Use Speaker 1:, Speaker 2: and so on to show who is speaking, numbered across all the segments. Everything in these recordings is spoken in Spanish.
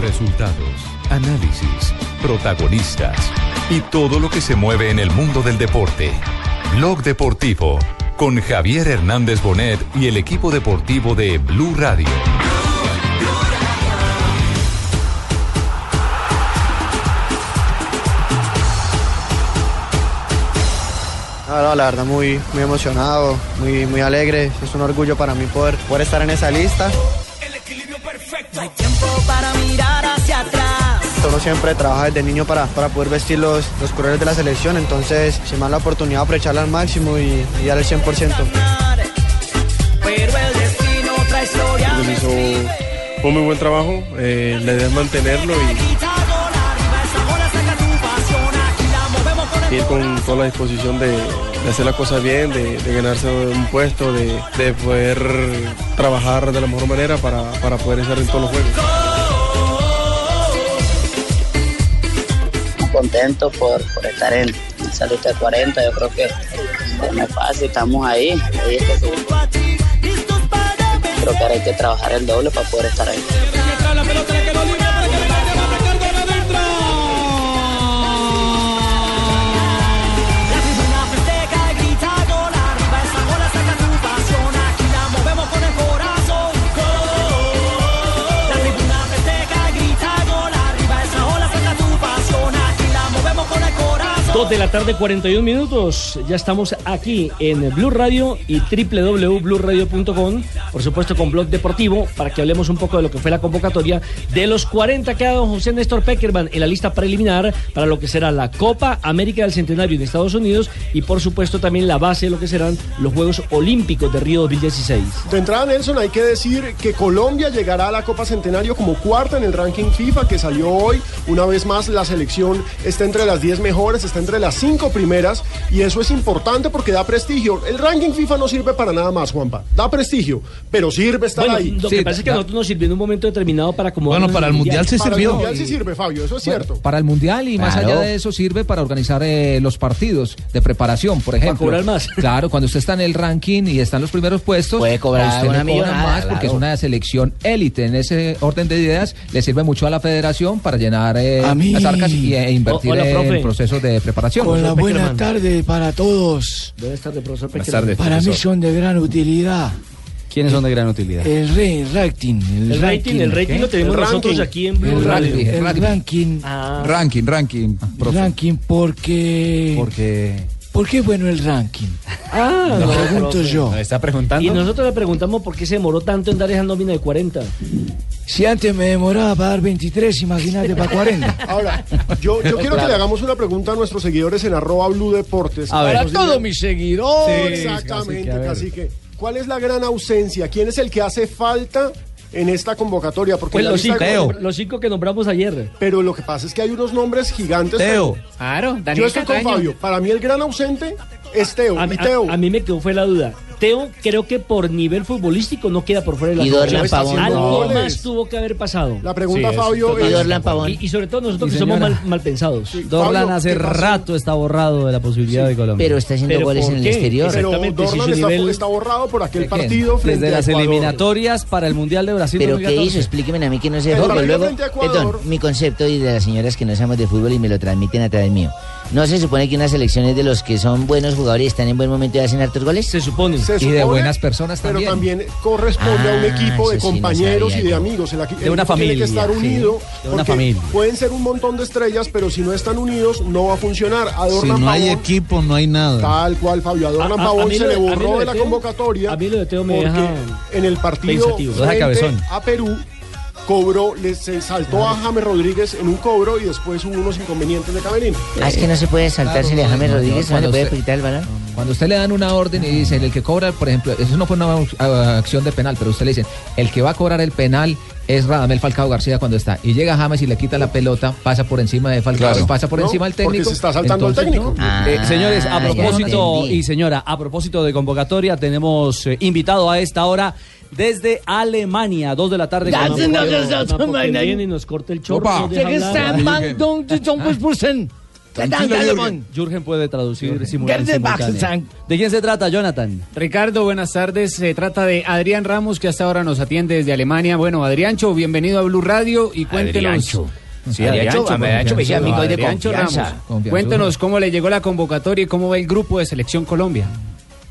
Speaker 1: Resultados, análisis, protagonistas y todo lo que se mueve en el mundo del deporte. Blog Deportivo con Javier Hernández Bonet y el equipo deportivo de Blue Radio.
Speaker 2: Ah, No, no, la verdad muy, muy emocionado, muy, muy alegre. Es un orgullo para mí poder, poder estar en esa lista.
Speaker 3: Hay tiempo para mirar hacia atrás.
Speaker 2: Uno siempre trabaja desde niño para, para poder vestir los, los colores de la selección, entonces se me da la oportunidad de aprovecharla al máximo y, y dar el 100%.
Speaker 3: Pero el destino otra historia.
Speaker 4: Creo que se hizo un muy buen trabajo, eh, la idea es mantenerlo
Speaker 3: Quita dólar, viva esa ola, saca tu pasión. Aquí la movemos con el
Speaker 4: y ir con toda la disposición de, de hacer las cosas bien, de, de ganarse un puesto, de, de poder trabajar de la mejor manera para, para poder estar en todos los juegos.
Speaker 5: contento por, por estar en esa lista de 40. Yo creo que que no es fácil, estamos ahí. Ahí es que sí.
Speaker 3: junto a ti. Listos para vencer.
Speaker 5: Creo que ahora hay que trabajar el doble para poder estar ahí.
Speaker 3: La pelota la quedó libre para que le meta para recargar adentro. La tribuna festeja y grita gol. Arriba esa bola, saca tu pasión. Aquí la movemos con el corazón. Gol. La tribuna festeja y grita gol. Arriba esa bola, saca tu pasión. Aquí la movemos con el corazón.
Speaker 6: Dos de la tarde, 41 minutos. Ya estamos aquí en Blue Radio y www.bluradio.com. Por supuesto, con Blog Deportivo, para que hablemos un poco de lo que fue la convocatoria de los 40 que ha dado José Néstor Peckerman en la lista preliminar para lo que será la Copa América del Centenario en Estados Unidos y, por supuesto, también la base de lo que serán los Juegos Olímpicos de Río 2016.
Speaker 7: De entrada, Nelson, hay que decir que Colombia llegará a la Copa Centenario como cuarta en el ranking FIFA que salió hoy. Una vez más, la selección está entre las 10 mejores, está entre las 5 primeras y eso es importante porque da prestigio. El ranking FIFA no sirve para nada más, Juanpa. Da prestigio, pero sirve estar
Speaker 6: Bueno,
Speaker 7: Pues ahí.
Speaker 6: lo que pasa es que a nosotros nos sirvió en un momento determinado para acomodar.
Speaker 8: Bueno, para el Mundial se
Speaker 7: Para
Speaker 8: sirvió.
Speaker 7: el mundial sí sirve, Fabio, eso es cierto.
Speaker 8: Para el Mundial y más
Speaker 9: Claro.
Speaker 8: allá de eso sirve para organizar eh, los partidos de preparación, por ejemplo.
Speaker 6: cobrar más.
Speaker 8: Claro, cuando usted está en el ranking y están los primeros puestos,
Speaker 9: Puede cobrar
Speaker 8: a usted
Speaker 9: una
Speaker 8: le cobran
Speaker 9: millonada,
Speaker 8: más porque
Speaker 9: claro.
Speaker 8: es una selección élite. En ese orden de ideas le sirve mucho a la federación para llenar eh,
Speaker 9: A mí.
Speaker 8: las arcas y, e invertir
Speaker 6: O- hola, profe.
Speaker 8: en procesos de preparación.
Speaker 9: Con la
Speaker 6: Peckerman.
Speaker 9: buena tarde para todos.
Speaker 6: Debe estar de profesor
Speaker 8: Buenas
Speaker 6: Peckerman.
Speaker 8: tardes,
Speaker 9: Para mí
Speaker 8: profesor.
Speaker 9: son de gran utilidad.
Speaker 10: ¿Quiénes son de gran utilidad?
Speaker 9: El rey rating. El,
Speaker 6: El rating, el rating lo tenemos
Speaker 7: El ranking.
Speaker 6: nosotros aquí en Blue
Speaker 9: El,
Speaker 6: Radio.
Speaker 9: ranking, el
Speaker 8: Ranking.
Speaker 9: ranking.
Speaker 6: Ah.
Speaker 10: Ranking, ranking. profe.
Speaker 9: ranking porque.
Speaker 10: Porque.
Speaker 9: ¿Por qué es bueno el ranking?
Speaker 6: Ah,
Speaker 9: Lo
Speaker 6: no,
Speaker 9: pregunto
Speaker 6: profe.
Speaker 9: yo.
Speaker 10: ¿Me está preguntando?
Speaker 6: Y nosotros le preguntamos por qué se demoró tanto en dar esa nómina de 40.
Speaker 9: Si antes me demoraba para dar 23, imagínate para 40.
Speaker 7: Ahora, yo, yo quiero que le hagamos una pregunta a nuestros seguidores en arroba Blue Deportes.
Speaker 10: A ver.
Speaker 9: Para
Speaker 7: Nos digan-
Speaker 9: todos mis seguidores.
Speaker 7: Exactamente,
Speaker 10: cacique, a ver.
Speaker 7: así que ¿cuál es la gran ausencia? ¿Quién es el que hace falta en esta convocatoria? Porque
Speaker 6: Pues
Speaker 7: la
Speaker 6: los
Speaker 7: lista
Speaker 6: cinco,
Speaker 7: de-
Speaker 6: los cinco que nombramos ayer.
Speaker 7: Pero lo que pasa es que hay unos nombres gigantes.
Speaker 10: Teo.
Speaker 9: Claro,
Speaker 7: Yo estoy con Fabio. Para mí el gran ausente es Teo.
Speaker 6: A,
Speaker 7: y
Speaker 6: a-
Speaker 7: Teo.
Speaker 6: a mí me quedó fue la duda. Teo creo que por nivel futbolístico no queda por fuera de la
Speaker 9: Y
Speaker 6: nómina.
Speaker 9: Dorlan
Speaker 7: Está
Speaker 9: Pavón.
Speaker 7: haciendo
Speaker 6: Algo
Speaker 7: goles.
Speaker 6: más tuvo que haber pasado.
Speaker 7: La pregunta,
Speaker 10: Sí,
Speaker 7: Fabio,
Speaker 9: Y
Speaker 7: es...
Speaker 9: Dorlan Pavón.
Speaker 6: Y, y sobre todo nosotros
Speaker 10: Sí,
Speaker 6: que somos
Speaker 10: señora.
Speaker 6: mal, mal pensados.
Speaker 10: Dorlan
Speaker 7: Pablo,
Speaker 10: hace
Speaker 7: ¿qué pasó?
Speaker 10: rato está borrado de la posibilidad de Colombia.
Speaker 9: Pero está haciendo
Speaker 6: Pero
Speaker 9: goles
Speaker 6: ¿por
Speaker 9: en el
Speaker 6: qué?
Speaker 9: exterior.
Speaker 7: Pero
Speaker 6: Exactamente, si
Speaker 7: Dorlan
Speaker 6: su
Speaker 7: está,
Speaker 6: nivel-
Speaker 7: está borrado por aquel
Speaker 8: ¿De quién?
Speaker 7: partido frente
Speaker 10: Desde
Speaker 7: a
Speaker 10: las
Speaker 7: Ecuador.
Speaker 10: eliminatorias para el Mundial de Brasil.
Speaker 9: ¿Pero
Speaker 10: 2014.
Speaker 9: qué hizo? Explíquemelo a mí que no sé de
Speaker 7: Pero
Speaker 9: fútbol.
Speaker 7: la
Speaker 9: Luego,
Speaker 7: frente a Ecuador.
Speaker 9: perdón, mi concepto y de las señoras que no sabemos de fútbol y me lo transmiten a través mío. ¿No se supone que unas selecciones de los que son buenos jugadores y están en buen momento y hacen hartos goles?
Speaker 6: Se supone.
Speaker 7: Se
Speaker 8: Y de
Speaker 7: supone,
Speaker 8: buenas personas
Speaker 7: Pero
Speaker 8: también.
Speaker 7: también corresponde a un
Speaker 9: Ah,
Speaker 7: equipo de
Speaker 9: eso sí, no
Speaker 7: compañeros
Speaker 9: sabía
Speaker 7: y de
Speaker 9: yo.
Speaker 7: amigos. El, aquí- el
Speaker 10: De una
Speaker 7: equipo Tiene que
Speaker 10: familia,
Speaker 7: estar
Speaker 10: sí,
Speaker 7: unido.
Speaker 10: de una
Speaker 7: porque
Speaker 10: familia.
Speaker 7: Pueden ser un montón de estrellas, pero si no están unidos, no va a funcionar. A Dorlan Pavón-
Speaker 10: equipo, no hay nada.
Speaker 7: Tal cual, Fabio. A Dorlan
Speaker 6: A- a- a
Speaker 7: Pavón
Speaker 6: mí
Speaker 7: se
Speaker 6: lo
Speaker 7: le
Speaker 6: de- a mí lo
Speaker 7: borró
Speaker 6: de
Speaker 7: de la
Speaker 6: Teo-
Speaker 7: convocatoria.
Speaker 6: a mí lo de Teo me
Speaker 7: porque
Speaker 6: deja
Speaker 7: En el partido
Speaker 6: pensativo.
Speaker 10: Lo deja
Speaker 7: frente
Speaker 10: cabezón.
Speaker 7: a Perú, cobró, le se saltó a James Rodríguez en un cobro y después hubo unos inconvenientes de Camerín.
Speaker 11: Ah, es que no se puede saltársele a James Rodríguez, no le puede quitar el balón.
Speaker 8: Cuando usted le dan una orden y dicen el que cobra, por ejemplo, eso no fue una ah, acción de penal, pero usted le dicen el que va a cobrar el penal es Radamel Falcao García cuando está. Y llega James y le quita la pelota, pasa por encima de Falcao,
Speaker 7: Claro.
Speaker 8: pasa por
Speaker 7: No,
Speaker 8: encima del
Speaker 7: porque
Speaker 8: técnico.
Speaker 7: se está saltando al
Speaker 8: entonces,
Speaker 7: técnico.
Speaker 8: no,
Speaker 11: Ah,
Speaker 10: Eh, señores, a
Speaker 8: ya
Speaker 10: propósito
Speaker 8: entendí.
Speaker 10: y señora, a propósito de convocatoria, tenemos eh, invitado a esta hora desde Alemania, 2 de la tarde.
Speaker 6: Ya,
Speaker 10: con-
Speaker 6: sí, no, ya, ya,
Speaker 10: Porque
Speaker 6: ya, ya.
Speaker 10: viene y nos corta el chorro.
Speaker 6: Opa.
Speaker 10: nos deja
Speaker 6: Llega
Speaker 10: hablar.
Speaker 6: Sam Van Jürgen.
Speaker 10: pues, Tranquilo,
Speaker 9: Dan,
Speaker 10: Jürgen.
Speaker 9: Alemán.
Speaker 10: Jürgen puede traducir simultáneo-
Speaker 9: Gerdes Bach,
Speaker 10: simultáneo.
Speaker 9: Sam.
Speaker 10: ¿De quién se trata, Jonathan?
Speaker 9: Ricardo, buenas tardes. Se trata de Adrián Ramos, que hasta ahora nos atiende desde Alemania. Bueno, Adriancho, bienvenido a Blue Radio y cuéntenos.
Speaker 10: Adriancho.
Speaker 9: Sí,
Speaker 10: Adriancho,
Speaker 9: Adriancho, ah,
Speaker 10: Adriancho,
Speaker 9: me decía
Speaker 10: confianzudo.
Speaker 9: amigo de
Speaker 10: Adriancho
Speaker 9: confianza.
Speaker 10: Ramos. Confianzudo.
Speaker 9: Cuéntenos cómo le llegó la convocatoria y cómo ve el grupo de Selección Colombia.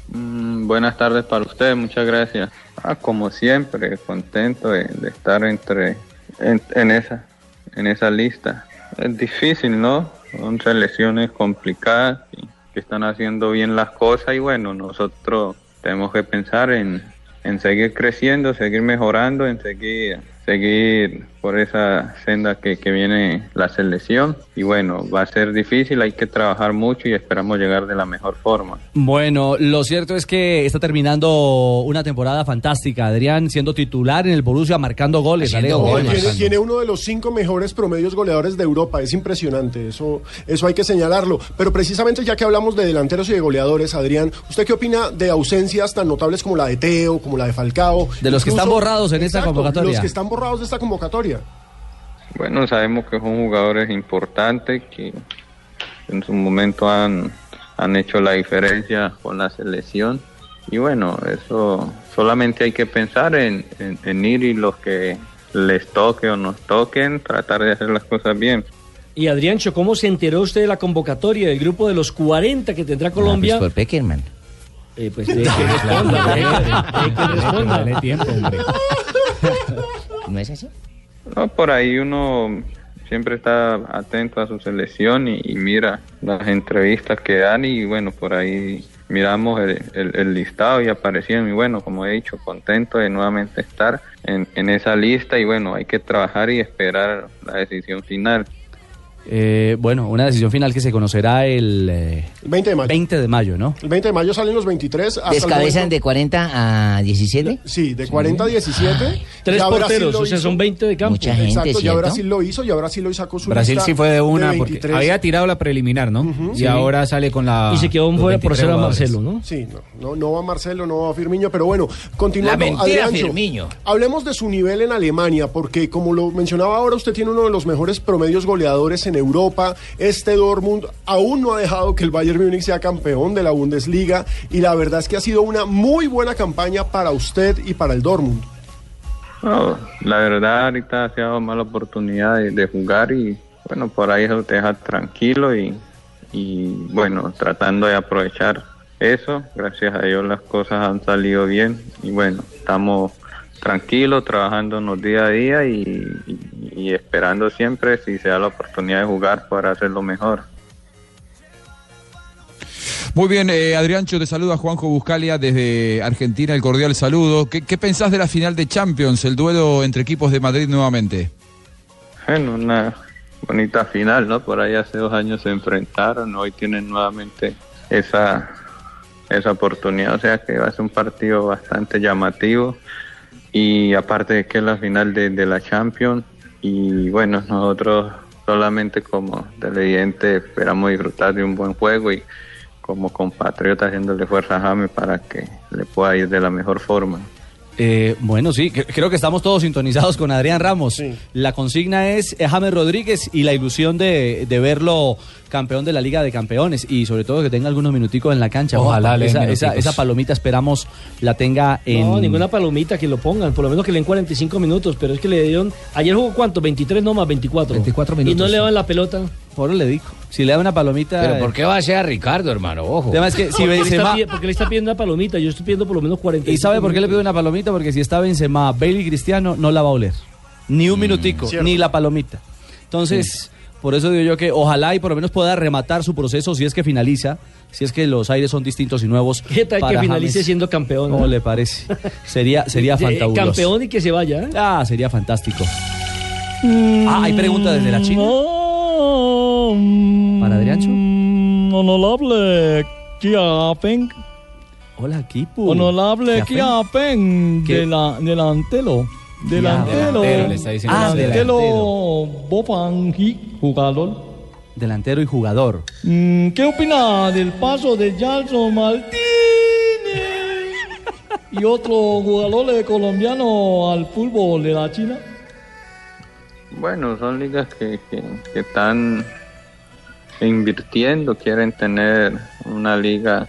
Speaker 12: Mm, Buenas tardes para ustedes, muchas gracias. Ah, como siempre, contento de, de estar entre en, en esa en esa lista. Es difícil, ¿no? Son selecciones complicadas y que están haciendo bien las cosas y bueno, nosotros tenemos que pensar en, en seguir creciendo, seguir mejorando, en seguir seguir por esa senda que, que viene la selección y bueno, va a ser difícil, hay que trabajar mucho y esperamos llegar de la mejor forma.
Speaker 10: Bueno, lo cierto es que está terminando una temporada fantástica, Adrián, siendo titular en el Borussia, marcando goles. Alejo.
Speaker 7: Tiene, tiene uno de los cinco mejores promedios goleadores de Europa. Es impresionante. Eso, eso hay que señalarlo. Pero precisamente ya que hablamos de delanteros y de goleadores, Adrián, ¿usted qué opina de ausencias tan notables como la de Teo, como la de Falcao?
Speaker 10: De los que están borrados en esta convocatoria.
Speaker 7: Los que están borrados de esta convocatoria.
Speaker 12: Bueno, sabemos que son jugadores importantes que en su momento han, han hecho la diferencia con la selección. Y bueno, eso solamente hay que pensar en, en- en ir y los que les toque o nos toquen, tratar de hacer las cosas bien.
Speaker 6: Y Adriancho, ¿cómo se enteró usted de la convocatoria del grupo de los 40 que tendrá Colombia?
Speaker 11: Ah, pues por Peckerman.
Speaker 6: Eh, pues de que responda, de que- de que responda.
Speaker 11: ¿No es así?
Speaker 12: No, por ahí uno siempre está atento a su selección y, y mira las entrevistas que dan y bueno, por ahí miramos el, el- el listado y aparecieron y bueno, como he dicho, contento de nuevamente estar en, en esa lista y bueno, hay que trabajar y esperar la decisión final.
Speaker 10: Eh, bueno, una decisión final que se conocerá el eh,
Speaker 7: 20 de mayo.
Speaker 10: 20 de mayo, ¿no?
Speaker 7: El 20 de mayo salen los 23. Hasta el
Speaker 11: ¿Descabezan
Speaker 7: momento-
Speaker 11: de 40 a 17?
Speaker 7: Sí, de 40 a 17.
Speaker 11: Tres
Speaker 7: Ya Brasil
Speaker 11: porteros,
Speaker 7: lo
Speaker 11: o sea,
Speaker 7: hizo.
Speaker 11: son 20 de campo. Mucha gente,
Speaker 7: Exacto, ya
Speaker 11: ¿cierto?
Speaker 7: Brasil lo hizo, ya Brasil lo sacó su
Speaker 9: Brasil
Speaker 7: lista
Speaker 9: sí fue de una porque
Speaker 7: 23.
Speaker 9: había tirado la preliminar, ¿no? Y
Speaker 7: Sí.
Speaker 9: ahora sale con la
Speaker 7: Y se quedó
Speaker 9: los
Speaker 7: fuera por
Speaker 9: 23
Speaker 7: ser a
Speaker 9: jugadores.
Speaker 7: Marcelo, Sí, no, no, no va Marcelo, no va Firmiño, pero bueno, continuando.
Speaker 9: La mentira,
Speaker 7: Adriancho,
Speaker 9: Firmino.
Speaker 7: Hablemos de su nivel en Alemania, porque como lo mencionaba ahora, usted tiene uno de los mejores promedios goleadores en Europa. Este Dortmund aún no ha dejado que el Bayern Múnich sea campeón de la Bundesliga y la verdad es que ha sido una muy buena campaña para usted y para el Dortmund.
Speaker 12: No, la verdad ahorita se ha dado mala oportunidad de, de jugar y bueno, por ahí eso te deja tranquilo y, y, bueno, tratando de aprovechar eso, gracias a Dios las cosas han salido bien y bueno, estamos tranquilos, trabajándonos día a día y, y- y esperando siempre si se da la oportunidad de jugar para hacerlo mejor.
Speaker 13: Muy bien, eh, Adriancho, te saluda Juanjo Buscalia desde Argentina, el cordial saludo. ¿Qué, qué pensás de la final de Champions, el duelo entre equipos de Madrid nuevamente?
Speaker 12: Bueno, una bonita final, ¿no? Por ahí hace dos años se enfrentaron, hoy tienen nuevamente esa, esa oportunidad, o sea que va a ser un partido bastante llamativo y aparte de que es la final de, de la Champions y bueno, nosotros solamente como televidentes esperamos disfrutar de un buen juego y como compatriota haciéndole fuerza a James para que le pueda ir de la mejor forma.
Speaker 10: Eh, bueno, sí, cre- creo que estamos todos sintonizados con Adrián Ramos. La consigna es eh, James Rodríguez y la ilusión de, de verlo campeón de la Liga de Campeones y sobre todo que tenga algunos minuticos en la cancha.
Speaker 6: Ojalá le den
Speaker 10: esa,
Speaker 6: minuticos.
Speaker 10: esa- esa palomita esperamos la tenga en...
Speaker 6: No, ninguna palomita que lo pongan, por lo menos que le den 45 minutos, pero es que le dieron, ayer jugó cuánto, 23 no más 24. 24 Y no
Speaker 10: minutos,
Speaker 6: le daban la pelota.
Speaker 10: Por le digo, si le da una palomita...
Speaker 14: Pero ¿por
Speaker 10: eh,
Speaker 14: qué va a ser a Ricardo, hermano? Ojo.
Speaker 10: El tema es que si
Speaker 6: porque, le está,
Speaker 10: Benzema...
Speaker 6: pidi- porque le está pidiendo una palomita, yo estoy pidiendo por lo menos 45
Speaker 10: ¿Y sabe por qué le pido una palomita? Porque si está Benzema, Bailey Cristiano, no la va a oler. Ni un minutico,
Speaker 6: Cierto.
Speaker 10: ni la palomita. Entonces, Por eso digo yo que ojalá y por lo menos pueda rematar su proceso si es que finaliza, si es que los aires son distintos y nuevos.
Speaker 6: ¿Qué tal que
Speaker 10: para
Speaker 6: finalice
Speaker 10: James.
Speaker 6: siendo campeón?
Speaker 10: ¿Cómo le parece? Sería, sería
Speaker 6: Eh,
Speaker 10: fantabuloso.
Speaker 6: Campeón y que se vaya. ¿eh?
Speaker 10: Ah, sería fantástico. Ah, hay pregunta desde la China.
Speaker 6: Mm,
Speaker 10: Para Adriancho.
Speaker 15: Honorable Kia Peng.
Speaker 10: Hola, equipo.
Speaker 15: Honorable
Speaker 10: Kia
Speaker 15: Kia Peng. De la, delantero. Delantero.
Speaker 10: Delantero, le está diciendo.
Speaker 15: Ah,
Speaker 10: Ah,
Speaker 15: delantero.
Speaker 10: delantero.
Speaker 15: Bopangi, jugador.
Speaker 10: Delantero y jugador.
Speaker 15: Mm, ¿Qué opina del paso de Jason Martínez y otro jugador eh, colombiano al fútbol de la China?
Speaker 12: Bueno, son ligas que, que- que están invirtiendo, quieren tener una liga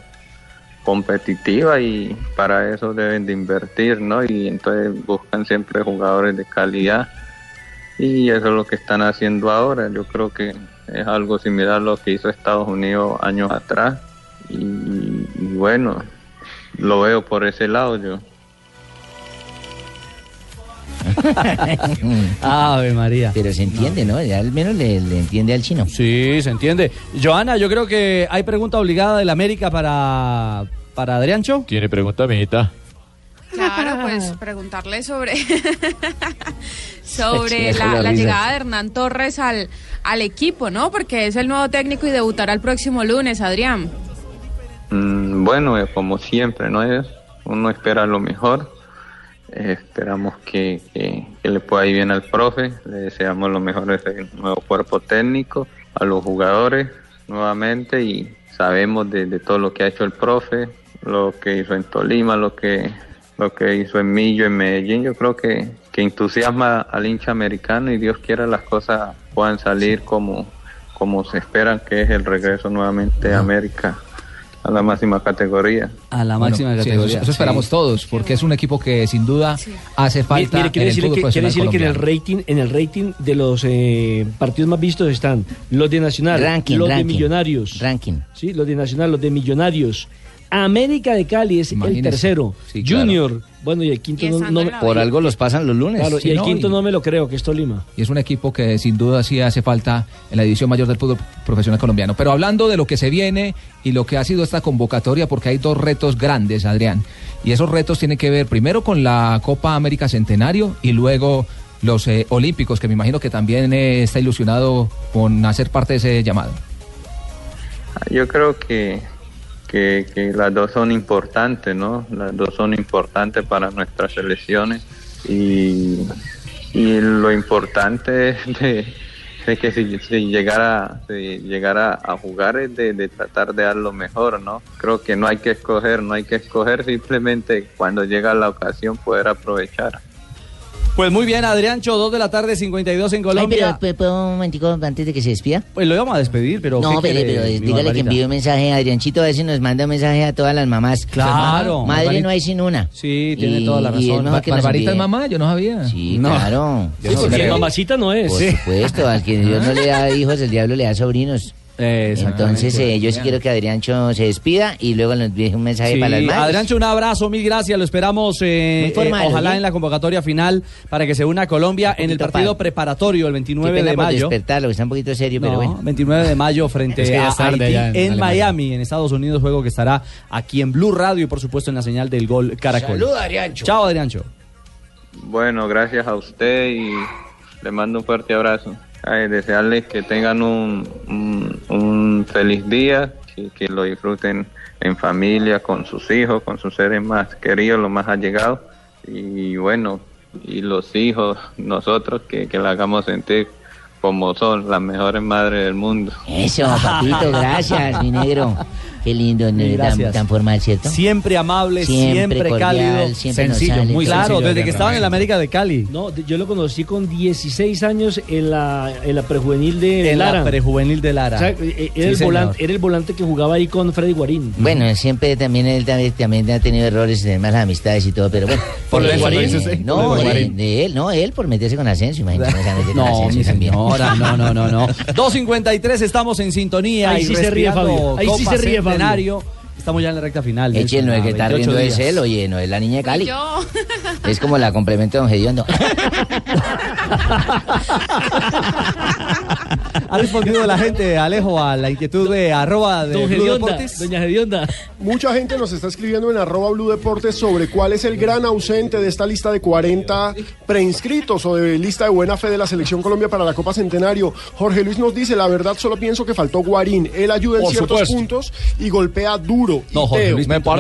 Speaker 12: competitiva y para eso deben de invertir, ¿no? Y entonces buscan siempre jugadores de calidad y eso es lo que están haciendo ahora. Yo creo que es algo similar a lo que hizo Estados Unidos años atrás y, y bueno, lo veo por ese lado yo.
Speaker 10: Mm. Ave María.
Speaker 9: Pero se entiende, ¿no? Ya al menos le, le entiende al chino.
Speaker 10: Sí, se entiende. Joana, yo creo que hay pregunta obligada del América para, para Adriancho.
Speaker 16: Tiene pregunta, amiguita.
Speaker 17: Claro, pues preguntarle sobre,
Speaker 16: Sí,
Speaker 17: sobre
Speaker 16: eso
Speaker 17: la,
Speaker 16: da
Speaker 17: la
Speaker 16: risa.
Speaker 17: llegada de Hernán Torres al, al equipo, ¿no? Porque es el nuevo técnico y debutará el próximo lunes, Adrián.
Speaker 12: Mm, Bueno, eh, como siempre, ¿no es? Uno espera lo mejor. Eh, esperamos que, que- que le pueda ir bien al profe. Le deseamos lo mejor a ese nuevo cuerpo técnico, a los jugadores nuevamente y sabemos de, de todo lo que ha hecho el profe, lo que hizo en Tolima, lo que lo que hizo en Millo, en Medellín. Yo creo que, que entusiasma al hincha americano y Dios quiera las cosas puedan salir como, como se esperan, que es el regreso nuevamente a América a la máxima categoría.
Speaker 10: A la
Speaker 8: Bueno,
Speaker 10: máxima
Speaker 8: sí, eso-
Speaker 10: categoría.
Speaker 8: eso, esperamos
Speaker 10: Sí.
Speaker 8: todos, porque es un equipo que sin duda hace falta.
Speaker 6: Mire, quiero
Speaker 8: en el
Speaker 6: decirle,
Speaker 8: fútbol
Speaker 6: que,
Speaker 8: profesional
Speaker 6: quiero decirle que en el
Speaker 8: colombiano.
Speaker 6: rating, en el rating de los eh, partidos más vistos están los de Nacional,
Speaker 9: Ranking,
Speaker 6: los
Speaker 9: ranking,
Speaker 6: de Millonarios.
Speaker 9: Ranking.
Speaker 6: Sí, los de Nacional, los de Millonarios. América de Cali es el
Speaker 9: Imagínese.
Speaker 6: tercero.
Speaker 9: Sí, claro.
Speaker 6: Junior, bueno, y el quinto no, no me-
Speaker 9: Por algo los pasan los lunes.
Speaker 6: Claro,
Speaker 8: Sí,
Speaker 6: y el
Speaker 8: Pues, no,
Speaker 6: quinto
Speaker 8: y-
Speaker 6: no me lo creo, que es Tolima.
Speaker 8: y es un equipo que sin duda sí hace falta en la división mayor del fútbol profesional colombiano. Pero hablando de lo que se viene y lo que ha sido esta convocatoria, porque hay dos retos grandes, Adrián. Y esos retos tienen que ver primero con la Copa América Centenario y luego los eh, Olímpicos, que me imagino que también eh, está ilusionado con hacer parte de ese llamado.
Speaker 12: Yo creo que, que, que las dos son importantes, ¿no? Las dos son importantes para nuestras selecciones y, y lo importante es de, de que si, si llegara, si llegara a jugar es de, de tratar de dar lo mejor, ¿no? Creo que no hay que escoger, no hay que escoger, simplemente cuando llega la ocasión poder aprovechar.
Speaker 10: Pues muy bien, Adriancho, 2 de la tarde, 52 en
Speaker 9: Ay,
Speaker 10: Colombia.
Speaker 9: pero, pero, ¿puedo un momentico antes de que se despida?
Speaker 10: Pues lo íbamos a despedir, pero.
Speaker 9: No,
Speaker 10: ¿qué
Speaker 9: pero,
Speaker 10: quiere, eh,
Speaker 9: pero
Speaker 10: mi
Speaker 9: dígale que
Speaker 10: Barbarita?
Speaker 9: envíe un mensaje a Adrianchito, a ver si nos manda un mensaje a todas las mamás.
Speaker 10: Claro.
Speaker 9: Madre
Speaker 10: Barbarita.
Speaker 9: no hay sin una.
Speaker 10: Sí, tiene
Speaker 9: Y-
Speaker 10: toda la
Speaker 9: y es
Speaker 10: razón.
Speaker 9: mejor que nos
Speaker 8: Barbarita es
Speaker 9: envíe.
Speaker 8: mamá, yo no sabía.
Speaker 9: Sí, claro.
Speaker 10: Yo no
Speaker 6: porque
Speaker 9: creo.
Speaker 6: mamacita no es.
Speaker 9: Por
Speaker 6: Sí.
Speaker 9: supuesto, al que Dios no le da hijos, el diablo le da sobrinos. Entonces, eh, yo sí quiero que Adriancho se despida y luego nos deje un mensaje
Speaker 10: Sí,
Speaker 9: para las madres.
Speaker 10: Adriancho, un abrazo, mil gracias. Lo esperamos, eh,
Speaker 9: Muy formal,
Speaker 10: eh, ojalá
Speaker 9: ¿sí?
Speaker 10: en la convocatoria final para que se una a Colombia en el partido preparatorio el
Speaker 9: Qué
Speaker 10: 29
Speaker 9: pena
Speaker 10: de
Speaker 9: por
Speaker 10: mayo.
Speaker 9: despertarlo, que está un poquito serio,
Speaker 10: No,
Speaker 9: pero bueno.
Speaker 10: 29 de mayo frente
Speaker 9: Es que ya
Speaker 10: a
Speaker 9: es tarde
Speaker 10: Haití
Speaker 9: allá en
Speaker 10: en,
Speaker 9: Alemania.
Speaker 10: Miami, en Estados Unidos, juego que estará aquí en Blue Radio y por supuesto en la señal del gol Caracol.
Speaker 12: Saluda,
Speaker 10: Adriancho. Chao, Adriancho.
Speaker 12: Bueno, gracias a usted y le mando un fuerte abrazo. Ay, desearles que tengan un, un- un feliz día, que, que lo disfruten en familia, con sus hijos, con sus seres más queridos, los más allegados. Y bueno, y los hijos, nosotros, que, que la hagamos sentir como son las mejores madres del mundo.
Speaker 9: Eso, papito, gracias, mi negro. Qué lindo, ¿no?
Speaker 10: Mil
Speaker 9: tan,
Speaker 10: gracias.
Speaker 9: tan formal, ¿cierto?
Speaker 10: Siempre amable, siempre,
Speaker 9: Siempre cordial,
Speaker 10: cálido,
Speaker 9: siempre Sencillo, nos sale, muy
Speaker 10: claro.
Speaker 9: sencillo,
Speaker 10: desde que
Speaker 9: Adrián
Speaker 10: estaba en la América de Cali.
Speaker 6: No, de- yo lo conocí con 16 años en la, en la prejuvenil de
Speaker 10: En
Speaker 6: Lara.
Speaker 10: la prejuvenil de Lara.
Speaker 6: O sea, eh,
Speaker 10: Sí,
Speaker 6: era, el
Speaker 10: señor.
Speaker 6: volante, era el volante que jugaba ahí con Freddy Guarín.
Speaker 9: Bueno, siempre también él también, también ha tenido errores de malas amistades y todo, pero bueno.
Speaker 6: Por lo de Guarín,
Speaker 9: eh,
Speaker 6: eso sí,
Speaker 9: No,
Speaker 6: por lo de
Speaker 9: eh,
Speaker 6: Guarín.
Speaker 9: de él, no, él por meterse con Asensio, imagínate.
Speaker 10: No, mi señora, no, no, no, no. 2.53 estamos en sintonía
Speaker 9: Ahí
Speaker 10: y
Speaker 9: sí se ríe,
Speaker 10: respirando
Speaker 9: Fabio. Ahí sí
Speaker 10: Copa
Speaker 9: se ríe, Fabio.
Speaker 10: Centenario. Estamos ya en la recta final. de
Speaker 9: Eche,
Speaker 10: esto,
Speaker 9: no es
Speaker 10: a
Speaker 9: que está
Speaker 10: 28
Speaker 9: riendo es
Speaker 10: días.
Speaker 9: él, oye, no es la niña de Cali.
Speaker 17: Yo.
Speaker 9: Es como la complemento de Don Gediondo.
Speaker 10: ha respondido la gente, Alejo, a la inquietud de arroba de
Speaker 7: Don
Speaker 10: Blue
Speaker 7: Gedionda,
Speaker 10: Deportes.
Speaker 7: doña Mucha gente nos está escribiendo en arroba Blue Deportes sobre cuál es el gran ausente de esta lista de 40 preinscritos o de lista de buena fe de la Selección Colombia para la Copa Centenario. Jorge Luis nos dice, la verdad solo pienso que faltó Guarín. Él ayuda en
Speaker 10: Por
Speaker 7: ciertos
Speaker 10: supuesto.
Speaker 7: puntos y golpea duro. Y
Speaker 10: No, Jorge
Speaker 7: Teo.
Speaker 10: Luis. Pinto,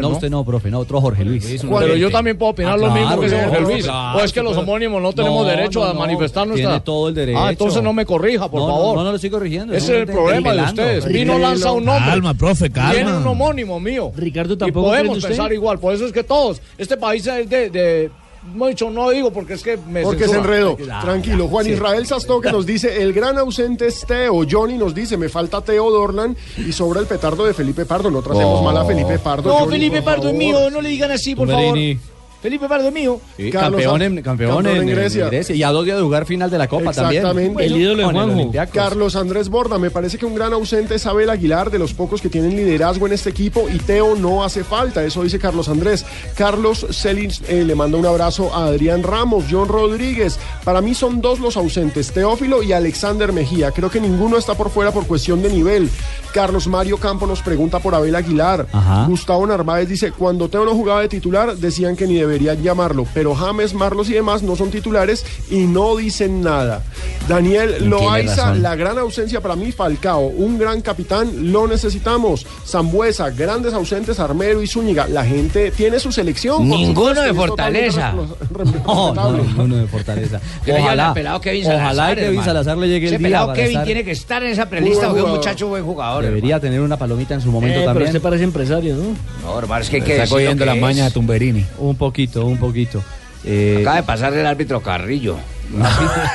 Speaker 10: no. No, usted no, profe, no, otro Jorge Luis.
Speaker 18: Pero yo también puedo opinar
Speaker 10: Ah,
Speaker 18: lo mismo
Speaker 10: claro,
Speaker 18: que ese
Speaker 10: claro,
Speaker 18: Jorge Luis.
Speaker 10: claro,
Speaker 18: o es que los
Speaker 10: claro.
Speaker 18: homónimos no tenemos
Speaker 10: No,
Speaker 18: derecho
Speaker 10: no,
Speaker 18: a
Speaker 10: no.
Speaker 18: manifestar nuestra.
Speaker 10: Tiene todo el derecho.
Speaker 18: Ah, entonces no me corrija, por
Speaker 10: No, no,
Speaker 18: favor.
Speaker 10: no, no lo estoy corrigiendo,
Speaker 18: Ese
Speaker 10: no,
Speaker 18: es el
Speaker 10: te-
Speaker 18: problema de
Speaker 10: pelando.
Speaker 18: ustedes. Vino
Speaker 10: Tranquilo.
Speaker 18: lanza un nombre.
Speaker 10: Calma, profe, calma.
Speaker 18: Tiene un homónimo mío. Ricardo
Speaker 10: tampoco
Speaker 18: Y
Speaker 10: cree
Speaker 18: podemos
Speaker 10: usted.
Speaker 18: pensar igual. Por eso es que todos. Este país es de. de mucho no digo porque es que me
Speaker 7: Porque se
Speaker 18: censuran.
Speaker 7: enredó.
Speaker 18: Ah,
Speaker 7: Tranquilo. Juan
Speaker 18: sí.
Speaker 7: Israel Sastó que nos dice, el gran ausente es Teo. Johnny nos dice, me falta Teo Dornan y sobra el petardo de Felipe Pardo. No tratemos
Speaker 18: No.
Speaker 10: Oh.
Speaker 7: mal a Felipe Pardo.
Speaker 18: No,
Speaker 7: Johnny,
Speaker 18: Felipe
Speaker 7: por
Speaker 18: Pardo es
Speaker 7: favor.
Speaker 18: mío, no le digan así, por
Speaker 10: Tumberini.
Speaker 18: favor. Felipe Pardo es mío.
Speaker 10: Sí,
Speaker 7: Carlos
Speaker 10: campeón
Speaker 7: An-
Speaker 10: en, campeón
Speaker 7: campeón
Speaker 10: en-
Speaker 7: en
Speaker 10: en
Speaker 7: Grecia.
Speaker 10: Grecia. Y a dos días de jugar final de la Copa también.
Speaker 7: Exactamente.
Speaker 10: Con el Olympiacos.
Speaker 7: Carlos Andrés Borda, me parece que un gran ausente es Abel Aguilar, de los pocos que tienen liderazgo en este equipo, y Teo no hace falta, eso dice Carlos Andrés. Carlos Celis eh, le manda un abrazo a Adrián Ramos, John Rodríguez. Para mí son dos los ausentes, Teófilo y Alexander Mejía. Creo que ninguno está por fuera por cuestión de nivel. Carlos Mario Campo nos pregunta por Abel Aguilar.
Speaker 10: Ajá.
Speaker 7: Gustavo Narváez dice, cuando Teo no jugaba de titular, decían que ni deberían llamarlo, pero James, Marlos y demás no son titulares y no dicen nada. Daniel
Speaker 2: Tiene
Speaker 7: Loaiza,
Speaker 2: razón.
Speaker 7: la gran ausencia para mí, Falcao, un gran capitán, lo necesitamos. Zambuesa, grandes ausentes, Armero y Zúñiga. La gente tiene su selección. por
Speaker 14: Ninguno
Speaker 7: supuesto,
Speaker 14: de
Speaker 7: y es totalmente
Speaker 14: Fortaleza.
Speaker 7: re-
Speaker 10: No, no, ninguno de Fortaleza.
Speaker 14: Que le lleven al pelado Kevin Salazar,
Speaker 10: ojalá Kevin
Speaker 14: hermano.
Speaker 10: Salazar le llegue
Speaker 14: Ese
Speaker 10: el día.
Speaker 14: pelado
Speaker 10: para
Speaker 14: Kevin
Speaker 10: estar-
Speaker 14: tiene que estar en esa prelista
Speaker 10: Muy buen
Speaker 14: porque es un
Speaker 10: jugador. Eh,
Speaker 14: muchacho buen jugador.
Speaker 10: Debería tener una palomita en su momento
Speaker 14: pero
Speaker 10: también.
Speaker 14: usted
Speaker 10: parece este empresario, ¿no?
Speaker 14: No, hermano, es que hay que
Speaker 10: Está
Speaker 14: decir lo
Speaker 10: cogiendo
Speaker 14: que
Speaker 10: las
Speaker 14: es.
Speaker 10: mañas a Tumberini. Un poquito, un poquito. Eh,
Speaker 14: Acaba de pasar el árbitro Carrillo.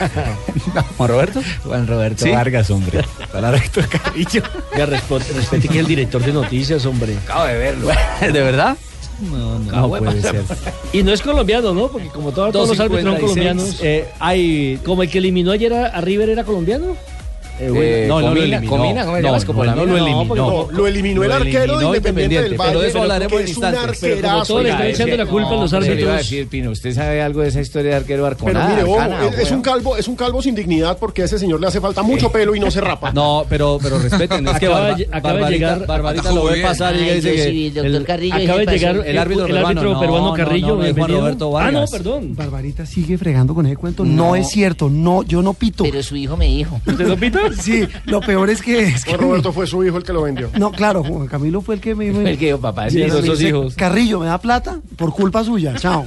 Speaker 10: Juan Roberto.
Speaker 14: Juan Roberto
Speaker 10: Vargas, hombre. Para Roberto Carrillo.
Speaker 9: Ya respo- respete que es el director de noticias, hombre.
Speaker 14: Acabo de verlo.
Speaker 10: ¿De verdad?
Speaker 9: No,
Speaker 15: Ah,
Speaker 9: no,
Speaker 10: Acabo de
Speaker 9: puede
Speaker 10: pasar.
Speaker 9: ser. Ah, Y no es colombiano, ¿no? Porque como todos, todos los árbitros son
Speaker 10: 256,
Speaker 9: colombianos.
Speaker 10: eh, hay...
Speaker 9: Como el que eliminó ayer a, a River era colombiano.
Speaker 10: Eh, bueno,
Speaker 9: Eh,
Speaker 10: no, no lo
Speaker 9: Comina-
Speaker 10: eliminó.
Speaker 9: Comina, ¿cómo se
Speaker 10: no,
Speaker 9: llama?
Speaker 10: no, no,
Speaker 9: Escopolamina,
Speaker 10: lo
Speaker 9: no,
Speaker 10: eliminó.
Speaker 9: porque no,
Speaker 7: lo eliminó el arquero de Independiente del
Speaker 10: Pero de
Speaker 7: Valle,
Speaker 10: eso
Speaker 7: pero
Speaker 10: hablaremos
Speaker 7: que
Speaker 10: en
Speaker 7: es un
Speaker 10: instantes.
Speaker 7: arquerazo. Pero como todos le están
Speaker 14: Oiga,
Speaker 7: echando
Speaker 14: ese-
Speaker 7: la culpa a los
Speaker 14: no, pero le iba a
Speaker 7: árbitros.
Speaker 14: decir, Pino, ¿usted sabe algo de esa historia de arquero
Speaker 7: Pero
Speaker 14: Arconada?
Speaker 7: mire, ojo,
Speaker 14: Arcana,
Speaker 7: es, es un calvo, es un calvo sin dignidad porque a ese señor le hace falta mucho pelo y no se rapa.
Speaker 10: Eh. No, pero, pero respeten. Es que
Speaker 7: Acaba
Speaker 10: Barba-
Speaker 7: de- acaba de
Speaker 10: Barbarita,
Speaker 7: llegar-
Speaker 10: Barbarita lo ve pasar y
Speaker 7: Ay,
Speaker 10: ella dice
Speaker 7: yo
Speaker 10: que.
Speaker 7: sí, doctor Carrillo,
Speaker 10: acaba
Speaker 7: ¿qué
Speaker 10: de
Speaker 7: pasó?
Speaker 10: llegar
Speaker 7: El-
Speaker 10: "Pues, el árbitro
Speaker 9: el árbitro
Speaker 10: peruano,
Speaker 9: peruano
Speaker 10: no, no,
Speaker 9: Carrillo,
Speaker 10: no, no, es Juan
Speaker 9: bienvenido.
Speaker 10: Roberto
Speaker 9: Ah, no,
Speaker 10: Vargas.
Speaker 9: perdón.
Speaker 19: Barbarita sigue fregando con ese cuento. No,
Speaker 9: No.
Speaker 19: es cierto, no, yo no pito.
Speaker 11: Pero su hijo me dijo.
Speaker 7: ¿Usted no pita?
Speaker 19: Sí, lo peor es que. es que-
Speaker 7: Juan Roberto fue su hijo el que lo vendió.
Speaker 19: No, claro, Juan Camilo fue el que me dijo.
Speaker 7: El que dijo, papá, sí,
Speaker 19: Me
Speaker 7: esos
Speaker 19: dice,
Speaker 7: hijos.
Speaker 19: Carrillo, ¿me da plata? Por culpa suya, chao.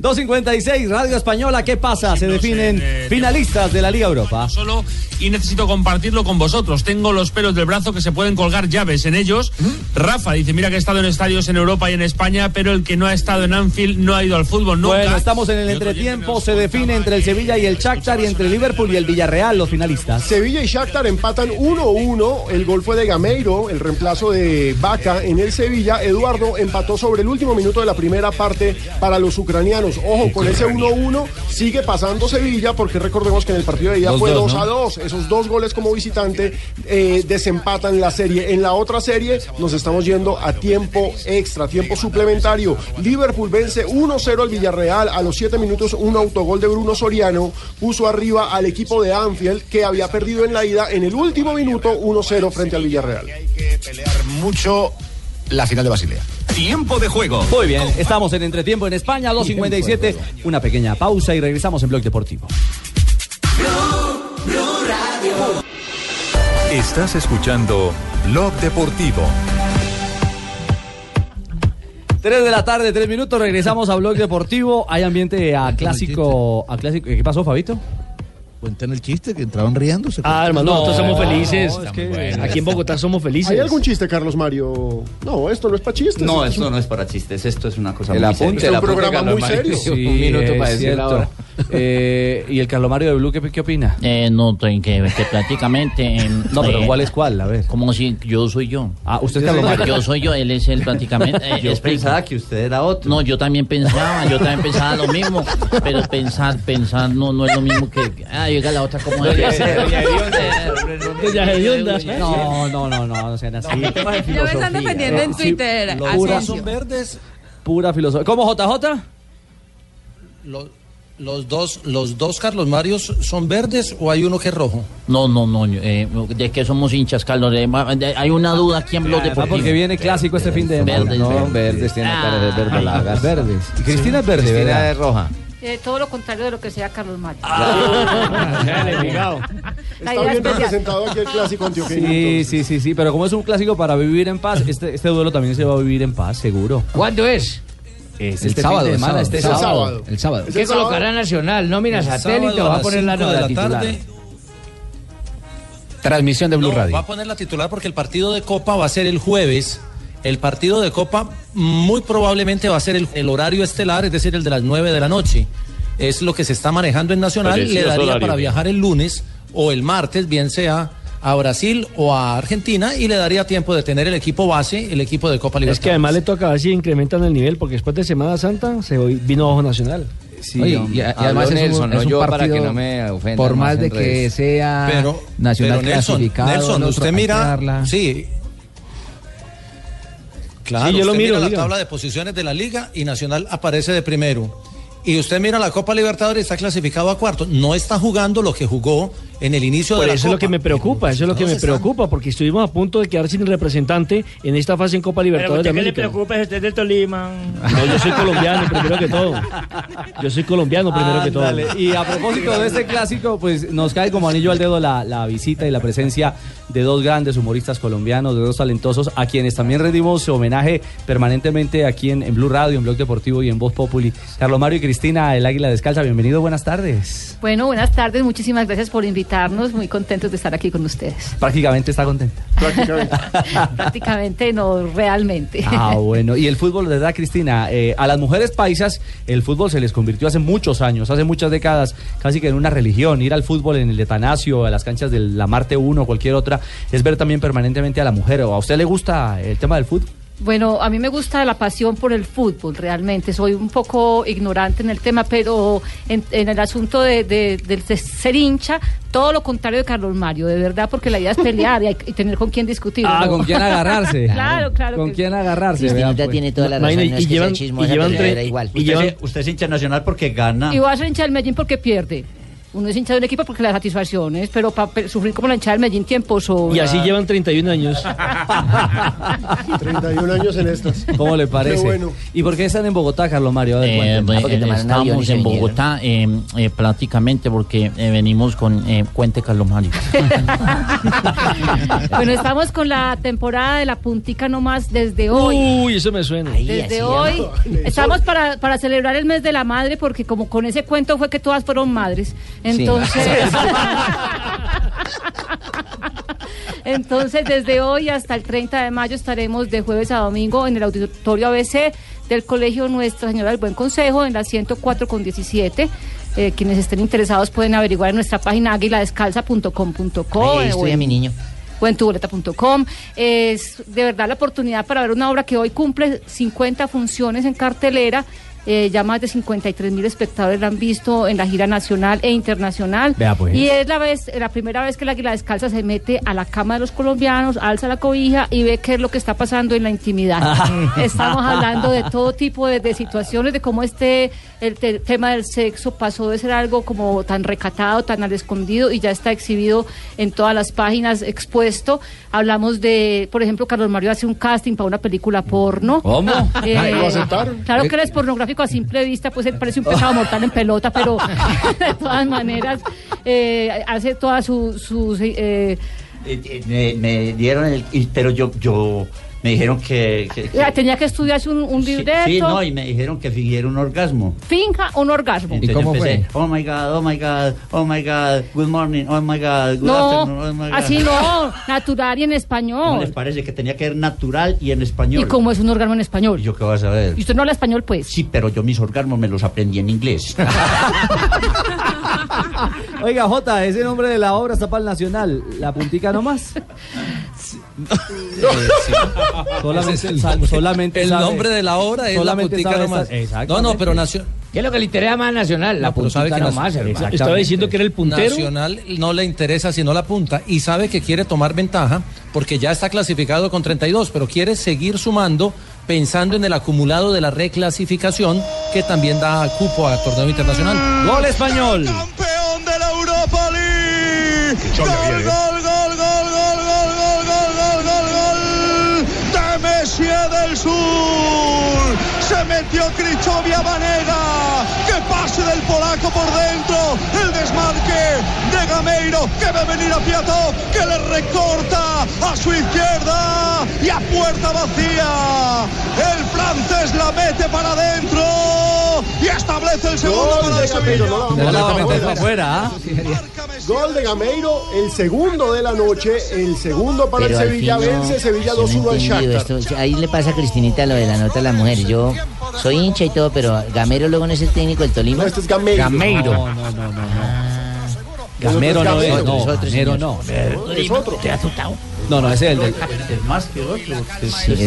Speaker 10: 256, Radio Española, ¿qué pasa? Se definen finalistas de la Liga Europa.
Speaker 20: solo y necesito compartirlo con vosotros. Tengo los pelos del brazo que se pueden colgar llaves en ellos. Rafa dice, mira que he estado en estadios en Europa y en España, pero el que no ha estado en Anfield no ha ido al fútbol nunca.
Speaker 10: Bueno, estamos en el entretiempo, se define entre el Sevilla y el Shakhtar y entre el Liverpool y el Villarreal los finalistas.
Speaker 7: Sevilla y Shakhtar empatan 1-1. El gol fue de Gameiro, el reemplazo de Vaca en el Sevilla. Eduardo empató sobre el último minuto de la primera parte para los ucranianos. Ojo, con ese 1-1 sigue pasando Sevilla porque recordemos que en el partido de ida
Speaker 21: Dos,
Speaker 7: fue
Speaker 21: dos,
Speaker 7: 2
Speaker 21: ¿no?
Speaker 7: a 2. Esos dos goles como visitante eh, desempatan la serie. En la otra serie nos estamos yendo a tiempo extra, tiempo suplementario. Liverpool vence 1-0 al Villarreal. A los 7 minutos un autogol de Bruno Soriano puso arriba al equipo de Anfield que había perdido en la ida en el último minuto 1-0 frente al Villarreal.
Speaker 10: Mucho la final de Basilea.
Speaker 20: Tiempo de juego.
Speaker 10: Muy bien, estamos en entretiempo en España, 257. Una pequeña pausa y regresamos en Blog Deportivo.
Speaker 1: Estás escuchando Blog Deportivo.
Speaker 10: 3 de la tarde, 3 minutos, regresamos a Blog Deportivo. Hay ambiente a clásico. A clásico. ¿Qué pasó, Fabito?
Speaker 22: Cuentan el chiste que entraban riéndose.
Speaker 9: Ah, hermano, nosotros somos felices.
Speaker 7: está muy
Speaker 9: bueno. Aquí en Bogotá somos felices.
Speaker 7: ¿Hay algún chiste, Carlos Mario? No, esto no es para chistes.
Speaker 23: No,
Speaker 7: esto
Speaker 23: esto no es para chistes, esto es una cosa
Speaker 7: El
Speaker 23: muy
Speaker 7: apunte,
Speaker 23: seria.
Speaker 10: Este,
Speaker 7: el apunte, Carlos Mario.
Speaker 23: Sí, un minuto para
Speaker 10: es
Speaker 23: decir
Speaker 10: cierto.
Speaker 23: ahora.
Speaker 10: Eh, ¿Y el Calomario de Blue qué, qué opina?
Speaker 23: Eh, no, que, que prácticamente. eh,
Speaker 10: No, pero
Speaker 23: eh,
Speaker 10: ¿cuál es cuál? A ver.
Speaker 23: Como si yo soy yo.
Speaker 10: Ah, usted es
Speaker 23: Yo soy-
Speaker 10: Calomario.
Speaker 23: Yo soy yo, él es él prácticamente. eh, Yo explico. pensaba que usted era otro. No, yo también pensaba, yo también pensaba lo mismo. Pero pensar, pensar no, no es lo mismo que. Ah, llega la otra como
Speaker 10: Doña-
Speaker 23: es.
Speaker 10: Doña
Speaker 23: Doña Hedionda.
Speaker 10: No, no, no, no, no sean así.
Speaker 15: Ya me están defendiendo en
Speaker 10: Sí,
Speaker 15: Twitter.
Speaker 10: locuras
Speaker 15: Asensio.
Speaker 10: son verdes. Pura filosofía. ¿Cómo, JJ?
Speaker 22: Lo-
Speaker 24: Los dos, los dos Carlos Marios son verdes o hay uno que es rojo.
Speaker 23: No, no, no. eh, de que somos hinchas, Carlos. de- de- hay una duda aquí en Blog Deportivo.
Speaker 10: Ah,
Speaker 23: Eh,
Speaker 10: porque viene clásico este fin de
Speaker 23: Verdes, Ah.
Speaker 14: No, verdes, tiene cara de verdolagas. Verdes. Cristina es verde, Cristina
Speaker 10: ¿verdad?
Speaker 14: es roja.
Speaker 25: Eh, todo lo contrario de lo que sea Carlos Mario.
Speaker 10: Ah.
Speaker 25: La
Speaker 7: Está bien
Speaker 25: idea especial.
Speaker 7: representado aquí el clásico antioqueño.
Speaker 10: Sí, sí, sí, sí, pero como es un clásico para vivir en paz, este, este duelo también se va a vivir en paz, seguro.
Speaker 14: ¿Cuándo es?
Speaker 10: Es
Speaker 14: El
Speaker 10: este
Speaker 14: sábado,
Speaker 10: fin de semana,
Speaker 14: el
Speaker 10: este
Speaker 14: sábado.
Speaker 10: sábado.
Speaker 8: El sábado.
Speaker 14: ¿Qué colocará Nacional? Nómina
Speaker 8: El
Speaker 14: satélite
Speaker 8: sábado
Speaker 14: o
Speaker 8: a
Speaker 14: va a
Speaker 8: las
Speaker 14: poner la
Speaker 8: cinco de
Speaker 14: nota
Speaker 8: la
Speaker 14: titular?
Speaker 8: tarde.
Speaker 14: Transmisión de Blue
Speaker 26: No, Va
Speaker 14: Radio.
Speaker 26: a poner la titular porque el partido de Copa va a ser el jueves. El partido de Copa muy probablemente va a ser el, el horario estelar, es decir, el de las 9 de la noche. Es lo que se está manejando en Nacional.
Speaker 2: Parecido
Speaker 26: Le daría
Speaker 2: horario,
Speaker 26: para
Speaker 2: ¿no?
Speaker 26: viajar el lunes o el martes, bien sea a Brasil o a Argentina, y le daría tiempo de tener el equipo base, el equipo de Copa
Speaker 6: Es
Speaker 26: Libertadores.
Speaker 6: que además le toca a ver si incrementan el nivel, porque después de Semana Santa se hoy vino Ojo Nacional.
Speaker 8: Oye, y, y además es un, es un partido, por más de que sea
Speaker 6: Pero-
Speaker 8: nacional
Speaker 26: pero Nelson,
Speaker 8: clasificado,
Speaker 26: Nelson,
Speaker 8: el otro
Speaker 26: usted mira-
Speaker 8: patearla.
Speaker 26: Sí. Claro,
Speaker 8: Sí, yo lo
Speaker 26: usted
Speaker 8: miro,
Speaker 26: mira la
Speaker 8: diga.
Speaker 26: tabla de posiciones de la liga y Nacional aparece de primero. Y usted mira la Copa Libertadores está clasificado a cuarto. No está jugando lo que jugó en el inicio
Speaker 6: Por
Speaker 26: de la
Speaker 6: Pues eso es lo que
Speaker 26: Copa.
Speaker 6: me preocupa, eso es lo que me
Speaker 26: Entonces,
Speaker 6: preocupa, porque estuvimos a punto de quedar sin representante en esta fase en Copa
Speaker 21: Pero
Speaker 6: Libertadores
Speaker 21: usted
Speaker 6: de
Speaker 21: que le
Speaker 6: América.
Speaker 21: preocupa es usted del Tolima.
Speaker 6: No, yo soy colombiano, primero que todo. Yo soy colombiano, primero que todo.
Speaker 10: Ándale, Y a propósito de este clásico, pues nos cae como anillo al dedo la, la visita y la presencia de dos grandes humoristas colombianos, de dos talentosos, a quienes también rendimos homenaje permanentemente aquí en, en Blue Radio, en Blog Deportivo y en Voz Populi. Carlos Mario y Cristina, el Águila Descalza, bienvenido, buenas tardes.
Speaker 25: Bueno, buenas tardes, muchísimas gracias por invitarnos, muy contentos de estar aquí con ustedes.
Speaker 10: Prácticamente está contenta.
Speaker 25: Prácticamente no, realmente.
Speaker 10: Ah, bueno. Y el fútbol, ¿verdad, Cristina? Eh, a las mujeres paisas, el fútbol se les convirtió hace muchos años, hace muchas décadas, casi que en una religión. Ir al fútbol en el Etanasio, a las canchas de la Marte 1 o cualquier otra, es ver también permanentemente a la mujer. ¿O a usted le gusta el tema del fútbol?
Speaker 25: Bueno, a mí me gusta la pasión por el fútbol, realmente. Soy un poco ignorante en el tema, pero en, en el asunto de, de- de- de ser hincha, todo lo contrario de Carlos Mario, de verdad, porque la idea es pelear y, hay- y tener con quién discutir.
Speaker 10: Ah,
Speaker 25: ¿no?
Speaker 10: con quién agarrarse.
Speaker 25: claro, claro.
Speaker 10: ¿Con
Speaker 25: que
Speaker 10: quién agarrarse?
Speaker 23: Cristinita
Speaker 10: vea, pues.
Speaker 23: tiene toda la razón,
Speaker 10: Imagina,
Speaker 23: no es que sea chismosa, pero era igual.
Speaker 21: Usted, se- usted es hincha nacional porque
Speaker 6: Ah.
Speaker 21: gana.
Speaker 25: Y voy a ser hincha del Medellín porque pierde. Uno es hincha de un equipo porque la satisfacción es, pero para sufrir como la hincha del Medellín Ah. tiempo sobra.
Speaker 6: Y así llevan 31 años.
Speaker 7: 31 años en estas.
Speaker 10: ¿Cómo le parece?
Speaker 7: Qué bueno.
Speaker 10: ¿Y por qué están en Bogotá, Carlos Mario? A ver,
Speaker 23: Eh,
Speaker 10: cuéntenos.
Speaker 23: eh, estamos en Bogotá eh, eh, prácticamente porque eh, venimos con eh, Cuente Carlos Mario.
Speaker 25: Bueno, estamos con la temporada de la puntica nomás desde hoy.
Speaker 6: Uy, eso me suena.
Speaker 25: Desde hoy estamos para, para celebrar el mes de la madre porque como con ese cuento fue que todas fueron madres. Entonces, entonces desde hoy hasta el 30 de mayo estaremos de jueves a domingo en el auditorio ABC del Colegio Nuestra Señora del Buen Consejo en la 104 con 17. Eh, quienes estén interesados pueden averiguar en nuestra página águiladescalza.com.co
Speaker 23: Ahí
Speaker 25: eh, o
Speaker 23: estoy a
Speaker 25: en-
Speaker 23: mi niño.
Speaker 25: o en tuboleta.com. Es de verdad la oportunidad para ver una obra que hoy cumple 50 funciones en cartelera. Eh, ya más de 53 mil espectadores la han visto en la gira nacional e internacional.
Speaker 3: Vea, pues.
Speaker 25: Y es la, vez, la primera vez que el Águila Descalza se mete a la cama de los colombianos, alza la cobija y ve qué es lo que está pasando en la intimidad. Estamos hablando de todo tipo de, de situaciones, de cómo este el te- tema del sexo pasó de ser algo como tan recatado, tan al escondido y ya está exhibido en todas las páginas, expuesto. Hablamos de, por ejemplo, Carlos Mario hace un casting para una película porno.
Speaker 27: ¿Cómo?
Speaker 25: Eh,
Speaker 27: Ay, ¿lo Eh, aceptaron?
Speaker 25: Claro que él es pornográfico a simple vista, pues él parece un pesado mortal en pelota, pero de todas maneras eh, hace todas sus... sus, eh,
Speaker 21: Eh, eh, Me, me dieron el. y- pero yo, yo. Me dijeron que. que- que-
Speaker 25: eh, tenía que estudiarse un, un libreto.
Speaker 21: sí, no, y me dijeron que fingiera un orgasmo.
Speaker 25: finja un orgasmo.
Speaker 21: Entonces yo empecé, Oh my god, oh my god, oh my god, good morning, oh my god, good afternoon, oh my
Speaker 25: No,
Speaker 21: god.
Speaker 25: así no, natural y en
Speaker 21: ¿Cómo les
Speaker 25: español.
Speaker 21: parece que tenía que ser natural y en español?
Speaker 25: Oh. ¿Y cómo es un orgasmo en español?
Speaker 21: ¿Yo qué vas a ver?
Speaker 25: ¿Y usted no habla español, pues?
Speaker 21: Sí, pero yo mis orgasmos me los aprendí en inglés.
Speaker 10: Oiga, Jota, ese nombre de la obra está para el Nacional. La puntica nomás. Eh, Solamente
Speaker 26: Ese es el
Speaker 10: sa-
Speaker 26: nombre.
Speaker 10: solamente
Speaker 26: El
Speaker 10: sabe-
Speaker 26: nombre de la obra es la
Speaker 10: solamente
Speaker 26: puntica
Speaker 10: sabe
Speaker 26: nomás.
Speaker 10: esa- exactamente.
Speaker 26: No, no, pero Nacional.
Speaker 14: ¿Qué es lo que le interesa más a Nacional? La
Speaker 26: pero sabe
Speaker 14: puntica
Speaker 26: que Nac-
Speaker 14: nomás, hermano.
Speaker 26: Exactamente.
Speaker 6: que era el puntero.
Speaker 26: Nacional no le interesa sino la punta y sabe que quiere tomar ventaja porque ya está clasificado con 32, pero quiere seguir sumando pensando en el acumulado de la reclasificación que también da cupo a torneo internacional. Gol español.
Speaker 27: Gol, gol, gol, gol, gol, gol, gol, gol, gol, gol, gol de Messi del Sur. Se metió Crichovia Vanega. Que pase del polaco por dentro. El desmarque de Gameiro. Que va a venir a Piatov. Que le recorta a su izquierda. Y a puerta vacía. El francés la mete para adentro. Y establece el segundo para el Sevilla.
Speaker 7: Completamente afuera.
Speaker 10: ¿ah?
Speaker 7: Gol de Gameiro, el segundo de la noche, el segundo para
Speaker 11: Pero
Speaker 7: el
Speaker 11: al
Speaker 7: Sevilla
Speaker 11: fin no-
Speaker 7: vence, Sevilla
Speaker 11: yo no
Speaker 7: 2-1 al
Speaker 11: entendí
Speaker 7: Shakhtar.
Speaker 11: esto. Ya, Ahí le pasa a Cristinita lo de la nota a la mujer. Yo soy hincha y todo, pero Gamero luego no es el técnico del Tolima.
Speaker 7: No, este es Gameiro.
Speaker 11: Gameiro.
Speaker 7: No,
Speaker 11: no, no,
Speaker 3: Ah.
Speaker 10: Gamero no es, no, Gamero no.
Speaker 11: Es otro. ¿Te ha asustado?
Speaker 10: No, no, ese es el del...
Speaker 21: este Es más que otro.
Speaker 10: es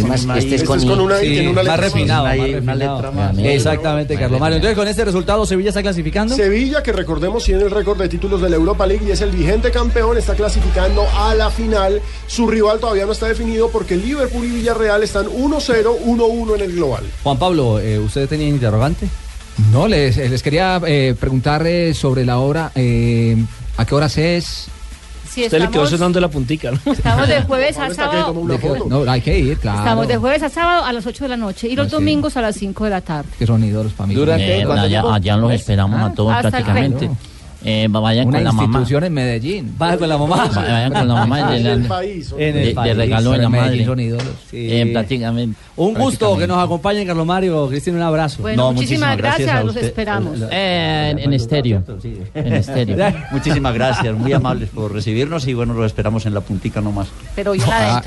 Speaker 10: más- este es Este con es I. con una I,
Speaker 21: Sí,
Speaker 10: tiene
Speaker 21: más
Speaker 10: una letra-
Speaker 21: refinado,
Speaker 10: sí,
Speaker 21: más
Speaker 10: una
Speaker 21: refinado.
Speaker 10: letra más. Exactamente, Carlos Mario. Entonces, con este resultado, ¿Sevilla está clasificando?
Speaker 7: Sevilla, que recordemos, tiene el récord de títulos de la Europa League y es el vigente campeón, está clasificando a la final. Su rival todavía no está definido porque Liverpool y Villarreal están 1-0, 1-1 en el global.
Speaker 10: Juan Pablo, eh, ¿usted tenía interrogante?
Speaker 8: No, les, les quería eh, preguntar eh, sobre la hora, eh, ¿a qué horas es?
Speaker 25: Sí, Usted le quedó estamos- sonando
Speaker 8: la puntica, ¿no?
Speaker 25: Estamos de jueves a sábado.
Speaker 8: No, hay que ir, claro.
Speaker 25: Estamos de jueves a sábado a las 8 de la noche y los
Speaker 8: Ah, sí.
Speaker 25: domingos a las 5 de la tarde.
Speaker 8: Qué sonidos para mí.
Speaker 23: Mierda, Eh, allá, allá los esperamos a todos
Speaker 25: Hasta el
Speaker 23: prácticamente.
Speaker 8: reloj.
Speaker 23: Eh, va- vayan
Speaker 8: Una
Speaker 23: con la mamá.
Speaker 8: institución en Medellín.
Speaker 23: Vaya con la mamá. Vayan con la mamá.
Speaker 8: En
Speaker 23: de-
Speaker 8: el
Speaker 23: de-
Speaker 8: país,
Speaker 23: de-
Speaker 8: en el
Speaker 23: de
Speaker 8: país.
Speaker 23: regalo de
Speaker 8: Pero
Speaker 23: la
Speaker 8: en Medellín
Speaker 23: madre.
Speaker 8: son ídolos.
Speaker 23: Eh, prácticamente.
Speaker 10: Un gusto que nos acompañen, Carlos Mario. Cristina, un abrazo.
Speaker 23: Bueno, No, muchísimas muchísimas gracias gracias, a los
Speaker 10: los
Speaker 23: usted. esperamos. Eh, en estéreo. En estéreo.
Speaker 21: Muchísimas gracias, muy amables por recibirnos y bueno, los esperamos en la puntica nomás.
Speaker 25: Pero yo la
Speaker 21: Ah,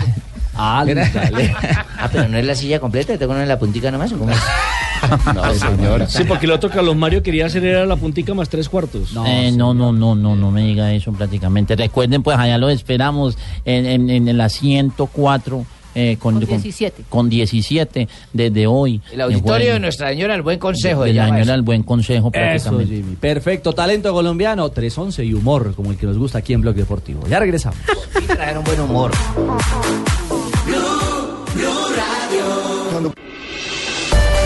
Speaker 11: Ah, pero no es la silla completa, tengo una en la puntica nomás. ¿o cómo es?
Speaker 21: No, señora.
Speaker 6: Sí, porque el otro Carlos Mario quería hacer era la puntica más tres cuartos.
Speaker 23: No, eh, no, no, no, no, no me diga eso prácticamente. Recuerden, pues allá los esperamos en, en, en la 104. eh, con,
Speaker 25: Con 17.
Speaker 23: con 17 desde hoy.
Speaker 11: El auditorio de
Speaker 23: nuestro
Speaker 11: Nuestra Señora del Buen Consejo.
Speaker 23: De la
Speaker 11: llama eso.
Speaker 23: señora del buen consejo
Speaker 10: Eso,
Speaker 23: prácticamente.
Speaker 10: Jimmy. Perfecto. Talento colombiano, 311 y humor, como el que nos gusta aquí en Blog Deportivo. Ya regresamos.
Speaker 21: trajeron buen humor.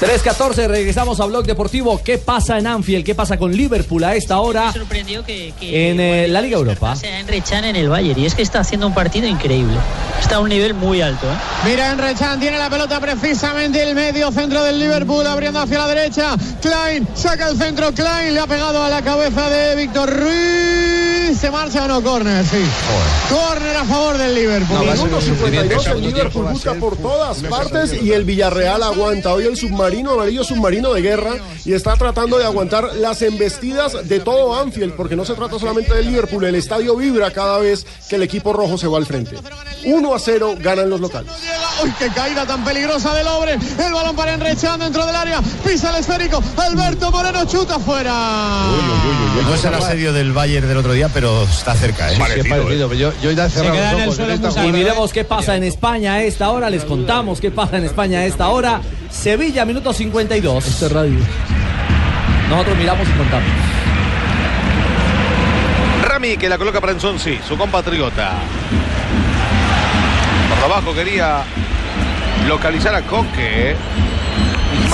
Speaker 10: Tres 3.14, regresamos a Blog Deportivo. ¿Qué pasa en Anfield? ¿Qué pasa con Liverpool a esta hora
Speaker 4: sorprendió que, que
Speaker 10: en eh, la Liga Europa?
Speaker 4: sea Emre Can en el Bayern y es que está haciendo un partido increíble. Está a un nivel muy alto. ¿eh?
Speaker 28: Mira, Enrechan tiene la pelota precisamente el medio centro del Liverpool, abriendo hacia la derecha. Klein saca el centro, Klein le ha pegado a la cabeza de Víctor Ruiz. Se marcha o no, córner, sí. Córner a favor del Liverpool.
Speaker 7: Minuto 52, el Liverpool busca por todas partes y el Villarreal aguanta. Hoy el submarino amarillo, submarino de guerra, y está tratando de aguantar las embestidas de todo Anfield, porque no se trata solamente del Liverpool, el estadio vibra cada vez que el equipo rojo se va al frente. 1 a 0 ganan los locales.
Speaker 28: Uy, qué caída tan peligrosa del Obre. El balón para Enrechan dentro del área. Pisa el esférico. Alberto Moreno chuta fuera.
Speaker 13: No es el asedio del Bayern del otro día, pero está cerca. ¿eh?
Speaker 10: Parecido,
Speaker 13: ¿eh? Yo, yo ya he cerrado los ojos en esta
Speaker 10: Y
Speaker 13: jugada.
Speaker 10: miremos qué pasa en España a esta hora. Les contamos qué pasa en España a esta hora. Sevilla, minuto 52. Esto es radio. Nosotros miramos y contamos.
Speaker 5: Rami que la coloca para Enzonsi, su compatriota. Por abajo quería localizar a Coque. ¿eh?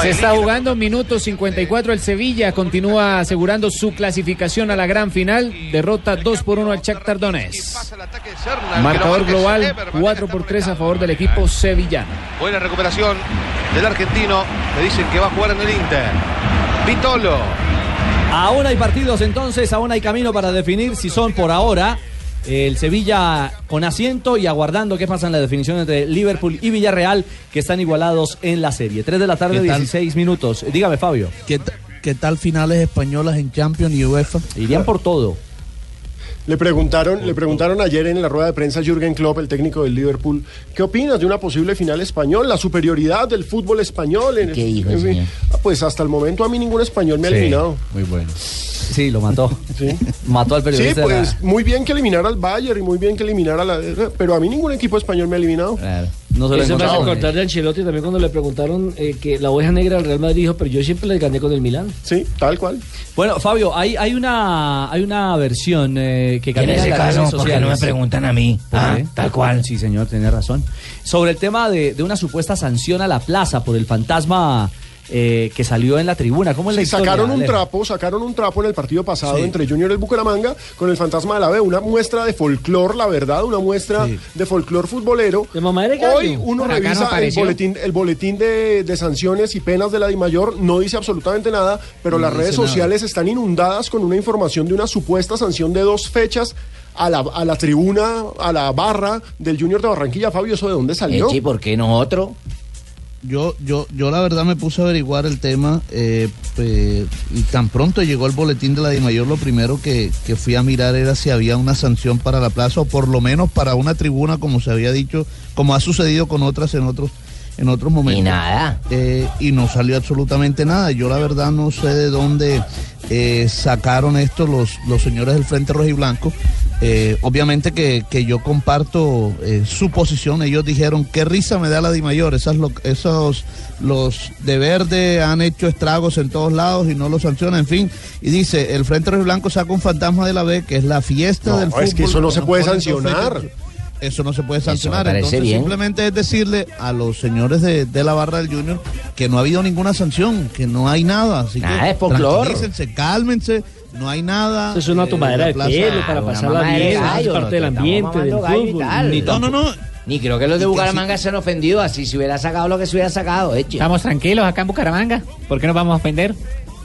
Speaker 9: Se está jugando minuto 54 el Sevilla, continúa asegurando su clasificación a la gran final, derrota 2 por 1 al Shakhtar Donetsk. Marcador global 4 por 3 a favor del equipo sevillano.
Speaker 5: Buena recuperación del argentino. Le dicen que va a jugar en el Inter. Vitolo.
Speaker 10: Aún hay partidos entonces, aún hay camino para definir si son por ahora eh, el Sevilla con asiento y aguardando qué pasa en la definición entre Liverpool y Villarreal que están igualados en la serie. 3 de la tarde,
Speaker 22: ¿Qué tal?
Speaker 10: 16 minutos. Dígame Fabio.
Speaker 22: ¿Qué, ta- qué tal finales españolas en Champions y UEFA?
Speaker 10: Irían por todo.
Speaker 7: Le preguntaron, le preguntaron ayer en la rueda de prensa a Jürgen Klopp, el técnico del Liverpool, ¿qué opinas de una posible final español? La superioridad del fútbol español. En
Speaker 11: ¿Qué dijo el
Speaker 7: en fin,
Speaker 11: señor?
Speaker 7: ah, Pues hasta el momento a mí ningún español me ha
Speaker 10: Sí,
Speaker 7: eliminado.
Speaker 22: Muy bueno.
Speaker 10: Sí, lo mató. Mató al
Speaker 7: Sí,
Speaker 10: periodista. de la-
Speaker 7: pues muy bien que eliminar al Bayern y muy bien que eliminar a la... Pero a mí ningún equipo español me ha eliminado.
Speaker 10: No se lo
Speaker 6: Eso me hace
Speaker 10: encontraron.
Speaker 6: acordar de Ancelotti también cuando le preguntaron eh, que la oveja negra del Real Madrid dijo, pero yo siempre le gané con el Milán.
Speaker 7: Sí, tal cual.
Speaker 10: Bueno, Fabio, hay, hay, una, hay una versión eh,
Speaker 6: Y
Speaker 10: que
Speaker 6: en
Speaker 10: camina
Speaker 6: ese
Speaker 10: las
Speaker 6: caso,
Speaker 10: redes
Speaker 6: ¿por qué no me preguntan
Speaker 10: a mí?
Speaker 6: Ah,
Speaker 10: tal cual. Sí, señor, tiene razón. Sobre el tema de, de una supuesta sanción a la plaza por el fantasma eh, que salió en la tribuna. ¿Cómo es la
Speaker 7: Sí,
Speaker 10: historia,
Speaker 7: sacaron un
Speaker 10: Alejo?
Speaker 7: trapo, sacaron un trapo en el partido pasado
Speaker 10: eh. Sí.
Speaker 7: entre Junior y el Bucaramanga con el fantasma de la B, una muestra de folclor, la verdad, una muestra de folclor futbolero.
Speaker 6: gallo.
Speaker 7: Hoy uno
Speaker 6: Por acá no
Speaker 7: revisa el
Speaker 6: apareció.
Speaker 7: boletín, el boletín de, de sanciones y penas de la Dimayor, no dice absolutamente nada, pero
Speaker 29: No
Speaker 7: las
Speaker 29: dice
Speaker 7: redes
Speaker 29: nada.
Speaker 7: sociales están inundadas con una información de una supuesta sanción de dos fechas. A la, a la tribuna, a la barra del Junior de Barranquilla, Fabio, ¿eso de dónde salió?
Speaker 22: Eche, ¿y por
Speaker 7: Eh, qué no otro?
Speaker 22: Yo, yo, yo la verdad me puse a averiguar el tema eh, eh, y tan pronto llegó el boletín de la DIMAYOR, lo primero que, que fui a mirar era si había una sanción para la plaza o por lo menos para una tribuna, como se había dicho, como ha sucedido con otras en otros en otros momentos. Y nada. y no salió absolutamente nada. Yo la verdad no sé de dónde eh, sacaron esto los, los señores del Frente Rojo y Blanco. Eh, obviamente que, que yo comparto eh, su posición. Ellos dijeron, qué risa me da la DIMAYOR. Esas lo- esos, los de verde han hecho estragos en todos lados y no los sancionan, en fin. Y dice, el Frente Rojo y Blanco saca un fantasma de la B, que es la fiesta
Speaker 7: No,
Speaker 22: del fútbol.
Speaker 7: es que eso no se
Speaker 22: nos
Speaker 7: puede
Speaker 22: ponen dos
Speaker 7: sancionar.
Speaker 22: fechas. Eso no se puede
Speaker 7: Eso me
Speaker 22: sancionar.
Speaker 7: parece
Speaker 22: Entonces,
Speaker 7: bien.
Speaker 22: simplemente es decirle a los señores de, de la barra del Junior que no ha habido ninguna sanción, que no hay nada. Así que
Speaker 15: Nada, Ah, es folclor.
Speaker 22: tranquilícense, cálmense, no hay nada.
Speaker 6: Eso es una
Speaker 22: Eh,
Speaker 6: tomadera
Speaker 22: la
Speaker 6: de
Speaker 22: plaza- Ah,
Speaker 6: pelo para
Speaker 22: una
Speaker 6: pasarla
Speaker 22: mamadera de
Speaker 6: bien, eso es
Speaker 22: gallo,
Speaker 6: parte del
Speaker 22: no te
Speaker 6: ambiente,
Speaker 22: estamos
Speaker 6: del
Speaker 22: mamando gallo y
Speaker 6: fútbol.
Speaker 22: tal.
Speaker 6: Ni
Speaker 22: No, no, no.
Speaker 9: Ni creo que los de
Speaker 22: Y que
Speaker 9: Bucaramanga se han ofendido así. Si hubiera sacado lo que se hubiera sacado, eche.
Speaker 30: Estamos tranquilos acá en Bucaramanga. ¿Por qué nos vamos a ofender?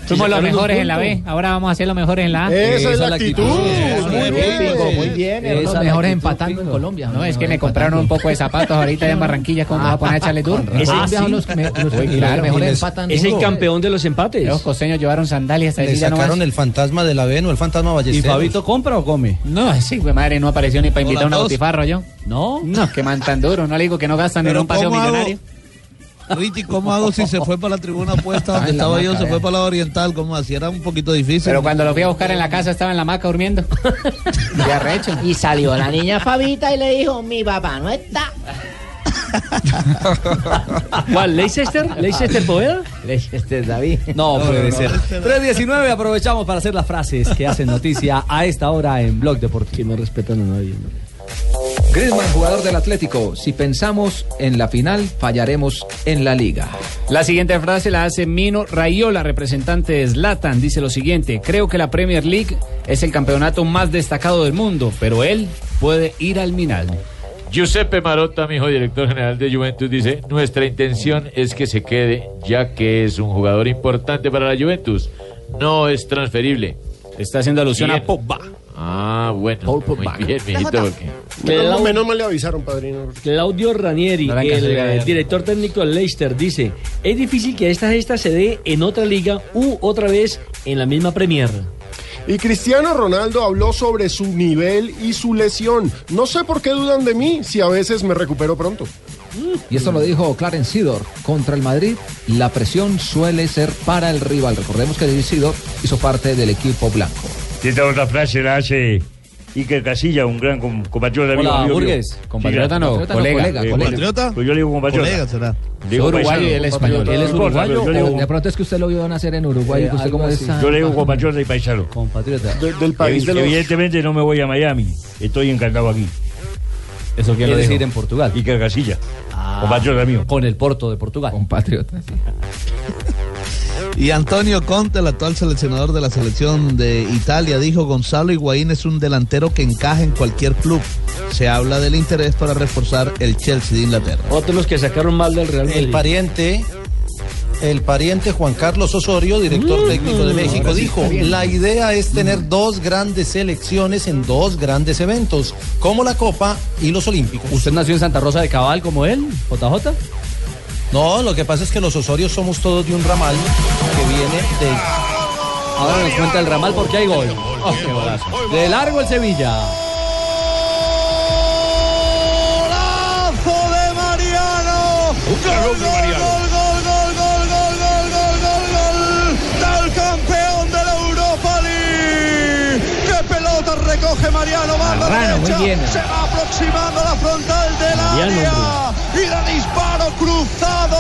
Speaker 30: Somos los
Speaker 9: sacaron un
Speaker 30: mejores en la B.
Speaker 9: punto.
Speaker 30: Ahora vamos a ser los mejores en la A.
Speaker 9: Esa es la actitud.
Speaker 30: Eso,
Speaker 9: Muy
Speaker 30: eso,
Speaker 9: bien.
Speaker 30: eso.
Speaker 9: Muy bien,
Speaker 30: Esa es
Speaker 9: Hernán.
Speaker 30: la
Speaker 9: Mejores
Speaker 30: actitud,
Speaker 9: empatando en
Speaker 30: Pingo.
Speaker 9: Colombia.
Speaker 30: No, es que
Speaker 9: Mejores
Speaker 30: me compraron un poco de zapatos ahorita allá en Barranquilla. ¿Cómo me voy a poner a echarle duro?
Speaker 6: Ah,
Speaker 30: Esos
Speaker 6: sí.
Speaker 30: son los que me- los
Speaker 6: Oye,
Speaker 30: que
Speaker 6: claro,
Speaker 30: mejores
Speaker 6: y les-
Speaker 30: empatan.
Speaker 6: es el
Speaker 30: Pingo.
Speaker 6: campeón de los empates.
Speaker 30: Los costeños llevaron sandalias. ahí
Speaker 26: Le
Speaker 30: ya no más.
Speaker 26: sacaron el fantasma de la B, no el fantasma Ballesteros.
Speaker 30: Fabito
Speaker 10: compra o come?
Speaker 30: No, sí, güey, madre, no apareció ni para invitar a
Speaker 26: Hola,
Speaker 30: una
Speaker 26: dos.
Speaker 30: botifarro yo.
Speaker 10: No.
Speaker 30: No, que man tan duro. No le digo que no gastan en
Speaker 22: Pero
Speaker 30: un paseo
Speaker 22: ¿cómo hago?
Speaker 30: millonario.
Speaker 22: Richie, ¿cómo hago si se fue para la tribuna opuesta donde
Speaker 30: Ah, en la
Speaker 22: estaba yo?
Speaker 30: maca,
Speaker 22: Se fue
Speaker 30: eh.
Speaker 22: para la oriental, ¿cómo así? Era un poquito difícil.
Speaker 30: Pero cuando lo fui a buscar en la casa estaba en la maca durmiendo. De arrecho.
Speaker 9: Y salió la niña Fabita y le dijo, mi papá no está.
Speaker 6: ¿Cuál? ¿Leicester? ¿Leicester Poveda?
Speaker 9: Leicester David.
Speaker 10: No, puede ser. 3.19, aprovechamos para hacer las frases que hacen noticia a esta hora en Blog Deportivo. Que
Speaker 6: no respetan a nadie.
Speaker 8: Griezmann, jugador del Atlético. Si pensamos en la final, fallaremos en la liga.
Speaker 31: La siguiente frase la hace Mino Rayola, representante de Zlatan. Dice lo siguiente: Creo que la Premier League es el campeonato más destacado del mundo, pero él puede ir al Minal.
Speaker 18: Giuseppe Marotta, mi hijo director general de Juventus, dice, nuestra intención es que se quede, ya que es un jugador importante para la Juventus. No es transferible.
Speaker 31: Está haciendo alusión a Pogba.
Speaker 18: Ah, bueno. Muy bien, mijito, porque-
Speaker 7: Menos, menos mal le avisaron, padrino.
Speaker 6: Claudio Ranieri,
Speaker 7: No le hagan
Speaker 6: el
Speaker 7: caso, diga,
Speaker 6: eh,
Speaker 7: diga.
Speaker 6: director técnico del Leicester, dice, es difícil que esta gesta se dé en otra liga u otra vez en la misma Premier.
Speaker 7: Y Cristiano Ronaldo habló sobre su nivel y su lesión. No sé por qué dudan de mí si a veces me recupero pronto.
Speaker 8: Y esto lo dijo Clarence Sidor. Contra el Madrid, la presión suele ser para el rival. Recordemos que Sidor hizo parte del equipo blanco.
Speaker 32: Y esta otra frase la hace Iker Casilla, un gran com- compatriota mío.
Speaker 8: Hola,
Speaker 32: amigo mío.
Speaker 8: Burgues. ¿Compatriota
Speaker 32: Sí,
Speaker 8: no?
Speaker 32: gran-
Speaker 8: ¿Colega?
Speaker 32: Eh,
Speaker 8: ¿Compatriota?
Speaker 32: Pues yo le digo compatriota.
Speaker 8: Colega será.
Speaker 32: Le digo
Speaker 8: Es uruguayo
Speaker 32: paisano.
Speaker 8: y él es español.
Speaker 32: No
Speaker 8: Él es
Speaker 32: importa, pero
Speaker 8: uruguayo
Speaker 32: Yo le
Speaker 8: o-
Speaker 32: digo,
Speaker 8: De pronto es que usted lo vio nacer en Uruguay.
Speaker 32: Eh,
Speaker 8: que usted
Speaker 32: algo
Speaker 8: como es
Speaker 32: así.
Speaker 8: esa-
Speaker 32: Yo le digo compatriota y paisano.
Speaker 10: Compatriota.
Speaker 7: del país de los-
Speaker 32: Evidentemente no me voy a Miami. Estoy encantado aquí.
Speaker 10: Eso
Speaker 32: quiere
Speaker 10: quiere decir en Portugal.
Speaker 32: Y Casilla.
Speaker 8: Ah,
Speaker 10: Compatriota mío. Con el Porto de Portugal. Compatriota.
Speaker 22: Y Antonio Conte, el actual seleccionador de la selección de Italia, dijo Gonzalo Higuaín es un delantero que encaja en cualquier club. Se habla del interés para reforzar el Chelsea de Inglaterra.
Speaker 6: Otros que sacaron mal del Real
Speaker 22: Madrid.
Speaker 26: El pariente, el pariente Juan Carlos Osorio, director técnico
Speaker 10: Mm.
Speaker 26: de México,
Speaker 22: ahora sí
Speaker 26: dijo,
Speaker 22: está bien.
Speaker 26: la idea es tener dos grandes selecciones en dos grandes eventos, como la Copa y los Olímpicos.
Speaker 10: ¿Usted nació en Santa Rosa de Cabal como él, JJ?
Speaker 26: No, lo que pasa es que los Osorios somos todos de un ramal que viene de...
Speaker 10: Ahora nos cuenta el ramal porque hay gol. Oh, qué golazo. De largo el Sevilla.
Speaker 27: ¡Golazo de Mariano! ¡Gol, gol, gol, gol, gol, gol, gol, gol, gol, gol, gol! ¡Del campeón de la Europa League! ¡Qué pelota recoge Mariano! ¡Va a la Marrano, muy
Speaker 15: bien.
Speaker 27: derecha! ¡Se va aproximando a la frontal del
Speaker 15: Mariano,
Speaker 27: área! ¡Y Mira el disparo cruzado.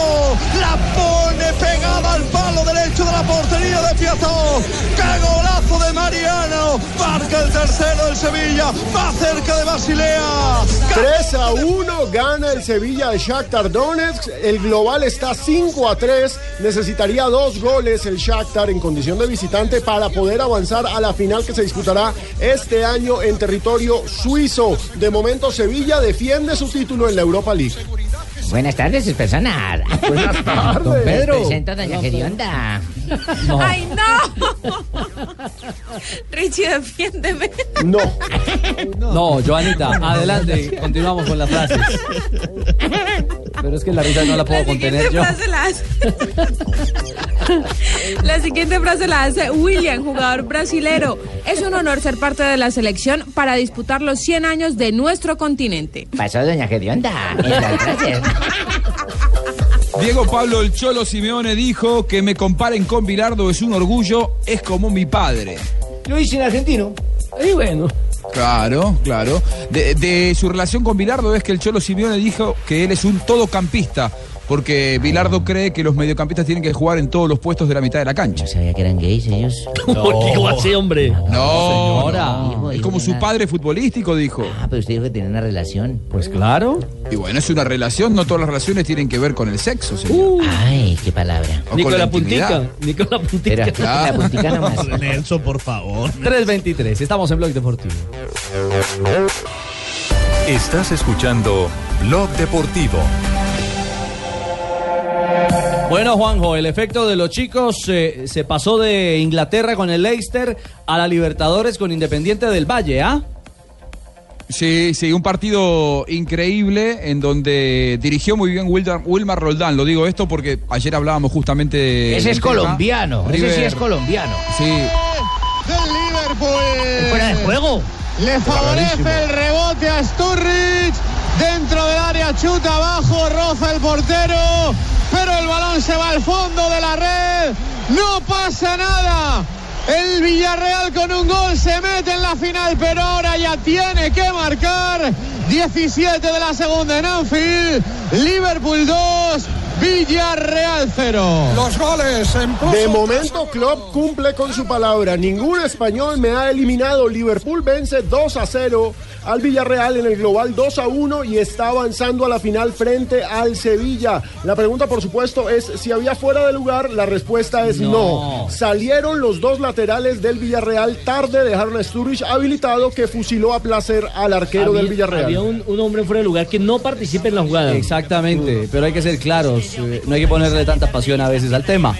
Speaker 27: La pone pegada al palo derecho de la portería de Piató. ¡Qué golazo de Mariano! Marca el tercero del Sevilla. Va cerca de Basilea.
Speaker 7: 3 a 1 gana el Sevilla al Shakhtar Donetsk. El global está 5 a 3. Necesitaría dos goles el Shakhtar en condición de visitante para poder avanzar a la final que se disputará este año en territorio suizo. De momento Sevilla defiende su título en la Europa League.
Speaker 9: Buenas tardes, sus personas.
Speaker 7: Buenas tardes.
Speaker 9: Don Pedro. Les presento a Doña Gerionda.
Speaker 17: ¡Ay, no! Richie, defiéndeme.
Speaker 7: No.
Speaker 10: No, Joanita, adelante, continuamos con las frases. Pero es que la risa no la puedo
Speaker 17: La
Speaker 10: contener
Speaker 17: siguiente
Speaker 10: yo.
Speaker 17: frase la hace. La siguiente frase la hace William, jugador brasilero. Es un honor ser parte de la selección para disputar los 100 años de nuestro continente.
Speaker 9: Pasó Doña Gerionda. en las frases.
Speaker 14: Diego Pablo El Cholo Simeone dijo que me comparen con Bilardo es un orgullo, es como mi padre.
Speaker 15: Lo hice en argentino. Y bueno.
Speaker 14: Claro, claro. De, de su relación con Bilardo es que el Cholo Simeone dijo que él es un todocampista, porque Bilardo cree que los mediocampistas tienen que jugar en todos los puestos de la mitad de la cancha.
Speaker 9: sabía que eran gays ellos?
Speaker 14: ¿Por qué dijo así,
Speaker 33: hombre?
Speaker 14: No,
Speaker 9: no,
Speaker 14: no.
Speaker 9: dijo,
Speaker 14: Es
Speaker 9: dijo
Speaker 14: como su
Speaker 9: una-
Speaker 14: padre futbolístico, dijo.
Speaker 9: Ah, pero usted dijo que tenía una relación.
Speaker 14: Pues claro. Y bueno, es una relación, no todas las relaciones tienen que ver con el sexo, señor.
Speaker 9: Ay, qué palabra.
Speaker 14: O Uh. con la intimidad.
Speaker 33: Nicolás
Speaker 14: Puntica. Era- Claro. La puntica nomás.
Speaker 10: Nelson, por favor. 323, estamos en Blog Deportivo.
Speaker 1: Estás escuchando Blog Deportivo.
Speaker 10: Bueno, Juanjo, el efecto de los chicos eh, se pasó de Inglaterra con el Leicester a la Libertadores con Independiente del Valle, ¿ah?
Speaker 14: Sí, sí, un partido increíble en donde dirigió muy bien Wilder- Wilmar Roldán. Lo digo esto porque ayer hablábamos justamente. de-
Speaker 15: Ese
Speaker 14: del
Speaker 15: es
Speaker 14: tema.
Speaker 15: colombiano, ese sí
Speaker 14: River.
Speaker 15: es colombiano.
Speaker 14: Sí.
Speaker 28: del Liverpool.
Speaker 15: Fuera de juego.
Speaker 28: Le favorece el rebote a Sturridge. Dentro del área chuta abajo, roza el portero. Pero el balón se va al fondo de la red. No pasa nada. El Villarreal con un gol se mete en la final, pero ahora ya tiene que marcar. 17 de la segunda en Anfield. Liverpool 2, Villarreal 0.
Speaker 7: Los goles en De momento, Klopp cumple con su palabra. Ningún español me ha eliminado. Liverpool vence 2 a 0 al Villarreal en el global 2 a 1 y está avanzando a la final frente al Sevilla. La pregunta, por supuesto, es si había fuera de lugar. La respuesta es no. Salieron los dos laterales del Villarreal tarde, dejaron a Sturridge habilitado que fusiló a placer al arquero
Speaker 33: Había-
Speaker 7: del Villarreal.
Speaker 33: Había un, un hombre fuera de lugar que no participa en la jugada.
Speaker 10: Exactamente, pero hay que ser claros, eh, no hay que ponerle tanta pasión a veces al tema.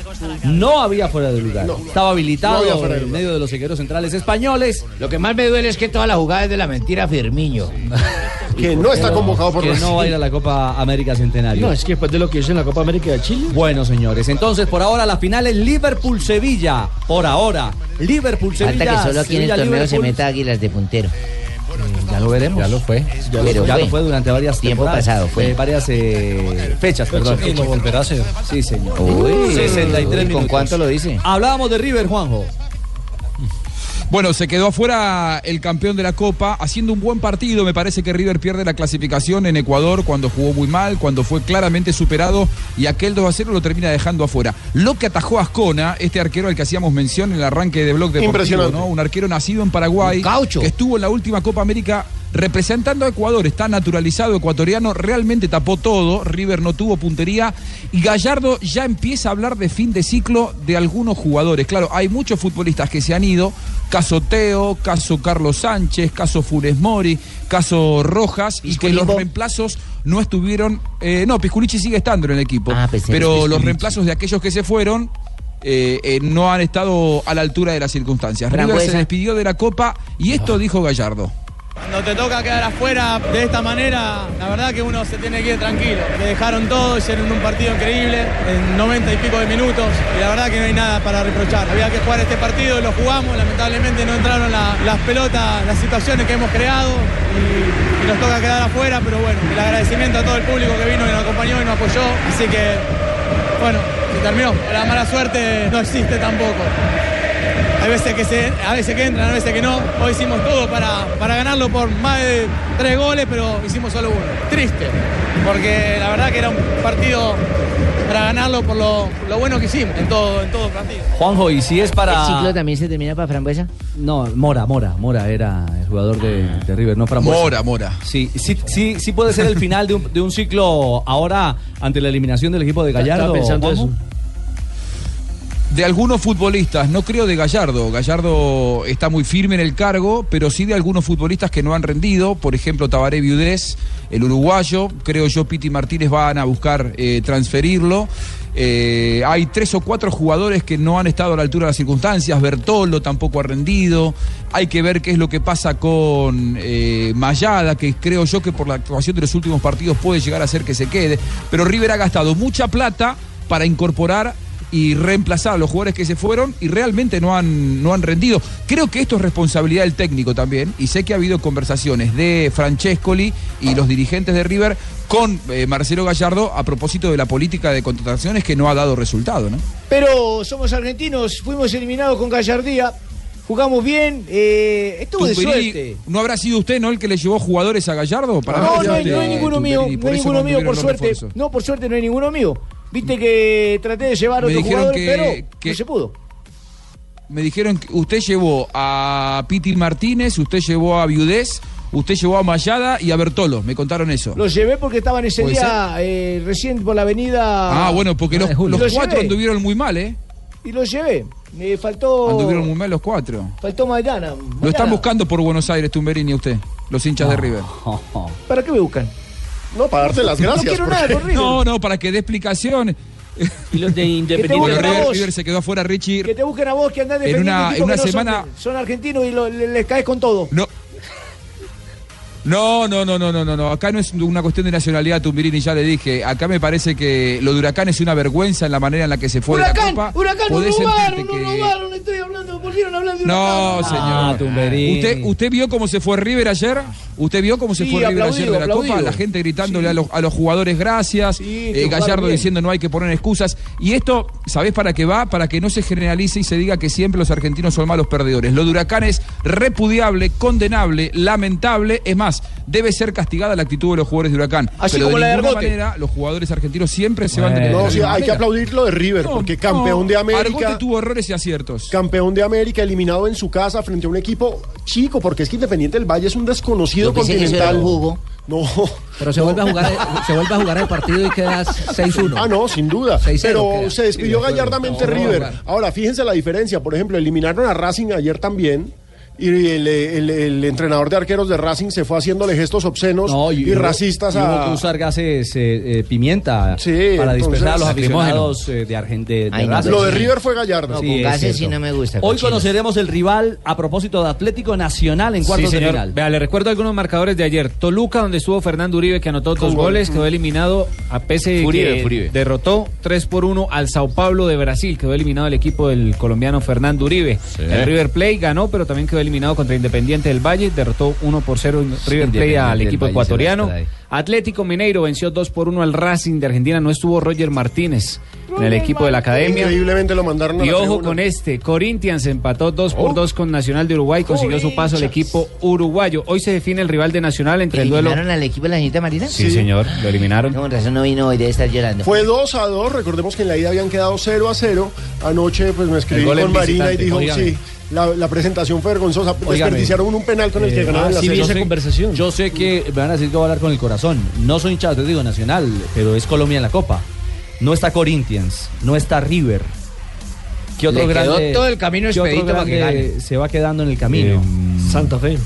Speaker 10: No había fuera de lugar, estaba habilitado
Speaker 15: No había fuera de
Speaker 10: en
Speaker 15: lugar.
Speaker 10: medio de los cegueros centrales españoles.
Speaker 15: Lo que más me duele es que toda la jugada es de la mentira Firmiño.
Speaker 7: Que no está convocado por
Speaker 10: que
Speaker 7: Brasil.
Speaker 10: no va a ir a la Copa América Centenario.
Speaker 33: No, es que después de lo que hizo en la Copa América de Chile.
Speaker 10: Bueno, señores, entonces por ahora la final es Liverpool-Sevilla. Por ahora, Liverpool-Sevilla.
Speaker 9: Falta que solo aquí en el torneo se meta Águilas de puntero.
Speaker 10: Ya lo veremos. Ya lo fue. Ya,
Speaker 9: Pero
Speaker 10: lo
Speaker 9: fue.
Speaker 10: fue durante varias
Speaker 9: Tiempo
Speaker 10: temporadas,
Speaker 9: pasado fue.
Speaker 10: eh, varias eh, fechas, perdón.
Speaker 9: Y lo
Speaker 10: volverá a hacer. Sí, señor.
Speaker 9: Uy,
Speaker 10: 63
Speaker 9: uy, ¿con
Speaker 10: minutos.
Speaker 9: cuánto lo dice?
Speaker 10: Hablábamos de River, Juanjo.
Speaker 14: Bueno, se quedó afuera el campeón de la Copa, haciendo un buen partido. Me parece que River pierde la clasificación en Ecuador cuando jugó muy mal, cuando fue claramente superado y aquel 2 a 0 lo termina dejando afuera. Lo que atajó Ascona, este arquero al que hacíamos mención en el arranque de Blog Deportivo,
Speaker 7: Impresionante.
Speaker 14: ¿no? un arquero nacido en Paraguay, que estuvo en la última Copa América representando a Ecuador, está naturalizado ecuatoriano, realmente tapó todo, River no tuvo puntería y Gallardo ya empieza a hablar de fin de ciclo de algunos jugadores. Claro, hay muchos futbolistas que se han ido, caso Teo, caso Carlos Sánchez, caso Funes Mori, caso Rojas y que los reemplazos no estuvieron, eh, no, Pisculichi sigue estando en el equipo,
Speaker 9: Ah, que
Speaker 14: pero los
Speaker 9: Pisculichi.
Speaker 14: reemplazos de aquellos que se fueron eh, eh, no han estado a la altura de las circunstancias. River
Speaker 34: Frambuesa.
Speaker 14: se despidió de la Copa y esto dijo Gallardo.
Speaker 34: Cuando te toca quedar afuera de esta manera, la verdad que uno se tiene que ir tranquilo. Le dejaron todo, hicieron un partido increíble en 90 y pico de minutos y la verdad que no hay nada para reprochar. Había que jugar este partido, lo jugamos, lamentablemente no entraron la- las pelotas, las situaciones que hemos creado y, y nos toca quedar afuera, pero bueno, el agradecimiento a todo el público que vino y nos acompañó y nos apoyó, así que bueno, se terminó. La mala suerte no existe tampoco. Hay Hay veces que se, a veces que entran, a veces que no. Hoy hicimos todo para, para ganarlo por más de tres goles, pero hicimos solo uno. Triste, porque la verdad que era un partido para ganarlo por lo, lo bueno que hicimos en todo, en todo el partido.
Speaker 10: Juanjo, ¿y si es para...?
Speaker 9: ¿El ciclo también se termina para Frambuesa?
Speaker 10: No, Mora, Mora, Mora era el jugador de, de River, no Frambuesa.
Speaker 14: Mora, Mora.
Speaker 10: Sí, sí, sí, sí puede ser el final de un, de un ciclo ahora ante la eliminación del equipo de Gallardo.
Speaker 14: Estaba pensando
Speaker 10: Juanjo.
Speaker 14: de algunos futbolistas, no creo de Gallardo. Gallardo está muy firme en el cargo, pero sí de algunos futbolistas que no han rendido. Por ejemplo, Tabaré Viudés, el uruguayo. Creo yo Piti Martínez van a buscar eh, transferirlo. Eh, hay tres o cuatro jugadores que no han estado a la altura de las circunstancias. Bertolo tampoco ha rendido. Hay que ver qué es lo que pasa con eh, Mayada, que creo yo que por la actuación de los últimos partidos puede llegar a ser que se quede. Pero River ha gastado mucha plata para incorporar y reemplazar a los jugadores que se fueron y realmente no han, no han rendido. Creo que esto es responsabilidad del técnico también y sé que ha habido conversaciones de Francescoli y los dirigentes de River con eh, Marcelo Gallardo a propósito de la política de contrataciones que no ha dado resultado, ¿no?
Speaker 15: Pero somos argentinos, fuimos eliminados con gallardía, jugamos bien, eh, estuvo de
Speaker 14: Tumberini,
Speaker 15: suerte.
Speaker 14: ¿No habrá sido usted, no, el que le llevó jugadores a Gallardo? Para
Speaker 15: no,
Speaker 14: mí,
Speaker 15: no hay,
Speaker 14: este,
Speaker 15: no hay ninguno mío,
Speaker 14: Tumberini,
Speaker 15: no hay
Speaker 14: eso
Speaker 15: ninguno mío,
Speaker 14: tuvieron
Speaker 15: por
Speaker 14: los
Speaker 15: suerte.
Speaker 14: refuerzos.
Speaker 15: No, por suerte no hay ninguno mío. Viste que traté de llevar a
Speaker 14: Me
Speaker 15: otro
Speaker 14: dijeron
Speaker 15: jugador,
Speaker 14: que-
Speaker 15: pero
Speaker 14: que-
Speaker 15: no se pudo.
Speaker 14: Me dijeron que usted llevó a Piti Martínez, usted llevó a Viudés, usted llevó a Mayada y a Bertolo. Me contaron eso.
Speaker 15: Los llevé porque estaban ese
Speaker 14: ¿Puede
Speaker 15: día eh, recién por la avenida.
Speaker 14: Ah, bueno, porque los, los cuatro
Speaker 15: llevé,
Speaker 14: anduvieron muy mal, ¿eh?
Speaker 15: Y los llevé. Me faltó.
Speaker 14: Anduvieron muy mal los cuatro.
Speaker 15: Faltó Maidana.
Speaker 14: Lo están
Speaker 15: Maidana.
Speaker 14: buscando por Buenos Aires, Tumberini, a usted, los hinchas
Speaker 15: Ah.
Speaker 14: de River.
Speaker 15: ¿Para qué me buscan? No, para
Speaker 7: darte las
Speaker 15: No
Speaker 7: gracias,
Speaker 15: quiero nada con River.
Speaker 14: No, no, para que dé explicaciones.
Speaker 35: Y los de
Speaker 15: Que te
Speaker 14: Independiente.
Speaker 15: busquen a
Speaker 14: River,
Speaker 15: vos.
Speaker 14: River se quedó afuera Richie.
Speaker 15: Que te busquen a vos que andás
Speaker 14: En
Speaker 15: defendiendo
Speaker 14: una-
Speaker 15: un
Speaker 14: en
Speaker 15: equipo
Speaker 14: una
Speaker 15: que no son-
Speaker 14: semana-
Speaker 15: Son, argentinos y lo- le- les caes con todo.
Speaker 14: No. No, no, no, no, no, no, no. Acá no es una cuestión de nacionalidad, Tumbirini, ya le dije. Acá me parece que lo de Huracán es una vergüenza en la manera en la que se fue de
Speaker 15: huracán,
Speaker 14: la Copa.
Speaker 15: huracán, nos
Speaker 14: Podés
Speaker 15: robaron,
Speaker 14: sentirte
Speaker 15: nos
Speaker 14: que-
Speaker 15: robaron, estoy hablando, volvieron hablando de
Speaker 14: No,
Speaker 15: huracán.
Speaker 14: señor. ¿Usted, ¿Usted vio cómo se fue River ayer? ¿Usted vio cómo se
Speaker 15: Sí,
Speaker 14: fue River
Speaker 15: aplaudido,
Speaker 14: ayer de la
Speaker 15: aplaudido.
Speaker 14: Copa? La gente gritándole a, los, a los jugadores gracias, eh,
Speaker 15: que jugaron
Speaker 14: Gallardo
Speaker 15: bien.
Speaker 14: diciendo no hay que poner excusas. Y esto, ¿sabés para qué va? Para que no se generalice y se diga que siempre los argentinos son malos perdedores. Lo de Huracán es repudiable, condenable, lamentable. Es más, debe ser castigada la actitud de los jugadores de Huracán.
Speaker 7: Así
Speaker 14: Pero
Speaker 7: como
Speaker 14: de
Speaker 7: la de
Speaker 14: ninguna
Speaker 7: Argote.
Speaker 14: manera, los jugadores argentinos siempre se van de la
Speaker 7: No, sí,
Speaker 14: misma
Speaker 7: hay que
Speaker 14: manera.
Speaker 7: aplaudir lo de River,
Speaker 14: No,
Speaker 7: porque campeón
Speaker 14: no,
Speaker 7: de América.
Speaker 14: Argote tuvo errores y aciertos.
Speaker 7: Campeón de América, eliminado en su casa frente a un equipo chico, porque es que Independiente del Valle es un desconocido
Speaker 8: Yo pensé que eso era
Speaker 7: continental.
Speaker 8: un jugo.
Speaker 7: No.
Speaker 8: Pero se, vuelve a jugar, se vuelve a jugar el partido y quedas 6-1.
Speaker 7: Ah, no, sin duda.
Speaker 8: 6-0
Speaker 7: Pero
Speaker 8: queda.
Speaker 7: se despidió
Speaker 8: Sí, de acuerdo.
Speaker 7: gallardamente
Speaker 8: No, no,
Speaker 7: River.
Speaker 8: jugar.
Speaker 7: Ahora, fíjense la diferencia. Por ejemplo, eliminaron a Racing ayer también. Y el, el- el entrenador de arqueros de Racing se fue haciéndole gestos obscenos
Speaker 10: No,
Speaker 7: y,
Speaker 10: hubo-
Speaker 7: racistas
Speaker 10: y hubo
Speaker 7: a.
Speaker 10: que usar gases eh, eh, pimienta para
Speaker 7: entonces-
Speaker 10: dispersar a los
Speaker 7: Lacrimógeno.
Speaker 10: aficionados eh, de Argentina.
Speaker 7: Ay, no, lo de River fue Gallardo.
Speaker 10: Sí, es cierto. Hoy conoceremos el rival a propósito de Atlético Nacional en cuartos
Speaker 30: Sí,
Speaker 10: de
Speaker 30: señor.
Speaker 10: final.
Speaker 30: Vea, le recuerdo algunos marcadores de ayer. Toluca, donde estuvo Fernando Uribe, que anotó dos
Speaker 10: gol.
Speaker 30: goles, quedó eliminado a pese
Speaker 10: Furibe,
Speaker 30: que
Speaker 10: Furibe.
Speaker 30: derrotó 3 por 1 al Sao Paulo de Brasil. Quedó eliminado el equipo del colombiano Fernando Uribe. El River Play ganó, pero también quedó eliminado contra Independiente del Valle. Derrotó 1 por 0 River Play
Speaker 19: Independiente
Speaker 30: al
Speaker 19: del
Speaker 30: equipo
Speaker 19: Valle se va a
Speaker 30: ecuatoriano.
Speaker 19: estar ahí.
Speaker 30: Atlético Mineiro venció 2 por 1 al Racing de Argentina. No estuvo Roger Martínez en el equipo de la academia.
Speaker 7: Increíblemente lo mandaron a
Speaker 30: Y
Speaker 7: la
Speaker 30: ojo
Speaker 7: tribuna.
Speaker 30: con este, Corinthians empató 2
Speaker 10: Oh.
Speaker 30: por 2 con Nacional de Uruguay, consiguió su paso al equipo uruguayo. Hoy se define el rival de Nacional entre el duelo.
Speaker 9: ¿Eliminaron al equipo de la señorita Marina?
Speaker 30: Sí, señor, lo eliminaron.
Speaker 9: Con razón no vino hoy, debe estar llorando.
Speaker 7: Fue 2 a 2, recordemos que en la ida habían quedado 0 a 0. Anoche pues me escribí
Speaker 9: El gol
Speaker 7: con
Speaker 9: en
Speaker 7: Marina y
Speaker 9: visitante,
Speaker 7: dijo,
Speaker 9: óigame.
Speaker 7: sí, la, la presentación fue vergonzosa.
Speaker 10: Óigame. ah,
Speaker 7: Desperdiciaron un penal con el
Speaker 10: Eh,
Speaker 7: que ganaron la serie.
Speaker 10: conversación. Yo sé que me van a decir que voy a hablar con el corazón. No soy hincha de Atlético Nacional, pero es Colombia en la Copa. No está Corinthians, no está River. ¿Qué otro
Speaker 15: Le
Speaker 10: grande,
Speaker 15: quedó todo el camino
Speaker 10: qué otro
Speaker 15: expedito para que
Speaker 10: grande
Speaker 15: gane.
Speaker 10: se va quedando en el camino?
Speaker 7: Eh,
Speaker 35: Santa Fe.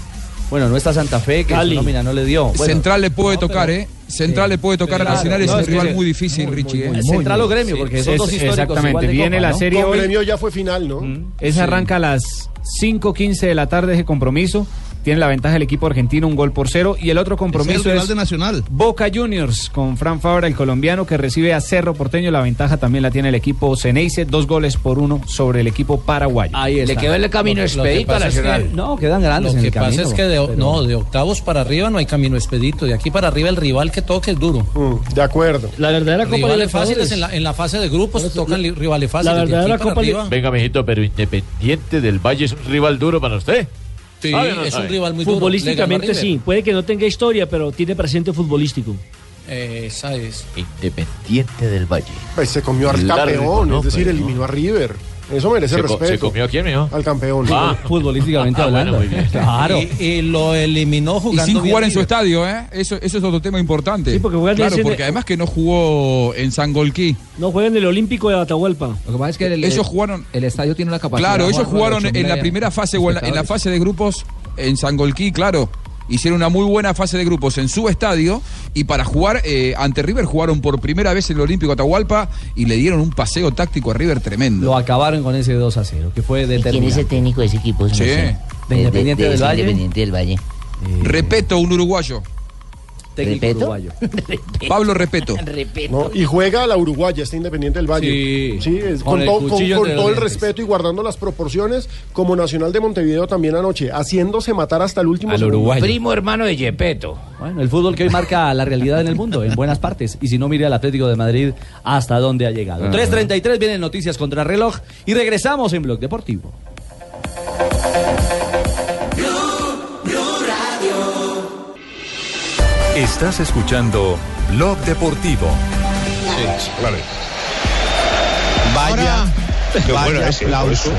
Speaker 10: Bueno, no está Santa Fe, que
Speaker 14: Cali.
Speaker 10: su nómina no le dio. Bueno,
Speaker 14: Central le puede tocar, ¿eh? Central le puede tocar a
Speaker 10: Claro,
Speaker 14: Nacional, es
Speaker 10: no,
Speaker 14: un
Speaker 10: es que
Speaker 14: rival
Speaker 10: se-
Speaker 14: muy difícil, Richie. ¿eh?
Speaker 10: Central o Gremio, porque son
Speaker 30: es-
Speaker 10: dos históricos.
Speaker 30: exactamente,
Speaker 10: igual de
Speaker 30: viene
Speaker 10: Copa,
Speaker 30: la
Speaker 10: ¿no?
Speaker 30: serie
Speaker 7: Con
Speaker 30: hoy. Mm.
Speaker 7: Gremio ya fue final, ¿no?
Speaker 30: Esa arranca a las 5.15 de la tarde ese compromiso.
Speaker 12: Tiene la ventaja el equipo argentino, un gol por cero. Y el otro compromiso
Speaker 22: Es
Speaker 12: es,
Speaker 22: el rival de Nacional.
Speaker 12: Boca Juniors con Fran Fabra, el colombiano que recibe a Cerro Porteño. La ventaja también la tiene el equipo Ceneice, dos goles por uno sobre el equipo paraguayo.
Speaker 25: Ahí está. quedó en el camino
Speaker 26: Lo que- lo que
Speaker 25: expedito a
Speaker 26: pasa es que-
Speaker 25: Nacional.
Speaker 10: No, quedan
Speaker 26: Lo
Speaker 10: grandes en
Speaker 26: que
Speaker 10: el
Speaker 26: pasa
Speaker 10: camino,
Speaker 26: es que de,
Speaker 10: pero-
Speaker 26: no, de octavos para arriba no hay camino expedito. De aquí para arriba el rival que toque es duro.
Speaker 7: Mm, de acuerdo.
Speaker 6: La verdadera
Speaker 26: Copa Rivales fáciles en la, en la fase de grupos tocan li- rivales fáciles. de aquí para arriba.
Speaker 18: Venga, mijito, pero Independiente del Valle es un rival duro para usted.
Speaker 26: Sí,
Speaker 18: ¿Sabe o no
Speaker 26: es
Speaker 18: sabe?
Speaker 26: un rival muy duro.
Speaker 6: Futbolísticamente sí, puede que no tenga historia, pero tiene presente futbolístico.
Speaker 26: Eh, esa es.
Speaker 18: Independiente del Valle.
Speaker 7: Pues se comió al
Speaker 18: Largo,
Speaker 7: campeón,
Speaker 18: ¿no?
Speaker 7: es decir,
Speaker 18: Pero,
Speaker 7: eliminó a River. Eso merece
Speaker 18: Se co-
Speaker 7: respeto.
Speaker 18: se comió a quién, mijo?
Speaker 7: Al campeón.
Speaker 18: Ah.
Speaker 10: Futbolísticamente
Speaker 18: Ah, bueno,
Speaker 10: hablando.
Speaker 18: muy bien.
Speaker 10: Claro.
Speaker 26: Y, y lo eliminó
Speaker 14: Y
Speaker 26: jugando
Speaker 14: sin
Speaker 26: bien
Speaker 14: jugar en su
Speaker 26: River.
Speaker 14: estadio, ¿eh? Eso, eso es otro tema importante.
Speaker 6: Sí, porque jugar
Speaker 14: Claro,
Speaker 6: en-
Speaker 14: porque además que no jugó en Sangolquí.
Speaker 6: No juega en el Olímpico de Atahualpa.
Speaker 8: Lo que pasa es que el,
Speaker 14: Ellos jugaron.
Speaker 8: El estadio tiene una capacidad.
Speaker 14: Claro, ellos
Speaker 8: Juanjo, de
Speaker 14: jugaron en
Speaker 8: 8.000
Speaker 14: la primera fase o en la, en la
Speaker 8: espectadores.
Speaker 14: fase de grupos en Sangolquí, claro. Hicieron una muy buena fase de grupos en su estadio y para jugar eh, ante River jugaron por primera vez en el Olímpico Atahualpa y le dieron un paseo táctico a River tremendo.
Speaker 10: Lo acabaron con ese 2 a 0, que fue determinante.
Speaker 11: ¿Quién es el técnico de ese equipo? No
Speaker 14: Sí.
Speaker 11: sé.
Speaker 14: De
Speaker 11: De-
Speaker 10: Independiente
Speaker 11: de-
Speaker 10: del
Speaker 11: de-
Speaker 10: Valle. Eh,
Speaker 11: Independiente del Valle.
Speaker 14: Repeto, un uruguayo.
Speaker 10: Técnico
Speaker 11: ¿Repeto?
Speaker 10: uruguayo.
Speaker 14: Pablo Repeto.
Speaker 7: No, y juega la Uruguaya, está Independiente del Valle. Sí, es-
Speaker 10: Con
Speaker 7: con,
Speaker 10: el
Speaker 7: todo- con-
Speaker 10: cuchillo
Speaker 7: con
Speaker 10: entre
Speaker 7: todo el
Speaker 10: los dientes.
Speaker 7: respeto y guardando las proporciones, como Nacional de Montevideo también anoche, haciéndose matar hasta el último. segundo.
Speaker 25: Primo hermano de Yepeto.
Speaker 10: Bueno, el fútbol que hoy marca la realidad en el mundo, en buenas partes. Y si no, mire al Atlético de Madrid hasta dónde ha llegado.
Speaker 25: Ajá.
Speaker 10: 3.33 vienen noticias contra reloj y regresamos en Blog Deportivo.
Speaker 1: Estás escuchando Blog Deportivo.
Speaker 13: Sí, claro. Vaya,
Speaker 1: vaya aplauso.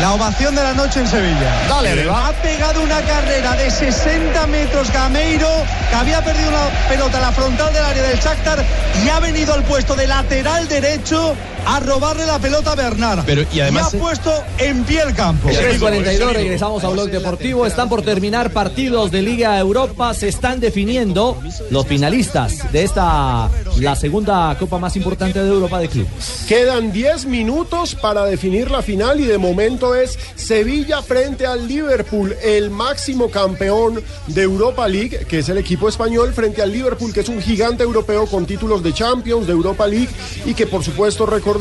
Speaker 4: La ovación de la noche en Sevilla. Dale, Abel. Ha pegado una carrera de 60 metros Gameiro, que había perdido una pelota en la frontal del área del Shakhtar y ha venido al puesto de lateral derecho a robarle la pelota a Bernard.
Speaker 10: Pero, y además- eh,
Speaker 4: ha puesto en pie el campo.
Speaker 10: 3.42, regresamos a Blog Deportivo. Están por terminar partidos de Liga Europa. Se están definiendo los finalistas de esta, la segunda copa más importante de Europa de clubes.
Speaker 7: Quedan 10 minutos para definir la final y de momento es Sevilla frente al Liverpool, el máximo campeón de Europa League, que es el equipo español, frente al Liverpool, que es un gigante europeo con títulos de Champions, de Europa League y que por supuesto recordemos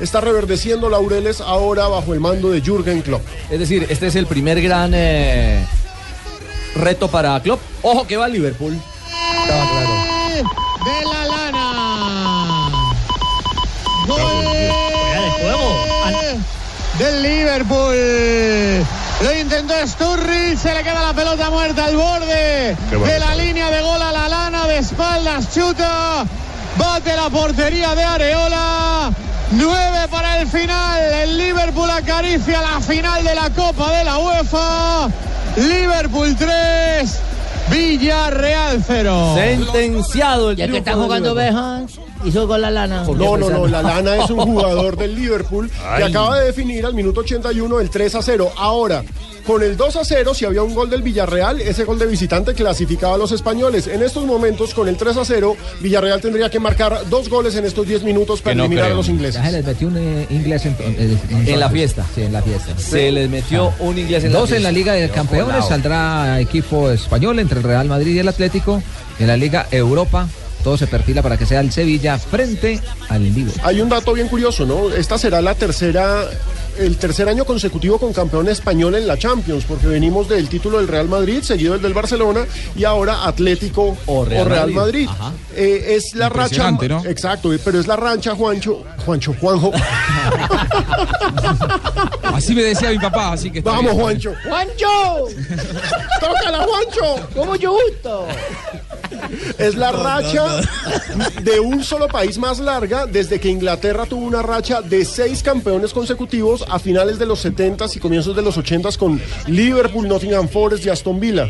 Speaker 7: está reverdeciendo laureles ahora bajo el mando de Jürgen Klopp.
Speaker 10: Es decir, este es el primer gran eh, reto para Klopp. Ojo que va al Liverpool.
Speaker 28: de la lana. Gol
Speaker 4: eh,
Speaker 28: del Liverpool. Lo intentó Sturridge, se le queda la pelota muerta al borde
Speaker 4: Qué
Speaker 28: de
Speaker 4: bonito.
Speaker 28: la línea de gol a la lana de espaldas chuta. Bate la portería de Areola. 9 para el final. El Liverpool acaricia la final de la Copa de la UEFA. Liverpool 3, Villarreal 0.
Speaker 10: Sentenciado el
Speaker 11: Ya que está jugando Bejan, hizo gol la lana.
Speaker 7: No, no, no, la lana es un jugador del Liverpool
Speaker 11: Ay.
Speaker 7: que acaba de definir al minuto 81 el 3 a 0. Ahora, con el 2 a 0, si había un gol del Villarreal, ese gol de visitante clasificaba a los españoles. En estos momentos, con el 3 a 0, Villarreal tendría que marcar dos goles en estos 10 minutos para eliminar a los ingleses.
Speaker 8: Ya se les metió un eh, inglés en,
Speaker 10: En la fiesta.
Speaker 8: Sí, en la fiesta. Ah.
Speaker 10: Se les metió un inglés en la
Speaker 8: Dos en la
Speaker 10: fiesta.
Speaker 8: Liga de
Speaker 10: Quedó
Speaker 8: Campeones.
Speaker 10: colado.
Speaker 8: Saldrá equipo español entre el Real Madrid y el Atlético. En la Liga Europa, todo se perfila para que sea el Sevilla frente al Liverpool.
Speaker 7: Hay un dato bien curioso, ¿no? Esta será la tercera, el tercer año consecutivo con campeón español en la Champions, porque venimos del título del Real Madrid, seguido el del Barcelona, y ahora Atlético o
Speaker 10: Real
Speaker 7: Real,
Speaker 10: Madrid.
Speaker 7: Madrid.
Speaker 10: Ajá.
Speaker 7: Eh, es la racha.
Speaker 14: Impresionante, ¿no?
Speaker 7: Exacto, eh, pero es la rancha, Juancho. Juancho, Juanjo.
Speaker 14: Así me decía mi papá, así que... está
Speaker 7: Vamos,
Speaker 14: bien.
Speaker 7: Juancho.
Speaker 27: ¡Juancho!
Speaker 7: ¡Tócala, Juancho!
Speaker 27: ¡Como yo gusto!
Speaker 7: Es la racha de un solo país más larga desde que Inglaterra tuvo una racha de seis campeones consecutivos a finales de los 70s y comienzos de los 80s con Liverpool, Nottingham Forest y Aston Villa.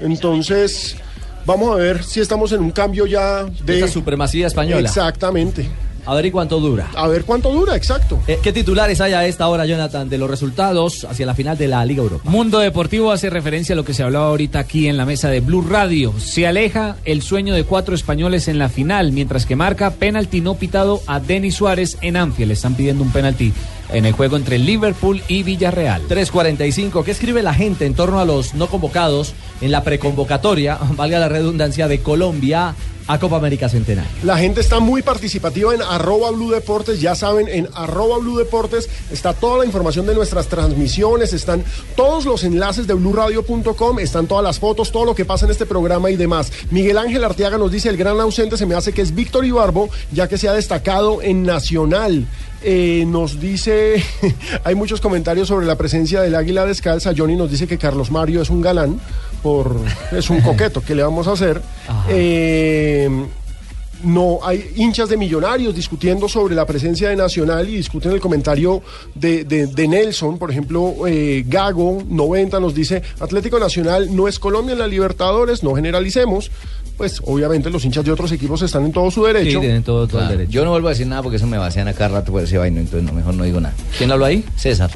Speaker 7: Entonces, vamos a ver si estamos en un cambio ya de...
Speaker 10: Esa supremacía española.
Speaker 7: Exactamente.
Speaker 10: A ver y cuánto dura. Eh,
Speaker 7: A ver cuánto dura, exacto.
Speaker 10: ¿Qué titulares hay a esta hora, Jonathan, de los resultados hacia la final de la Liga Europa?
Speaker 12: Mundo Deportivo hace referencia a lo que se hablaba ahorita aquí en la mesa de Blue Radio. Se aleja el sueño de cuatro españoles en la final, mientras que marca penalti no pitado a Denis Suárez en Anfield. Le están pidiendo un penalti en el juego entre Liverpool y Villarreal.
Speaker 10: 345. ¿Qué escribe la gente en torno a los no convocados en la preconvocatoria, valga la redundancia, de Colombia a Copa América Centenario?
Speaker 7: La gente está muy participativa en arroba Blue Deportes, ya saben, en arroba Blue Deportes está toda la información de nuestras transmisiones, están todos los enlaces de bluradio.com, están todas las fotos, todo lo que pasa en este programa y demás. Miguel Ángel Arteaga nos dice, el gran ausente se me hace que es Víctor Ibarbo, ya que se ha destacado en Nacional. Eh, nos dice, hay muchos comentarios sobre la presencia del águila descalza. Johnny nos dice que Carlos Mario es un galán, por, es un coqueto, ¿qué le vamos a hacer? Eh, no hay hinchas de millonarios discutiendo sobre la presencia de Nacional y discuten el comentario de, de- de Nelson, por ejemplo, eh, Gago 90 nos dice, Atlético Nacional no es Colombia en la Libertadores, no generalicemos. Pues obviamente los hinchas de otros equipos están en todo su derecho.
Speaker 9: Claro. Yo no vuelvo a decir nada porque eso me vacían a cada rato por ese vaino, entonces no, mejor no digo nada.
Speaker 10: ¿Quién habló ahí?
Speaker 9: César.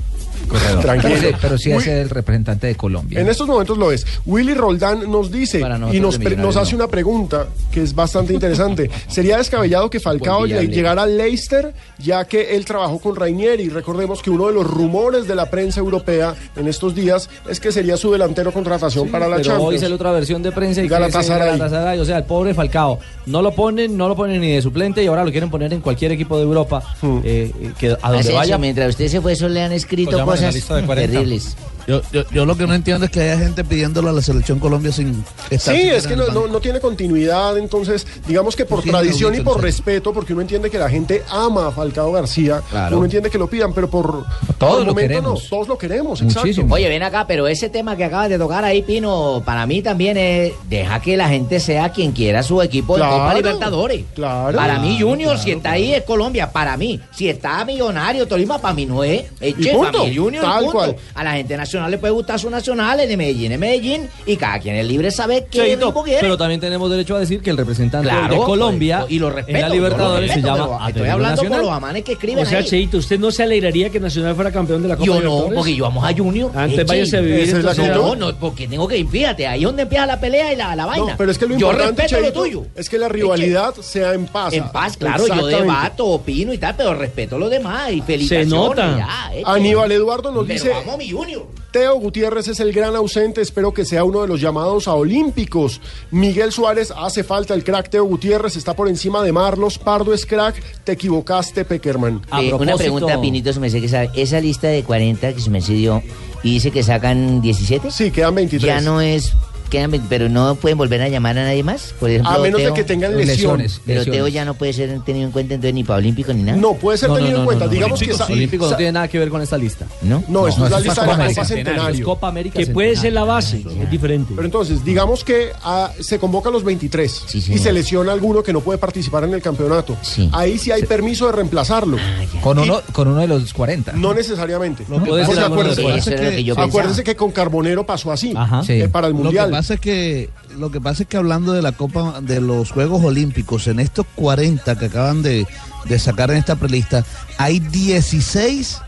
Speaker 9: Corredor.
Speaker 7: Tranquilo.
Speaker 8: Pero sí- Pero sí es
Speaker 7: Muy-
Speaker 8: el representante de Colombia.
Speaker 7: En estos momentos lo es. Willy Roldán nos dice y
Speaker 8: nosotros
Speaker 7: nos,
Speaker 8: de
Speaker 7: pre- nos
Speaker 8: Millonarios
Speaker 7: hace una pregunta que es bastante interesante. ¿Sería descabellado que Falcao
Speaker 9: Buen día,
Speaker 7: lle-
Speaker 9: Leo.
Speaker 7: llegara al Leicester ya que él trabajó con Rainieri? Recordemos que uno de los rumores de la prensa europea en estos días es que sería su delantero contratación para la
Speaker 10: Pero hoy
Speaker 7: Champions.
Speaker 10: sale otra versión de prensa y que
Speaker 7: Galatasaray.
Speaker 10: ese Galatasaray, o sea, el pobre Falcao. No lo ponen, no lo ponen ni de suplente y ahora lo quieren poner en cualquier equipo de Europa.
Speaker 7: Hmm.
Speaker 10: eh, eh, que a donde
Speaker 11: Asensio,
Speaker 10: vaya.
Speaker 11: mientras usted se fue, eso le han escrito
Speaker 22: llaman Pues en la
Speaker 11: cosas
Speaker 22: lista de 40.
Speaker 11: terribles.
Speaker 22: Yo, yo, yo lo que no entiendo es que haya gente pidiéndolo a la selección Colombia sin estar.
Speaker 7: Sí,
Speaker 22: siquiera
Speaker 7: es
Speaker 22: en
Speaker 7: que
Speaker 22: el
Speaker 7: no,
Speaker 22: banco.
Speaker 7: no- no tiene continuidad, entonces digamos que por
Speaker 22: No tiene
Speaker 7: tradición y
Speaker 22: lógica,
Speaker 7: por
Speaker 22: no sé.
Speaker 7: respeto, porque uno entiende que la gente ama a Falcao García,
Speaker 9: Claro.
Speaker 7: uno entiende que lo pidan, pero por, por
Speaker 9: Todos
Speaker 7: el
Speaker 9: lo
Speaker 7: momento
Speaker 9: queremos.
Speaker 7: no, todos lo queremos, exacto.
Speaker 9: Oye, ven acá, pero ese tema que acabas de tocar ahí, Pino, para mí también es deja que la gente sea quien quiera su equipo
Speaker 11: Claro,
Speaker 9: de Copa Libertadores.
Speaker 7: Claro.
Speaker 9: Para mí,
Speaker 11: Claro,
Speaker 9: Junior, si está ahí es Colombia, para mí. Si está Millonario, Tolima, para mí no es. Es
Speaker 11: Y
Speaker 9: Che,
Speaker 11: punto,
Speaker 9: para mí es Junior,
Speaker 11: tal
Speaker 9: punto.
Speaker 11: cual.
Speaker 9: A la gente nacional le puede gustar su nacional, el de Medellín es Medellín, y cada quien es libre de saber qué
Speaker 10: Cheito,
Speaker 9: equipo quiere.
Speaker 10: pero también tenemos derecho a decir que el representante
Speaker 9: Claro,
Speaker 10: de Colombia
Speaker 9: pues, y lo
Speaker 10: en
Speaker 9: respeto,
Speaker 10: la Libertadores
Speaker 9: yo lo
Speaker 10: se
Speaker 9: respeto,
Speaker 10: llama
Speaker 9: pero estoy
Speaker 10: Atlético
Speaker 9: hablando
Speaker 10: Nacional.
Speaker 9: por los amanes que escriben
Speaker 6: O sea,
Speaker 9: ahí.
Speaker 6: Cheito, ¿usted no se alegraría que Nacional fuera campeón de la Copa
Speaker 9: Yo no,
Speaker 6: Libertadores?
Speaker 9: porque yo vamos a Junior.
Speaker 6: Antes
Speaker 9: Eh,
Speaker 6: váyase a
Speaker 9: sí.
Speaker 6: vivir
Speaker 9: Esa es la
Speaker 6: entonces,
Speaker 9: actitud.
Speaker 6: a-
Speaker 9: No, no, porque tengo que ir, fíjate, ahí es donde empieza la pelea y la, la vaina.
Speaker 7: No, pero es que lo
Speaker 9: yo
Speaker 7: importante,
Speaker 9: respeto
Speaker 7: Cheito,
Speaker 9: lo tuyo.
Speaker 7: es que la rivalidad sea en paz.
Speaker 9: En paz, claro, yo
Speaker 7: Exactamente.
Speaker 9: debato, opino y tal, pero respeto a los demás y felicitaciones. ya, eh,
Speaker 7: Aníbal Eduardo nos
Speaker 9: Pero
Speaker 7: dice.
Speaker 9: vamos a mi Junior.
Speaker 7: Teo Gutiérrez es el gran ausente, espero que sea uno de los llamados a Olímpicos. Miguel Suárez hace falta el crack, Teo Gutiérrez está por encima de Marlos, Pardo es crack, te equivocaste, Peckerman.
Speaker 9: Eh,
Speaker 11: Una pregunta, Pinito, se me dice que esa, esa lista de 40 que se me dio y dice que sacan 17.
Speaker 7: Sí, quedan 23.
Speaker 11: Ya no es. Quedan 20, pero no pueden volver a llamar a nadie más. Por ejemplo,
Speaker 7: A menos de
Speaker 11: Teo-
Speaker 7: que tengan lesiones.
Speaker 11: Pero
Speaker 7: Lesiones.
Speaker 11: Teo ya no puede ser tenido en cuenta entonces ni para Olímpico ni nada.
Speaker 7: No, puede ser No, no, tenido en no, cuenta. no, no. Digamos que
Speaker 10: Olímpicos,
Speaker 7: sa-
Speaker 10: sí. Olímpicos
Speaker 7: sa-
Speaker 10: no tiene nada que ver con esta lista.
Speaker 11: No,
Speaker 7: No, esto es la
Speaker 10: es
Speaker 7: lista de la Copa Centenario.
Speaker 10: Es Copa América
Speaker 7: Que puede
Speaker 6: ser la base, es diferente.
Speaker 7: Pero entonces, digamos que ah, se convoca a los 23 y
Speaker 10: señor.
Speaker 7: se lesiona alguno que no puede participar en el campeonato. Ahí sí hay permiso de reemplazarlo.
Speaker 8: Con
Speaker 7: Y
Speaker 8: uno, con uno de los 40.
Speaker 7: No necesariamente. Porque
Speaker 8: puede ser alguno de los
Speaker 7: acuérdense,
Speaker 8: cuarenta. Sí, eso era lo que yo
Speaker 7: acuérdense
Speaker 8: pensaba.
Speaker 7: que con Carbonero pasó así
Speaker 22: Sí.
Speaker 7: eh, para el
Speaker 22: Lo que
Speaker 7: Mundial.
Speaker 22: pasa es que lo que pasa es que hablando de la Copa de los Juegos Olímpicos en estos 40 que acaban de, de sacar en esta prelista, hay 16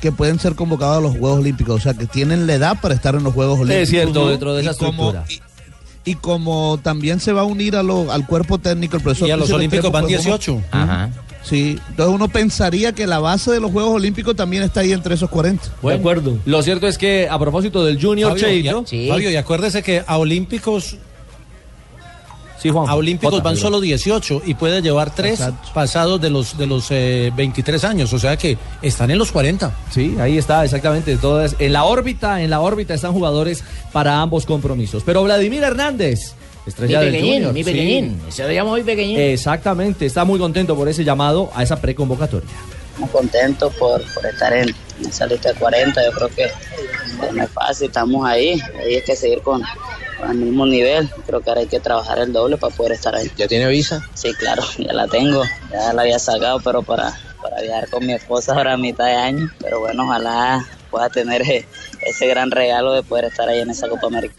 Speaker 22: que pueden ser convocados a los Juegos Olímpicos, o sea, que tienen la edad para estar en los Juegos Olímpicos.
Speaker 10: Es cierto, dentro de
Speaker 22: Y
Speaker 10: esa
Speaker 22: como-
Speaker 10: estructura.
Speaker 22: y, y como también se va a unir a lo- al cuerpo técnico el profesor
Speaker 10: Y a los
Speaker 22: Cristian
Speaker 10: Olímpicos
Speaker 22: Restrepo,
Speaker 10: van
Speaker 22: pues,
Speaker 10: 18.
Speaker 22: uno- Sí, entonces uno pensaría que la base de los Juegos Olímpicos también está ahí entre esos 40.
Speaker 10: Bueno, Lo cierto es que a propósito del Junior
Speaker 22: Fabio,
Speaker 10: Cheito,
Speaker 22: ya- sí. Fabio, y
Speaker 10: acuérdese que a Olímpicos
Speaker 26: A Olímpicos
Speaker 10: Jota,
Speaker 26: van
Speaker 10: perdón.
Speaker 26: solo 18 y puede llevar tres
Speaker 10: Exacto.
Speaker 26: pasados de los de los eh, 23 años, o sea que están en los 40.
Speaker 10: Sí, ahí está exactamente todas en la órbita, en la órbita están jugadores para ambos compromisos. Pero Vladimir Hernández,
Speaker 9: Mi
Speaker 10: estrella del
Speaker 9: pequeñín,
Speaker 10: Junior,
Speaker 9: mi
Speaker 10: sí.
Speaker 9: pequeñín. Se lo llamo mi pequeñín.
Speaker 10: Exactamente, está muy contento por ese llamado a esa preconvocatoria.
Speaker 5: Muy contento por, por estar en, en esa lista de 40. Yo creo que eh, no es fácil, estamos ahí. Hay que seguir con, con el mismo nivel. Creo que ahora hay que trabajar el doble para poder estar ahí. ¿Ya tiene visa? Sí, claro, ya la tengo. Ya la había sacado, pero para, para viajar con mi esposa ahora a mitad de año. Pero bueno, ojalá pueda tener eh, ese gran regalo de poder estar ahí en esa Copa América.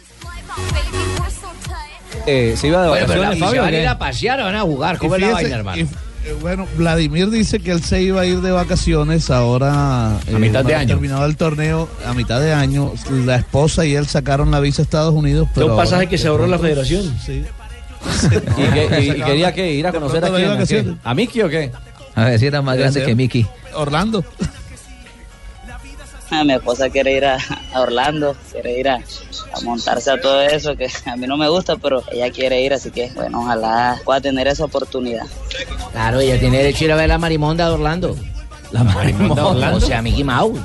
Speaker 10: Eh, se iba de
Speaker 5: Bueno, pero
Speaker 10: vacaciones,
Speaker 5: la-
Speaker 10: Fabio.
Speaker 5: se van a
Speaker 10: ¿o qué?
Speaker 5: ir a
Speaker 9: pasear o van a jugar?
Speaker 22: Y
Speaker 10: ¿Cómo es la
Speaker 22: fíjese,
Speaker 10: vaina, hermano?
Speaker 22: y, eh, bueno, Vladimir dice que él se iba a ir de vacaciones ahora. eh,
Speaker 10: mitad
Speaker 22: una
Speaker 10: de
Speaker 22: vez
Speaker 10: año.
Speaker 22: Terminado el torneo, a mitad de año. La esposa y él sacaron la visa a Estados Unidos. Pero
Speaker 6: un pasaje
Speaker 22: ahora-
Speaker 6: que se ahorró la federación.
Speaker 10: ¿Y, qué- y- y quería que ir a
Speaker 22: De
Speaker 10: conocer a
Speaker 22: pronto va de
Speaker 10: quién? ¿A, qué?
Speaker 22: vacaciones.
Speaker 10: ¿A Mickey o qué?
Speaker 8: A ver si era más grande que Mickey.
Speaker 22: Orlando.
Speaker 5: Ah, mi esposa quiere ir a, a Orlando, quiere ir a, a montarse a todo eso, que a mí no me gusta, pero ella quiere ir, así que bueno, ojalá pueda tener esa oportunidad.
Speaker 15: Claro, ella tiene derecho a ir a ver la marimonda de Orlando.
Speaker 9: La
Speaker 15: marimonda de Orlando. O sea, Mickey Mouse.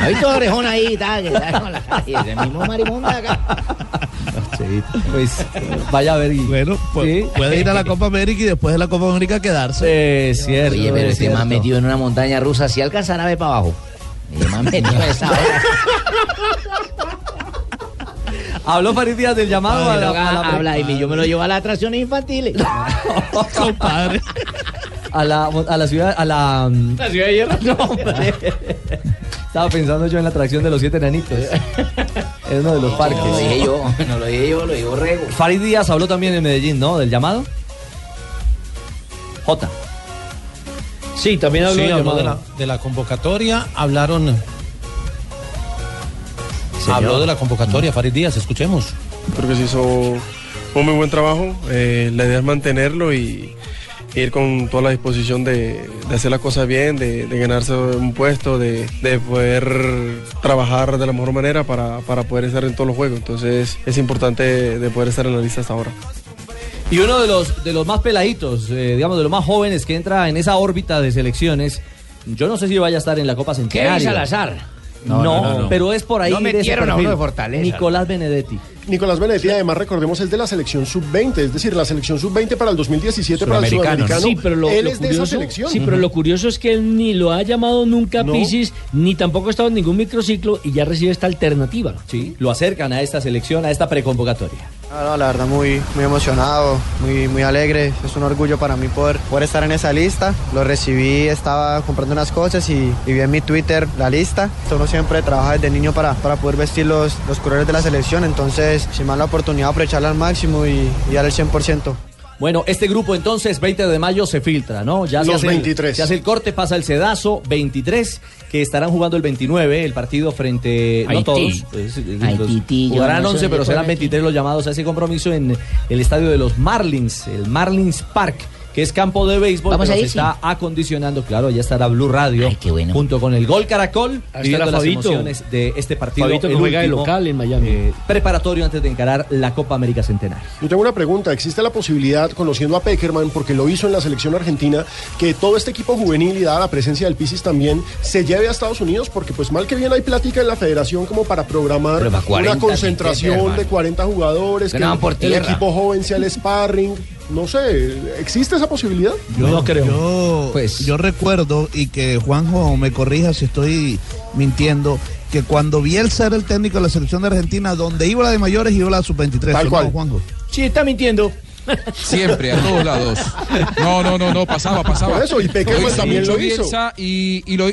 Speaker 15: ¿Ha visto orejón ahí y tal? Que está con la calle. Es el mismo marimonda acá.
Speaker 10: Pues vaya a ver.
Speaker 22: Bueno, pues, puede ir a la Copa América y después de la Copa América quedarse.
Speaker 10: Es cierto.
Speaker 15: Oye, pero este más metido en una montaña rusa, si alcanzará a ver para abajo. Y más metido en esa hora.
Speaker 10: Habló Farid Díaz del llamado
Speaker 15: No,
Speaker 10: a
Speaker 15: me
Speaker 10: la,
Speaker 15: toca
Speaker 10: a la-
Speaker 15: a Vladimir, yo me lo llevo a las atracciones infantiles.
Speaker 10: Compadre. A la, a la ciudad, a la...
Speaker 15: ¿La ciudad de hierro?
Speaker 10: No, hombre. Estaba pensando yo en la atracción de los siete enanitos. Es uno de los parques.
Speaker 15: No lo dije yo, no lo dije yo, lo digo Rego.
Speaker 10: Farid Díaz habló también en Medellín, ¿no? Del llamado. J.
Speaker 36: Sí, también
Speaker 10: habló del
Speaker 26: de, la,
Speaker 10: llamado.
Speaker 26: de la convocatoria, hablaron. Habló de la convocatoria, Farid Díaz, escuchemos.
Speaker 4: Creo que se hizo un muy buen trabajo. eh, la idea es mantenerlo y ir con toda la disposición de, de hacer las cosas bien, de, de ganarse un puesto, de, de poder trabajar de la mejor manera para, para poder estar en todos los juegos. Entonces es importante de poder estar en la lista hasta ahora.
Speaker 10: Y uno de los, de los más peladitos, eh, digamos, de los más jóvenes que entra en esa órbita de selecciones, yo no sé si vaya a estar en la Copa Centenario.
Speaker 37: Salazar?
Speaker 10: No,
Speaker 4: No, no, no, no.
Speaker 10: pero es por ahí.
Speaker 4: No
Speaker 10: de ese
Speaker 4: metieron a uno
Speaker 10: perfil.
Speaker 4: de Fortaleza.
Speaker 10: Nicolás Benedetti.
Speaker 7: Nicolás Benedetti, además recordemos, el de la selección sub-20, es decir, la selección sub-20 para el 2017 para el
Speaker 6: Sudamericano,
Speaker 7: sudamericano.
Speaker 6: Sí, pero lo,
Speaker 7: él
Speaker 6: lo
Speaker 7: es de esa
Speaker 6: curioso,
Speaker 7: selección.
Speaker 6: sí, pero lo curioso es que él ni lo ha llamado nunca
Speaker 10: No.
Speaker 6: Pisis, ni tampoco ha estado en ningún microciclo y ya recibe esta alternativa.
Speaker 10: Sí, lo acercan a esta selección, a esta preconvocatoria.
Speaker 2: No, no, la verdad muy, muy emocionado, muy, muy alegre. Es un orgullo para mí poder, poder estar en esa lista. Lo recibí, estaba comprando unas cosas y, y vi en mi Twitter la lista. Uno siempre trabaja desde niño para, para poder vestir los, los colores de la selección. Entonces, sin más la oportunidad, aprovecharla al máximo y, y dar el 100%.
Speaker 10: Bueno, este grupo entonces, 20 de mayo, se filtra, ¿no? Ya se
Speaker 2: Los
Speaker 10: hace el-
Speaker 2: 23.
Speaker 10: se hace el corte, pasa el sedazo, 23, que estarán jugando el 29, el partido frente. No
Speaker 9: Haití.
Speaker 10: todos. pues, eh, los-
Speaker 9: Haití, yo
Speaker 10: jugarán
Speaker 9: no sé
Speaker 10: 11,
Speaker 9: dónde
Speaker 10: pero serán
Speaker 9: juegan.
Speaker 10: 23 los llamados a ese compromiso en el estadio de los Marlins, el Marlins Park, que es campo de béisbol.
Speaker 9: Vamos
Speaker 10: pero
Speaker 9: a
Speaker 10: se
Speaker 9: ir, sí.
Speaker 10: está acondicionando, claro, ya estará Blue Radio. Junto con el Gol Caracol,
Speaker 6: Ahí
Speaker 10: viviendo
Speaker 6: estará
Speaker 10: las
Speaker 6: Fabito.
Speaker 10: emociones de este partido.
Speaker 6: Fabito que
Speaker 10: el
Speaker 6: juega de
Speaker 10: último,
Speaker 6: local en Miami.
Speaker 10: eh, preparatorio antes de encarar la Copa América Centenario.
Speaker 7: Yo tengo una pregunta, ¿existe la posibilidad, conociendo a Peckerman, porque lo hizo en la selección argentina, que todo este equipo juvenil y dada la presencia del Pisis también se lleve a Estados Unidos? Porque pues mal que bien hay plática en la federación como para programar
Speaker 4: Pero va 40,
Speaker 7: una concentración
Speaker 4: hermano.
Speaker 7: de 40 jugadores,
Speaker 4: Que no van por
Speaker 7: el
Speaker 4: tierra.
Speaker 7: equipo joven sea el sparring, no sé, ¿existe esa posibilidad?
Speaker 22: Yo,
Speaker 9: Pues.
Speaker 22: yo recuerdo, y que Juanjo me corrija si estoy mintiendo, que cuando Bielsa era el técnico de la selección de Argentina, donde iba la de mayores, iba la sub-23.
Speaker 4: Tal
Speaker 22: ¿no,
Speaker 4: cual.
Speaker 22: Juanjo?
Speaker 36: Sí, está mintiendo.
Speaker 14: Siempre, a todos lados. No, no, no, no, pasaba, pasaba.
Speaker 7: Por eso, y Peckerman
Speaker 14: hizo
Speaker 7: también
Speaker 14: mucho
Speaker 7: lo hizo.
Speaker 14: Bielsa Y, y lo,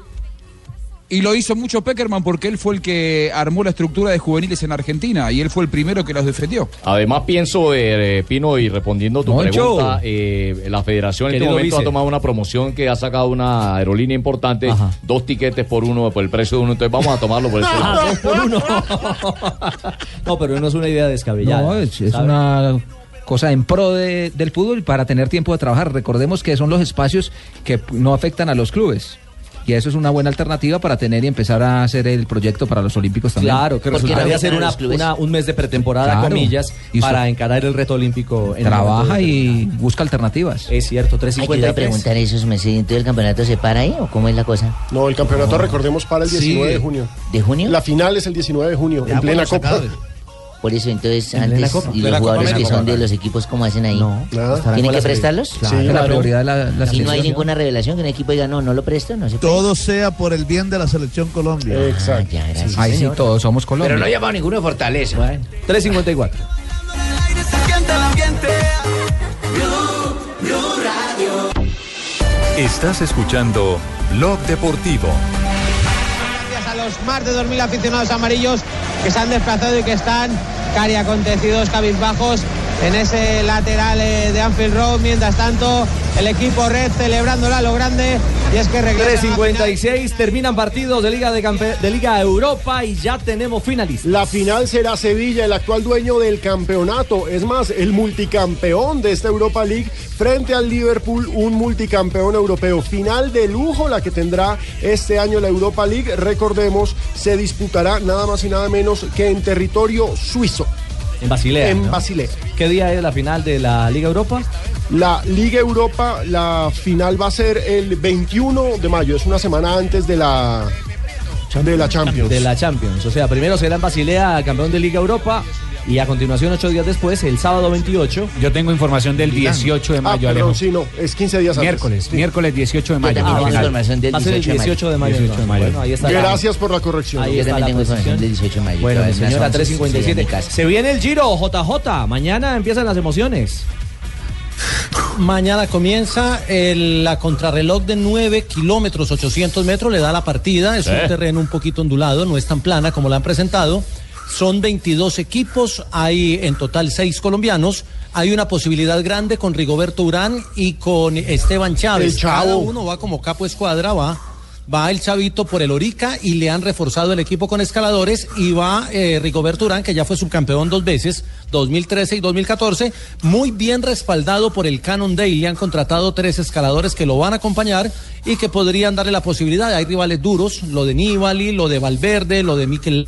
Speaker 14: y lo hizo mucho Peckerman porque él fue el que armó la estructura de juveniles en Argentina y él fue el primero que los defendió.
Speaker 18: Además, pienso, eh, Pino, y respondiendo tu
Speaker 14: Moncho.
Speaker 18: pregunta, eh, la federación en este
Speaker 14: Querido
Speaker 18: momento
Speaker 14: vice.
Speaker 18: ha tomado una promoción que ha sacado una aerolínea importante, dos tiquetes por uno, por el precio de uno, entonces vamos a tomarlo por el precio
Speaker 10: Ah, dos por uno. no, pero no es una idea descabellada.
Speaker 8: No, es, es
Speaker 10: ¿sabe?
Speaker 8: una cosa en pro de- del fútbol para tener tiempo de trabajar. Recordemos que son los espacios que p- no afectan a los clubes. Y eso es una buena alternativa para tener y empezar a hacer el proyecto para los Olímpicos también.
Speaker 10: Claro, que resultaría ser una, una- un mes de pretemporada,
Speaker 8: Claro.
Speaker 10: comillas,
Speaker 8: Y eso-
Speaker 10: para encarar el reto olímpico. En
Speaker 8: Trabaja y busca alternativas.
Speaker 10: Es cierto,
Speaker 9: Ay, te iba a
Speaker 10: 3.53.
Speaker 9: preguntar eso, Messi. ¿Entonces el campeonato se para ahí o cómo es la cosa?
Speaker 7: No, el campeonato recordemos para el
Speaker 9: Sí.
Speaker 7: 19 de junio.
Speaker 9: ¿De junio?
Speaker 7: La final es el 19 de junio, en plena copa.
Speaker 9: Por eso, entonces,
Speaker 7: En plena
Speaker 9: antes,
Speaker 7: Copa.
Speaker 9: y
Speaker 7: De
Speaker 9: los
Speaker 7: la Copa
Speaker 9: jugadores que
Speaker 7: América.
Speaker 9: son de los equipos, ¿cómo hacen ahí? ¿Tienen que prestarlos?
Speaker 22: Claro, Sí, la claro. prioridad es la- la
Speaker 9: y no hay
Speaker 22: selección.
Speaker 9: ninguna revelación que un equipo diga, no, no lo presto, no se puede.
Speaker 22: Todo sea por el bien de la selección Colombia.
Speaker 9: Exacto.
Speaker 8: Ahí sí, todos somos Colombia.
Speaker 37: Pero no ha llamado ninguno de Fortaleza.
Speaker 10: 3.54.
Speaker 1: Estás escuchando Blog Deportivo.
Speaker 28: Gracias a los más de 2.000 aficionados amarillos que se han desplazado y que están cari acontecidos, cabizbajos en ese lateral eh, de Anfield Road. Mientras tanto,
Speaker 4: el equipo red celebrándola a lo grande. Y es que regresa.
Speaker 10: 3.56, terminan partidos de Liga, de, Campe- de Liga Europa y ya tenemos finalistas.
Speaker 7: La final será Sevilla, el actual dueño del campeonato, es más, el multicampeón de esta Europa League frente al Liverpool, un multicampeón europeo. Final de lujo la que tendrá este año la Europa League, recordemos, se disputará nada más y nada menos que en territorio suizo.
Speaker 10: En Basilea.
Speaker 7: En
Speaker 10: ¿no?
Speaker 7: Basilea.
Speaker 10: ¿Qué día es la final de la Liga Europa?
Speaker 7: La Liga Europa, la final va a ser el 21 de mayo, es una semana antes de la de la Champions.
Speaker 10: De la Champions. O sea, primero será en Basilea, campeón de Liga Europa. Y a continuación, ocho días después, el sábado 28.
Speaker 12: Yo tengo información del 18 de mayo,
Speaker 7: ah,
Speaker 12: Alejo.
Speaker 7: perdón, sí, no, es 15 días antes.
Speaker 12: Miércoles,
Speaker 7: Sí.
Speaker 12: miércoles 18 de mayo.
Speaker 7: Yo también
Speaker 12: la
Speaker 7: tengo
Speaker 12: final.
Speaker 7: información del
Speaker 12: Va a ser el 18 de mayo.
Speaker 7: 18 de mayo.
Speaker 12: entonces. Bueno, ahí está la-
Speaker 7: Gracias por la corrección.
Speaker 10: Ahí está la posición. Bueno, mi señora, 3.57. Se viene el giro, JJ. Mañana empiezan las emociones.
Speaker 26: Mañana comienza el- la contrarreloj de 9 kilómetros 800 metros, le da la partida, es
Speaker 13: Sí.
Speaker 26: un terreno un poquito ondulado, no es tan plana como la han presentado. Son 22 equipos, hay en total 6 colombianos, hay una posibilidad grande con Rigoberto Urán y con Esteban Chávez.
Speaker 7: El Chavo.
Speaker 26: Cada uno va como capo escuadra, va. Va el Chavito por el Orica y le han reforzado el equipo con escaladores y va eh, Rigoberto Urán, que ya fue subcampeón dos veces, 2013 y 2014, muy bien respaldado por el Canon Day. Le han contratado tres escaladores que lo van a acompañar y que podrían darle la posibilidad. Hay rivales duros, lo de Nibali, lo de Valverde, lo de Miquel...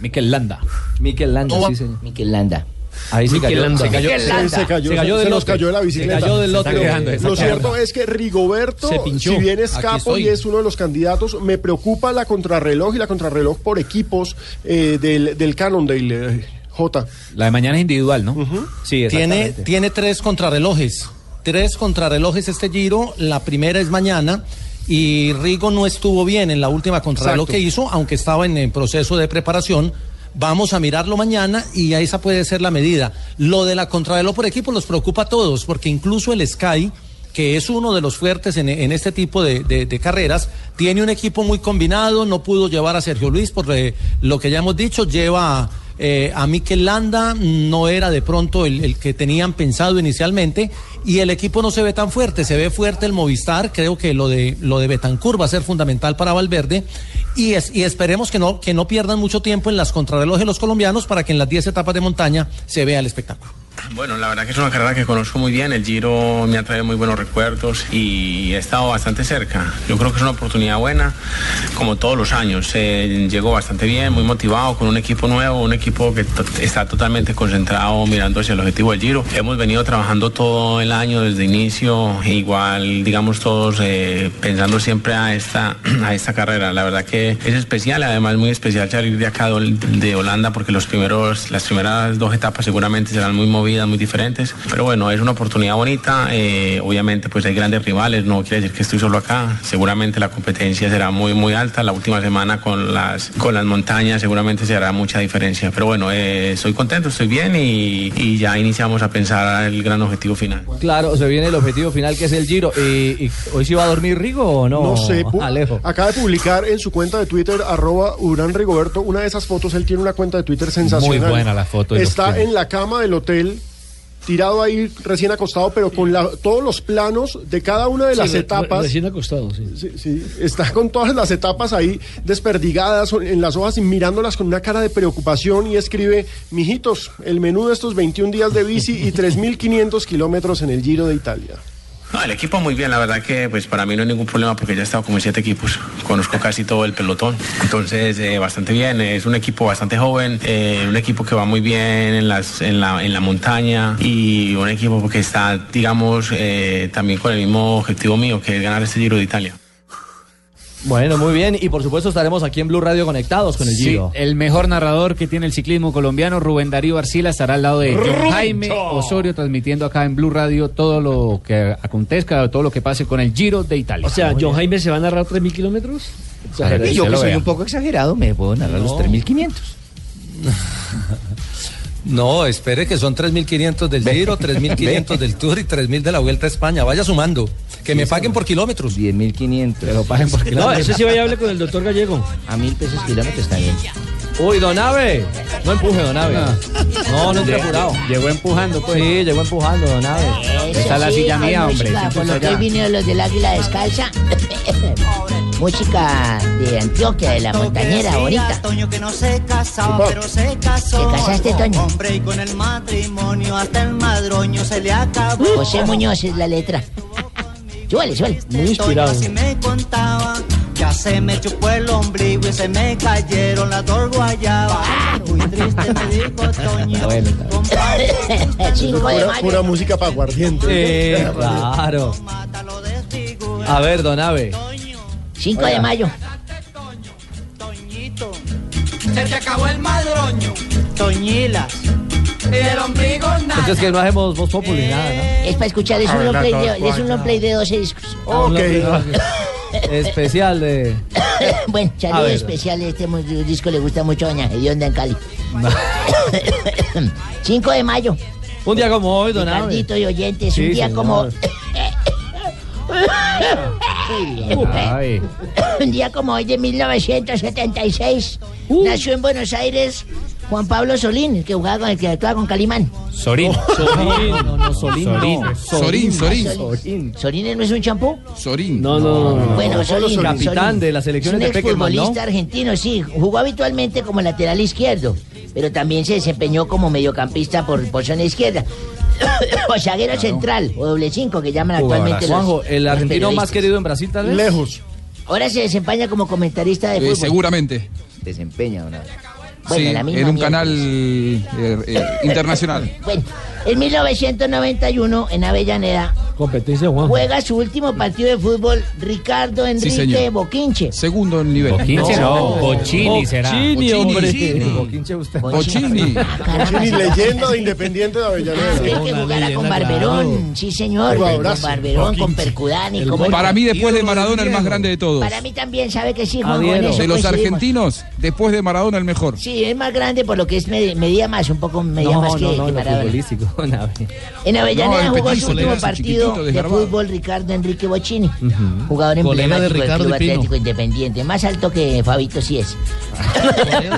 Speaker 10: Miquel Landa. Miquel Landa, sí, señor.
Speaker 11: Miquel Landa.
Speaker 10: Ahí se
Speaker 11: Miquel
Speaker 10: cayó.
Speaker 11: Landa.
Speaker 10: Se cayó,
Speaker 11: Miquel
Speaker 10: se-
Speaker 11: Landa.
Speaker 10: se cayó,
Speaker 7: Se
Speaker 10: se-
Speaker 7: cayó
Speaker 10: se
Speaker 7: del
Speaker 10: nos
Speaker 7: otro.
Speaker 10: cayó la bicicleta.
Speaker 7: Se cayó del
Speaker 10: Se está
Speaker 7: otro.
Speaker 10: quejando, está
Speaker 7: Lo
Speaker 10: quejando.
Speaker 7: cierto es que Rigoberto,
Speaker 10: Se pinchó.
Speaker 7: si bien es
Speaker 10: Aquí
Speaker 7: capo
Speaker 10: estoy.
Speaker 7: y es uno de los candidatos, me preocupa la contrarreloj y la contrarreloj por equipos eh, del, del Cannondale, eh, J.
Speaker 12: La de mañana es individual, ¿no?
Speaker 10: Sí,
Speaker 26: tiene, tiene tres contrarrelojes. Tres contrarrelojes este giro. La primera es mañana. Y Rigo no estuvo bien en la última contrarreloj
Speaker 18: Exacto.
Speaker 26: que hizo, aunque estaba en, en proceso de preparación. Vamos a mirarlo mañana y ya esa puede ser la medida. Lo de la contrarreloj por equipo los preocupa a todos, porque incluso el Sky, que es uno de los fuertes en, en este tipo de, de- de carreras, tiene un equipo muy combinado, no pudo llevar a Sergio Luis por eh, lo que ya hemos dicho, lleva a, eh, a Mikel Landa, no era de pronto el, el que tenían pensado inicialmente, y el equipo no se ve tan fuerte, se ve fuerte el Movistar, creo que lo de, lo de Betancur va a ser fundamental para Valverde, y, es- y esperemos que no, que no pierdan mucho tiempo en las contrarrelojes los colombianos para que en las 10 etapas de montaña se vea el espectáculo.
Speaker 19: Bueno, la verdad que es una carrera que conozco muy bien, el Giro me ha traído muy buenos recuerdos y he estado bastante cerca. Yo creo que es una oportunidad buena, como todos los años. Eh, llego bastante bien, muy motivado, con un equipo nuevo, un equipo que to- está totalmente concentrado mirando hacia el objetivo del Giro. Hemos venido trabajando todo el año desde el inicio, igual digamos todos eh, pensando siempre a esta, a esta carrera. La verdad que es especial, además muy especial salir de acá de Hol- de Holanda porque los primeros, las primeras dos etapas seguramente serán muy movidas, muy diferentes. Pero bueno, es una oportunidad bonita. eh, obviamente pues hay grandes rivales, no quiere decir que estoy solo acá. Seguramente la competencia será muy muy alta. La última semana con las, con las montañas seguramente se hará mucha diferencia. Pero bueno, eh, estoy contento, estoy bien y, y ya iniciamos a pensar el gran objetivo final.
Speaker 10: Claro, se viene el objetivo final que es el giro. ¿Y, y hoy sí va a dormir Rigo o no?
Speaker 7: No sé, pu-
Speaker 10: Alejo.
Speaker 7: acaba de publicar en su cuenta de Twitter, arroba Urán Rigoberto, una de esas fotos. Él tiene una cuenta de Twitter sensacional.
Speaker 21: Muy buena la foto y los
Speaker 7: Está
Speaker 21: tiene.
Speaker 7: en la cama del hotel, tirado ahí, recién acostado, pero con la- todos los planos de cada una de las
Speaker 6: Sí, re- re-
Speaker 7: etapas.
Speaker 6: Recién acostado, sí.
Speaker 7: Sí, sí, está con todas las etapas ahí desperdigadas en las hojas y mirándolas con una cara de preocupación y escribe, mijitos, el menú de estos 21 días de bici y 3.500 kilómetros en el Giro de Italia.
Speaker 19: No, el equipo muy bien, la verdad que pues para mí no hay ningún problema porque ya he estado como en siete equipos, conozco casi todo el pelotón, entonces eh, bastante bien, es un equipo bastante joven, eh, un equipo que va muy bien en, las, en, la, en la montaña y un equipo que está, digamos, eh, también con el mismo objetivo mío, que es ganar este Giro de Italia.
Speaker 10: Bueno, muy bien. Y por supuesto estaremos aquí en Blue Radio conectados con el
Speaker 12: Sí,
Speaker 10: giro.
Speaker 12: el mejor narrador que tiene el ciclismo colombiano, Rubén Darío Arcila, estará al lado de John
Speaker 10: ¡Rucho!
Speaker 12: Jaime Osorio, transmitiendo acá en Blue Radio todo lo que acontezca, todo lo que pase con el Giro de Italia.
Speaker 6: O sea, John Jaime se va a narrar 3.000 kilómetros.
Speaker 12: Para que
Speaker 9: Y yo
Speaker 12: usted
Speaker 9: que
Speaker 12: lo
Speaker 9: soy
Speaker 12: vea.
Speaker 9: un poco exagerado, me puedo narrar los
Speaker 26: No.
Speaker 9: 3.500.
Speaker 26: No, espere que son 3.500 del Giro, 3.500 del Tour y 3.000 de la Vuelta a España. Vaya sumando. Que me paguen por kilómetros.
Speaker 9: 10.500. Que lo
Speaker 10: paguen por
Speaker 6: No, eso sí vaya a hablar con el doctor Gallego.
Speaker 9: A mil pesos kilómetros está bien.
Speaker 10: Uy, Don Abe. No empuje, Don Abe. No, no entre
Speaker 12: Lle-
Speaker 10: apurado.
Speaker 12: Llegó empujando, pues.
Speaker 10: Sí, llegó empujando, Don Abe.
Speaker 12: Está la silla mía, hombre.
Speaker 11: Por lo que vino los del Águila Descalza. música de Antioquia, de la montañera, bonita.
Speaker 27: Toño que no se casaba, pero se casó.
Speaker 11: ¿Te casaste, este Toño?
Speaker 27: Hombre, y con el matrimonio hasta el madroño se le acabó.
Speaker 11: José Muñoz es la letra. Súbale, súbale.
Speaker 27: Muy Este Así me contaba, ya se me chupó el ombligo y se me cayeron las dos guayabas.
Speaker 11: Ah.
Speaker 27: Muy triste me dijo Toño. compadre,
Speaker 11: Cinco de
Speaker 7: Pura,
Speaker 11: mayo.
Speaker 7: pura música para aguardiente.
Speaker 21: Eh,
Speaker 10: Sí, claro. A ver, Don Abe.
Speaker 11: 5 de
Speaker 10: Oiga.
Speaker 11: mayo.
Speaker 27: Se te acabó el madroño. Toñilas. El ombligo nada.
Speaker 10: Entonces que no hacemos voz populi, nada, ¿no?
Speaker 11: Es para escuchar, es
Speaker 10: Ah,
Speaker 11: un long
Speaker 10: verdad,
Speaker 11: play
Speaker 10: todo
Speaker 11: de, es
Speaker 10: cual,
Speaker 11: un long play de 12 discos.
Speaker 10: Especial de.
Speaker 11: bueno,
Speaker 10: A
Speaker 11: saludo
Speaker 10: ver.
Speaker 11: especial. Este mu- disco le gusta mucho a Doña Hedionda en Cali. 5 de mayo.
Speaker 10: Un día como hoy, don Abe.
Speaker 11: Ricardito y oyentes,
Speaker 10: Sí,
Speaker 11: un día
Speaker 10: señor.
Speaker 11: como.
Speaker 10: Ay.
Speaker 11: un día como hoy de 1976.
Speaker 10: Uh.
Speaker 11: Nació en Buenos Aires Juan Pablo Solín, el que jugaba con el que actuaba con Calimán.
Speaker 12: Sorín.
Speaker 10: Sorín. No, no, Solín.
Speaker 12: Sorín.
Speaker 10: no.
Speaker 12: Sorín, Sorín.
Speaker 11: Sorín. ¿Sorín no es un champú?
Speaker 14: Sorín.
Speaker 10: No, no, no.
Speaker 11: Bueno, Solín,
Speaker 10: Capitán
Speaker 11: Solín.
Speaker 10: de la selección
Speaker 11: es
Speaker 10: de
Speaker 11: un
Speaker 10: Peckerman, ¿no?
Speaker 11: futbolista argentino, sí. Jugó habitualmente como lateral izquierdo, pero también se desempeñó como mediocampista por posición izquierda. o zaguero central, o doble cinco, que llaman actualmente los-
Speaker 10: Juanjo, el
Speaker 11: los
Speaker 10: argentino más
Speaker 11: periodistas.
Speaker 10: querido en Brasil, tal vez.
Speaker 14: Lejos.
Speaker 11: Ahora se desempeña como comentarista de
Speaker 14: Eh,
Speaker 11: fútbol.
Speaker 14: seguramente.
Speaker 11: Desempeña, ¿no? Bueno,
Speaker 14: Sí,
Speaker 11: la misma
Speaker 14: en un
Speaker 11: mierda.
Speaker 14: canal eh, eh, internacional.
Speaker 11: Bueno, en 1991, en Avellaneda,
Speaker 10: Competencia, Juan.
Speaker 11: juega su último partido de fútbol Ricardo
Speaker 14: Sí,
Speaker 11: Enrique
Speaker 14: señor.
Speaker 11: Boquinche.
Speaker 14: Segundo en nivel.
Speaker 12: Boquinche, no, Bochini será. Bochini, hombre.
Speaker 14: Bochini.
Speaker 11: Ah,
Speaker 7: Bochini, leyenda de Independiente de
Speaker 11: Aquel que jugara
Speaker 7: Avellaneda.
Speaker 11: con Barberón, sí señor,
Speaker 7: Un
Speaker 11: con
Speaker 7: abrazo.
Speaker 11: Barberón, con Percudani. con-
Speaker 14: Para mí, después de Maradona, el más grande de todos.
Speaker 11: Para mí también, ¿sabe que sí, Juan?
Speaker 14: Adhiero. De los
Speaker 11: argentinos.
Speaker 14: argentinos, después de Maradona, el mejor.
Speaker 11: Sí, es más grande por lo que es med- medía más, un poco medía más que, que Maradona. En Avellaneda
Speaker 10: No, el
Speaker 11: jugó su
Speaker 10: petiso,
Speaker 11: último
Speaker 10: Leonardo,
Speaker 11: partido
Speaker 10: chiquitito,
Speaker 11: de
Speaker 10: desgarbado.
Speaker 11: fútbol Ricardo Enrique Bochini, jugador emblemático del Club Atlético Independiente, más alto que Fabito sí es.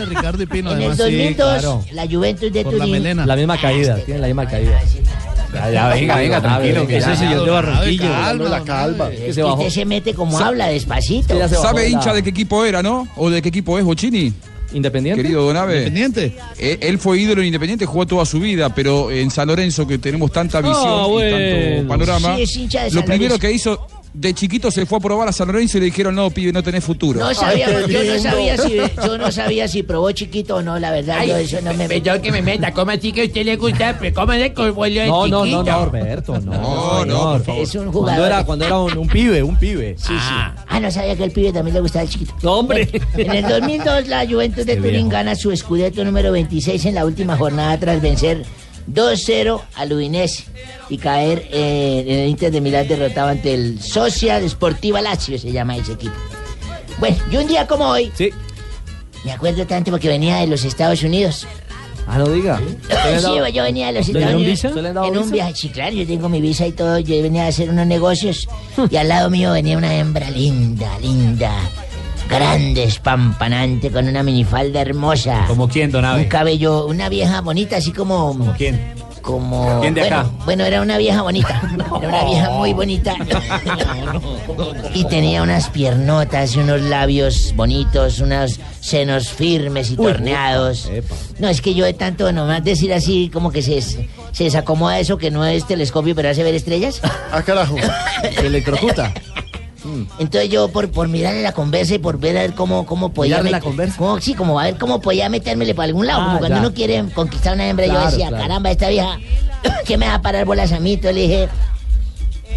Speaker 22: Ricardo y Pino,
Speaker 11: En el
Speaker 22: además.
Speaker 11: 2002,
Speaker 22: Sí, claro.
Speaker 11: la Juventus de
Speaker 22: Por la
Speaker 11: Turín
Speaker 22: melena.
Speaker 10: La misma caída, tiene la misma caída.
Speaker 9: Ah,
Speaker 10: Ya,
Speaker 22: ya, venga, venga, tranquilo, que
Speaker 10: Ese
Speaker 22: ya,
Speaker 10: señor de
Speaker 22: don Abe,
Speaker 10: Barranquilla.
Speaker 22: calma,
Speaker 10: la calva.
Speaker 11: Es que usted se mete como habla, despacito.
Speaker 14: ¿Sabe hincha de qué equipo era, no? ¿O de qué equipo es Bochini?
Speaker 10: Independiente.
Speaker 14: Querido Donave. E-,
Speaker 22: Independiente.
Speaker 14: él fue ídolo en independiente, jugó toda su vida, pero en San Lorenzo, que tenemos tanta visión
Speaker 22: Ah,
Speaker 14: y
Speaker 22: bueno.
Speaker 14: tanto panorama,
Speaker 22: Sí, es hincha de
Speaker 14: lo
Speaker 22: San
Speaker 14: primero
Speaker 22: Lorenzo.
Speaker 14: que hizo. De chiquito se fue a probar a San Lorenzo y le dijeron, no, pibe, no tenés futuro.
Speaker 11: No sabía, yo, no sabía si, yo no sabía si probó chiquito o no, la verdad.
Speaker 25: Ay,
Speaker 11: yo eso no me
Speaker 25: Perdón que me meta, ¿cómo así que a usted le gusta? Pues, ¿Cómo le colbolio
Speaker 10: No, no, no, no, Roberto, no. No, no,
Speaker 11: Es un jugador.
Speaker 10: Cuando era, cuando era un, un pibe, un pibe. Sí,
Speaker 11: Ah, no sabía que el pibe también le gustaba el chiquito.
Speaker 10: hombre.
Speaker 11: En el 2002, la Juventus de
Speaker 10: Qué
Speaker 11: Turín
Speaker 10: viejo.
Speaker 11: gana su escudeto número 26 en la última jornada tras vencer 2-0 al Udinese y caer eh, en el Inter de Milán derrotado ante el Social Sportiva Lazio, se llama ese equipo. Bueno, y un día como hoy, me acuerdo tanto porque venía de los Estados Unidos.
Speaker 10: Ah, no diga.
Speaker 11: Sí, yo venía de los
Speaker 10: ¿Le
Speaker 11: Estados
Speaker 10: dieron
Speaker 11: Unidos.
Speaker 10: visa? ¿Se le han dado
Speaker 11: en un
Speaker 10: visa?
Speaker 11: viaje, sí, claro, yo tengo mi visa y todo. Yo venía a hacer unos negocios y al lado mío venía una hembra linda, linda. Grande, espampanante, con una minifalda hermosa.
Speaker 12: ¿Como quién, don
Speaker 11: Un
Speaker 12: Abe?
Speaker 11: cabello, una vieja bonita, así como. ¿Como
Speaker 12: quién?
Speaker 11: Como.
Speaker 12: ¿Quién de
Speaker 11: bueno,
Speaker 12: acá?
Speaker 11: Bueno, era una vieja bonita. Era una vieja muy bonita. y tenía unas piernotas y unos labios bonitos, unos senos firmes y torneados. No, es que yo de tanto nomás decir así, como que se, se desacomoda eso que no es telescopio, pero hace ver estrellas.
Speaker 7: Ah, carajo.
Speaker 10: Electrocuta.
Speaker 11: Entonces yo por, por mirarle la conversa y por ver a ver cómo, cómo podía...
Speaker 10: Mirarle la
Speaker 11: met- cómo- sí, como a ver cómo podía metérmele para algún lado.
Speaker 10: Ah,
Speaker 11: como cuando
Speaker 10: ya.
Speaker 11: uno quiere conquistar una hembra, yo
Speaker 10: Claro,
Speaker 11: decía,
Speaker 10: claro.
Speaker 11: caramba, esta vieja, ¿qué me va a parar bolas a mí? Entonces le dije,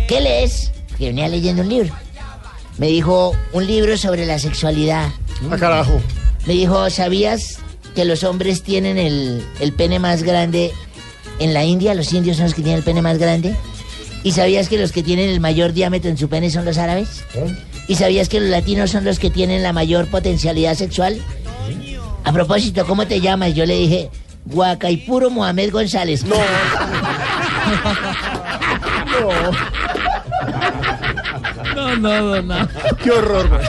Speaker 11: ¿qué lees? Que venía leyendo un libro. Me dijo, un libro sobre la sexualidad.
Speaker 7: Ah, carajo.
Speaker 11: Me dijo, ¿sabías que los hombres tienen el, el pene más grande en la India? Los indios son los que tienen el pene más grande. ¿Y sabías que los que tienen el mayor diámetro en su pene son los árabes? ¿Y sabías que los latinos son los que tienen la mayor potencialidad sexual? A propósito, ¿cómo te llamas? Yo le dije, Guacaipuro Mohamed González. No.
Speaker 22: No, no, no, no.
Speaker 7: Qué horror.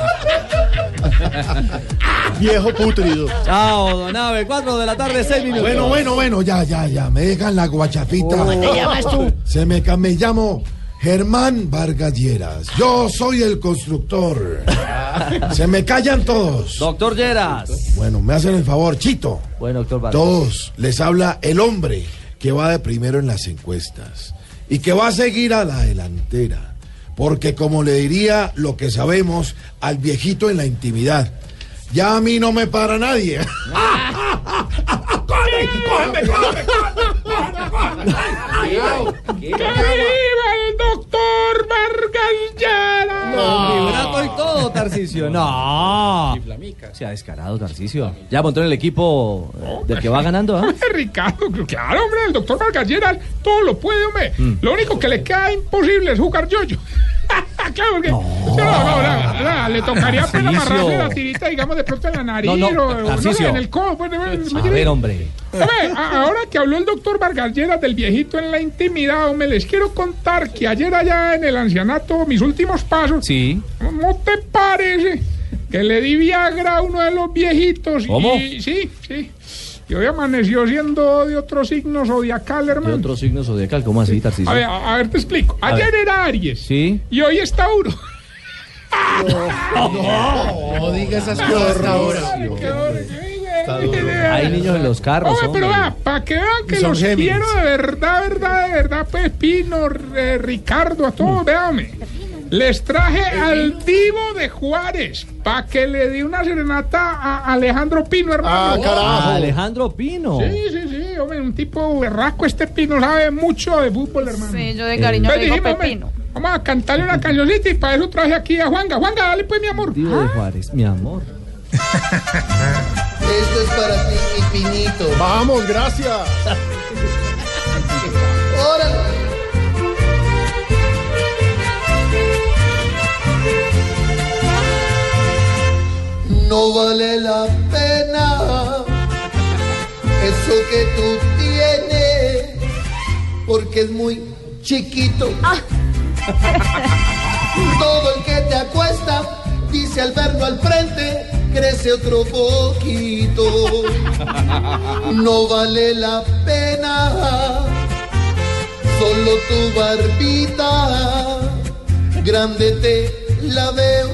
Speaker 29: Viejo putrido.
Speaker 10: Chao, Donave. 4 de la tarde, 6 minutos.
Speaker 29: Bueno, bueno, bueno, ya, ya, ya. Me dejan la guachapita.
Speaker 10: ¿Cómo te llamas tú?
Speaker 29: Se me, ca- me llamo Germán Vargas Lleras. Yo soy el constructor. Se me callan todos.
Speaker 10: Doctor Lleras.
Speaker 29: Bueno, me hacen el favor, Chito.
Speaker 10: Bueno, doctor Vargas.
Speaker 29: Todos les habla el hombre que va de primero en las encuestas y que va a seguir a la delantera. Porque como le diría lo que sabemos al viejito en la intimidad, ya a mí no me para nadie.
Speaker 3: ¡Cógeme, cógeme, cógeme! ¡Que viva el doctor Vargas Lleras!
Speaker 10: Con vibrato y todo, Tarcicio. No. Se ha descarado, Tarcicio. Ya montó en el equipo eh, del que va ganando, ¿ah?
Speaker 13: Ricardo, claro, hombre, el doctor Vargas Lleras todo lo puede, hombre.
Speaker 10: Mm.
Speaker 13: Lo único que le queda imposible es jugar yo-yo. claro, porque no, no, la- la- le tocaría pues,
Speaker 10: Tarcisio.
Speaker 13: amarrarle la tirita, digamos, de pronto en la nariz
Speaker 10: No, no,
Speaker 13: o- o no sé,
Speaker 10: Tarcisio.
Speaker 13: en el codo. Bueno,
Speaker 10: A
Speaker 13: imagínate.
Speaker 10: ver, hombre.
Speaker 13: Hombre, a- ahora que habló el doctor Vargas Lleras del viejito en la intimidad, hombre, les quiero contar que ayer allá en el ancianato, mis últimos pasos,
Speaker 10: Sí.
Speaker 13: ¿no te parece que le di Viagra a uno de los viejitos?
Speaker 10: ¿Cómo?
Speaker 13: Y, sí, sí. Y hoy amaneció siendo de otro signo zodiacal,
Speaker 10: ¿Qué
Speaker 13: hermano.
Speaker 10: otro signo zodiacal? ¿Cómo así, Tarcicio?
Speaker 13: A ver, a, a ver, te explico.
Speaker 10: A
Speaker 13: Ayer
Speaker 10: ver.
Speaker 13: era Aries
Speaker 10: Sí.
Speaker 13: y hoy es Tauro.
Speaker 29: No, no diga esas
Speaker 13: cosas hasta
Speaker 29: ahora.
Speaker 10: Hay niños en los carros.
Speaker 13: Hombre, pero
Speaker 10: hombre.
Speaker 13: vea, para que vean que
Speaker 10: Son
Speaker 13: los
Speaker 10: Géminis.
Speaker 13: quiero de verdad, verdad, de verdad, pues Pino, eh, Ricardo, a
Speaker 10: Mm.
Speaker 13: todos, véame. Les traje al Divo de Juárez para que le dé una serenata a Alejandro Pino, hermano.
Speaker 10: Ah, Alejandro Pino.
Speaker 13: Sí, sí, sí, hombre, un tipo berraco este Pino, sabe mucho de fútbol, hermano.
Speaker 21: Sí, yo de cariño le digo
Speaker 13: hombre,
Speaker 21: Pepino.
Speaker 13: Vamos a cantarle una cancioncita y para eso traje aquí a Juanga. Juanga, dale pues, mi amor.
Speaker 10: Diego de Juárez, mi amor.
Speaker 38: Esto es para ti, mi pinito.
Speaker 29: Vamos, gracias.
Speaker 38: Órale. No vale la pena eso que tú tienes, porque es muy chiquito. Todo el que te acuesta dice al verlo al frente, crece otro poquito. No vale la pena, solo tu barbita, grande te la veo.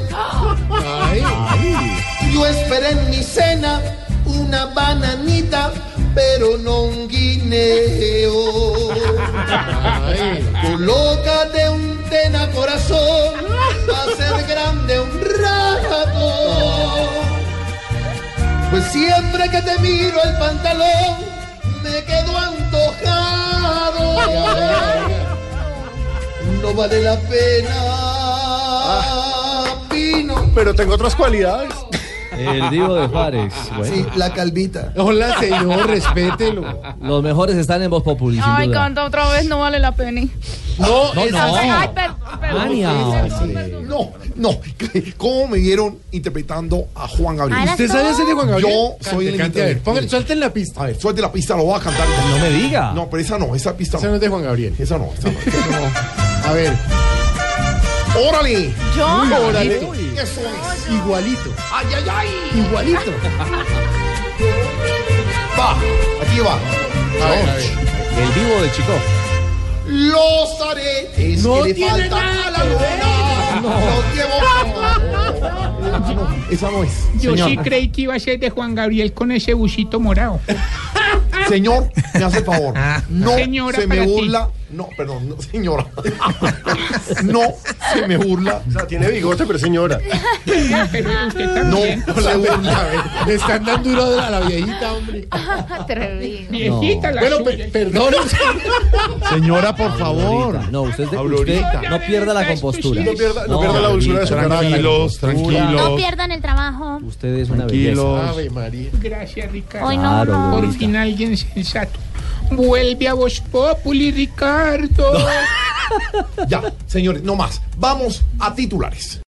Speaker 38: Yo esperé en mi cena una bananita, pero no un guineo. Colócate un tena corazón, va a ser grande un rato. Pues siempre que te miro el pantalón, me quedo antojado. No vale la
Speaker 29: Ah,
Speaker 38: pena, Pino.
Speaker 29: Pero tengo otras cualidades.
Speaker 10: El Divo de Juárez. Bueno.
Speaker 38: Sí, la calvita.
Speaker 29: Hola, señor, respételo.
Speaker 10: Los mejores están en Voz Populi, sin
Speaker 21: Ay,
Speaker 10: duda.
Speaker 21: canta otra vez, no vale la pena. Ah,
Speaker 29: No,
Speaker 10: No,
Speaker 3: eh,
Speaker 29: es-
Speaker 10: no.
Speaker 21: Ay, per- perdón.
Speaker 10: Mania.
Speaker 29: No, no. ¿Cómo me vieron interpretando a Juan Gabriel?
Speaker 38: ¿Usted sabe hacer de Juan Gabriel?
Speaker 29: Yo
Speaker 38: Cante,
Speaker 29: soy el
Speaker 38: cante, a
Speaker 29: imitador.
Speaker 38: ver, póngale,
Speaker 29: Mire. la pista. A ver, suelte la pista, lo voy a cantar. No
Speaker 10: me diga.
Speaker 29: No, pero esa no, esa pista no. Esa no es de Juan Gabriel. Esa no, esa no. esa no. A ver. ¡Órale!
Speaker 21: Yo.
Speaker 29: Uy, ¡Órale!
Speaker 21: Uy.
Speaker 29: Eso es igualito. ¡Ay, ay, ay! Igualito. Va, aquí va. A ver, a ver.
Speaker 10: El Divo de Chico.
Speaker 29: Los aretes
Speaker 38: No
Speaker 29: que le
Speaker 38: tiene
Speaker 29: faltan
Speaker 38: nada
Speaker 29: a la luna. Los llevo como- No, esa no es.
Speaker 13: Yo
Speaker 29: Señor.
Speaker 13: sí creí que iba a ser de Juan Gabriel con ese busito morado.
Speaker 29: Señor, me hace el favor. No
Speaker 13: Señora,
Speaker 29: se me
Speaker 13: para ti.
Speaker 29: burla. No, perdón, no, señora. No se me burla. O sea, tiene bigote, pero señora.
Speaker 13: Pero usted
Speaker 29: No
Speaker 13: también.
Speaker 29: se burla. Le están dando una de la viejita, hombre.
Speaker 21: Atrevido.
Speaker 13: Viejita la
Speaker 29: Bueno,
Speaker 13: suya.
Speaker 29: pe- perdón. Señora, por favor.
Speaker 10: No, usted, es de- usted
Speaker 29: Aurorita.
Speaker 10: no pierda la compostura.
Speaker 29: No pierda, no pierda la
Speaker 10: Aurorita,
Speaker 29: dulzura de su
Speaker 10: tranquila,
Speaker 29: carácter.
Speaker 10: tranquilos,
Speaker 13: No
Speaker 10: tranquilos.
Speaker 13: pierdan el trabajo.
Speaker 10: Usted es una
Speaker 13: Tranquilos.
Speaker 10: belleza.
Speaker 13: Ave
Speaker 29: María.
Speaker 13: Gracias, Ricardo. Ay, no, Claro, no. Por
Speaker 10: Lorita.
Speaker 13: fin alguien sensato. Vuelve a Voz Populi, Ricardo.
Speaker 29: Ya, señores, no más. Vamos a titulares.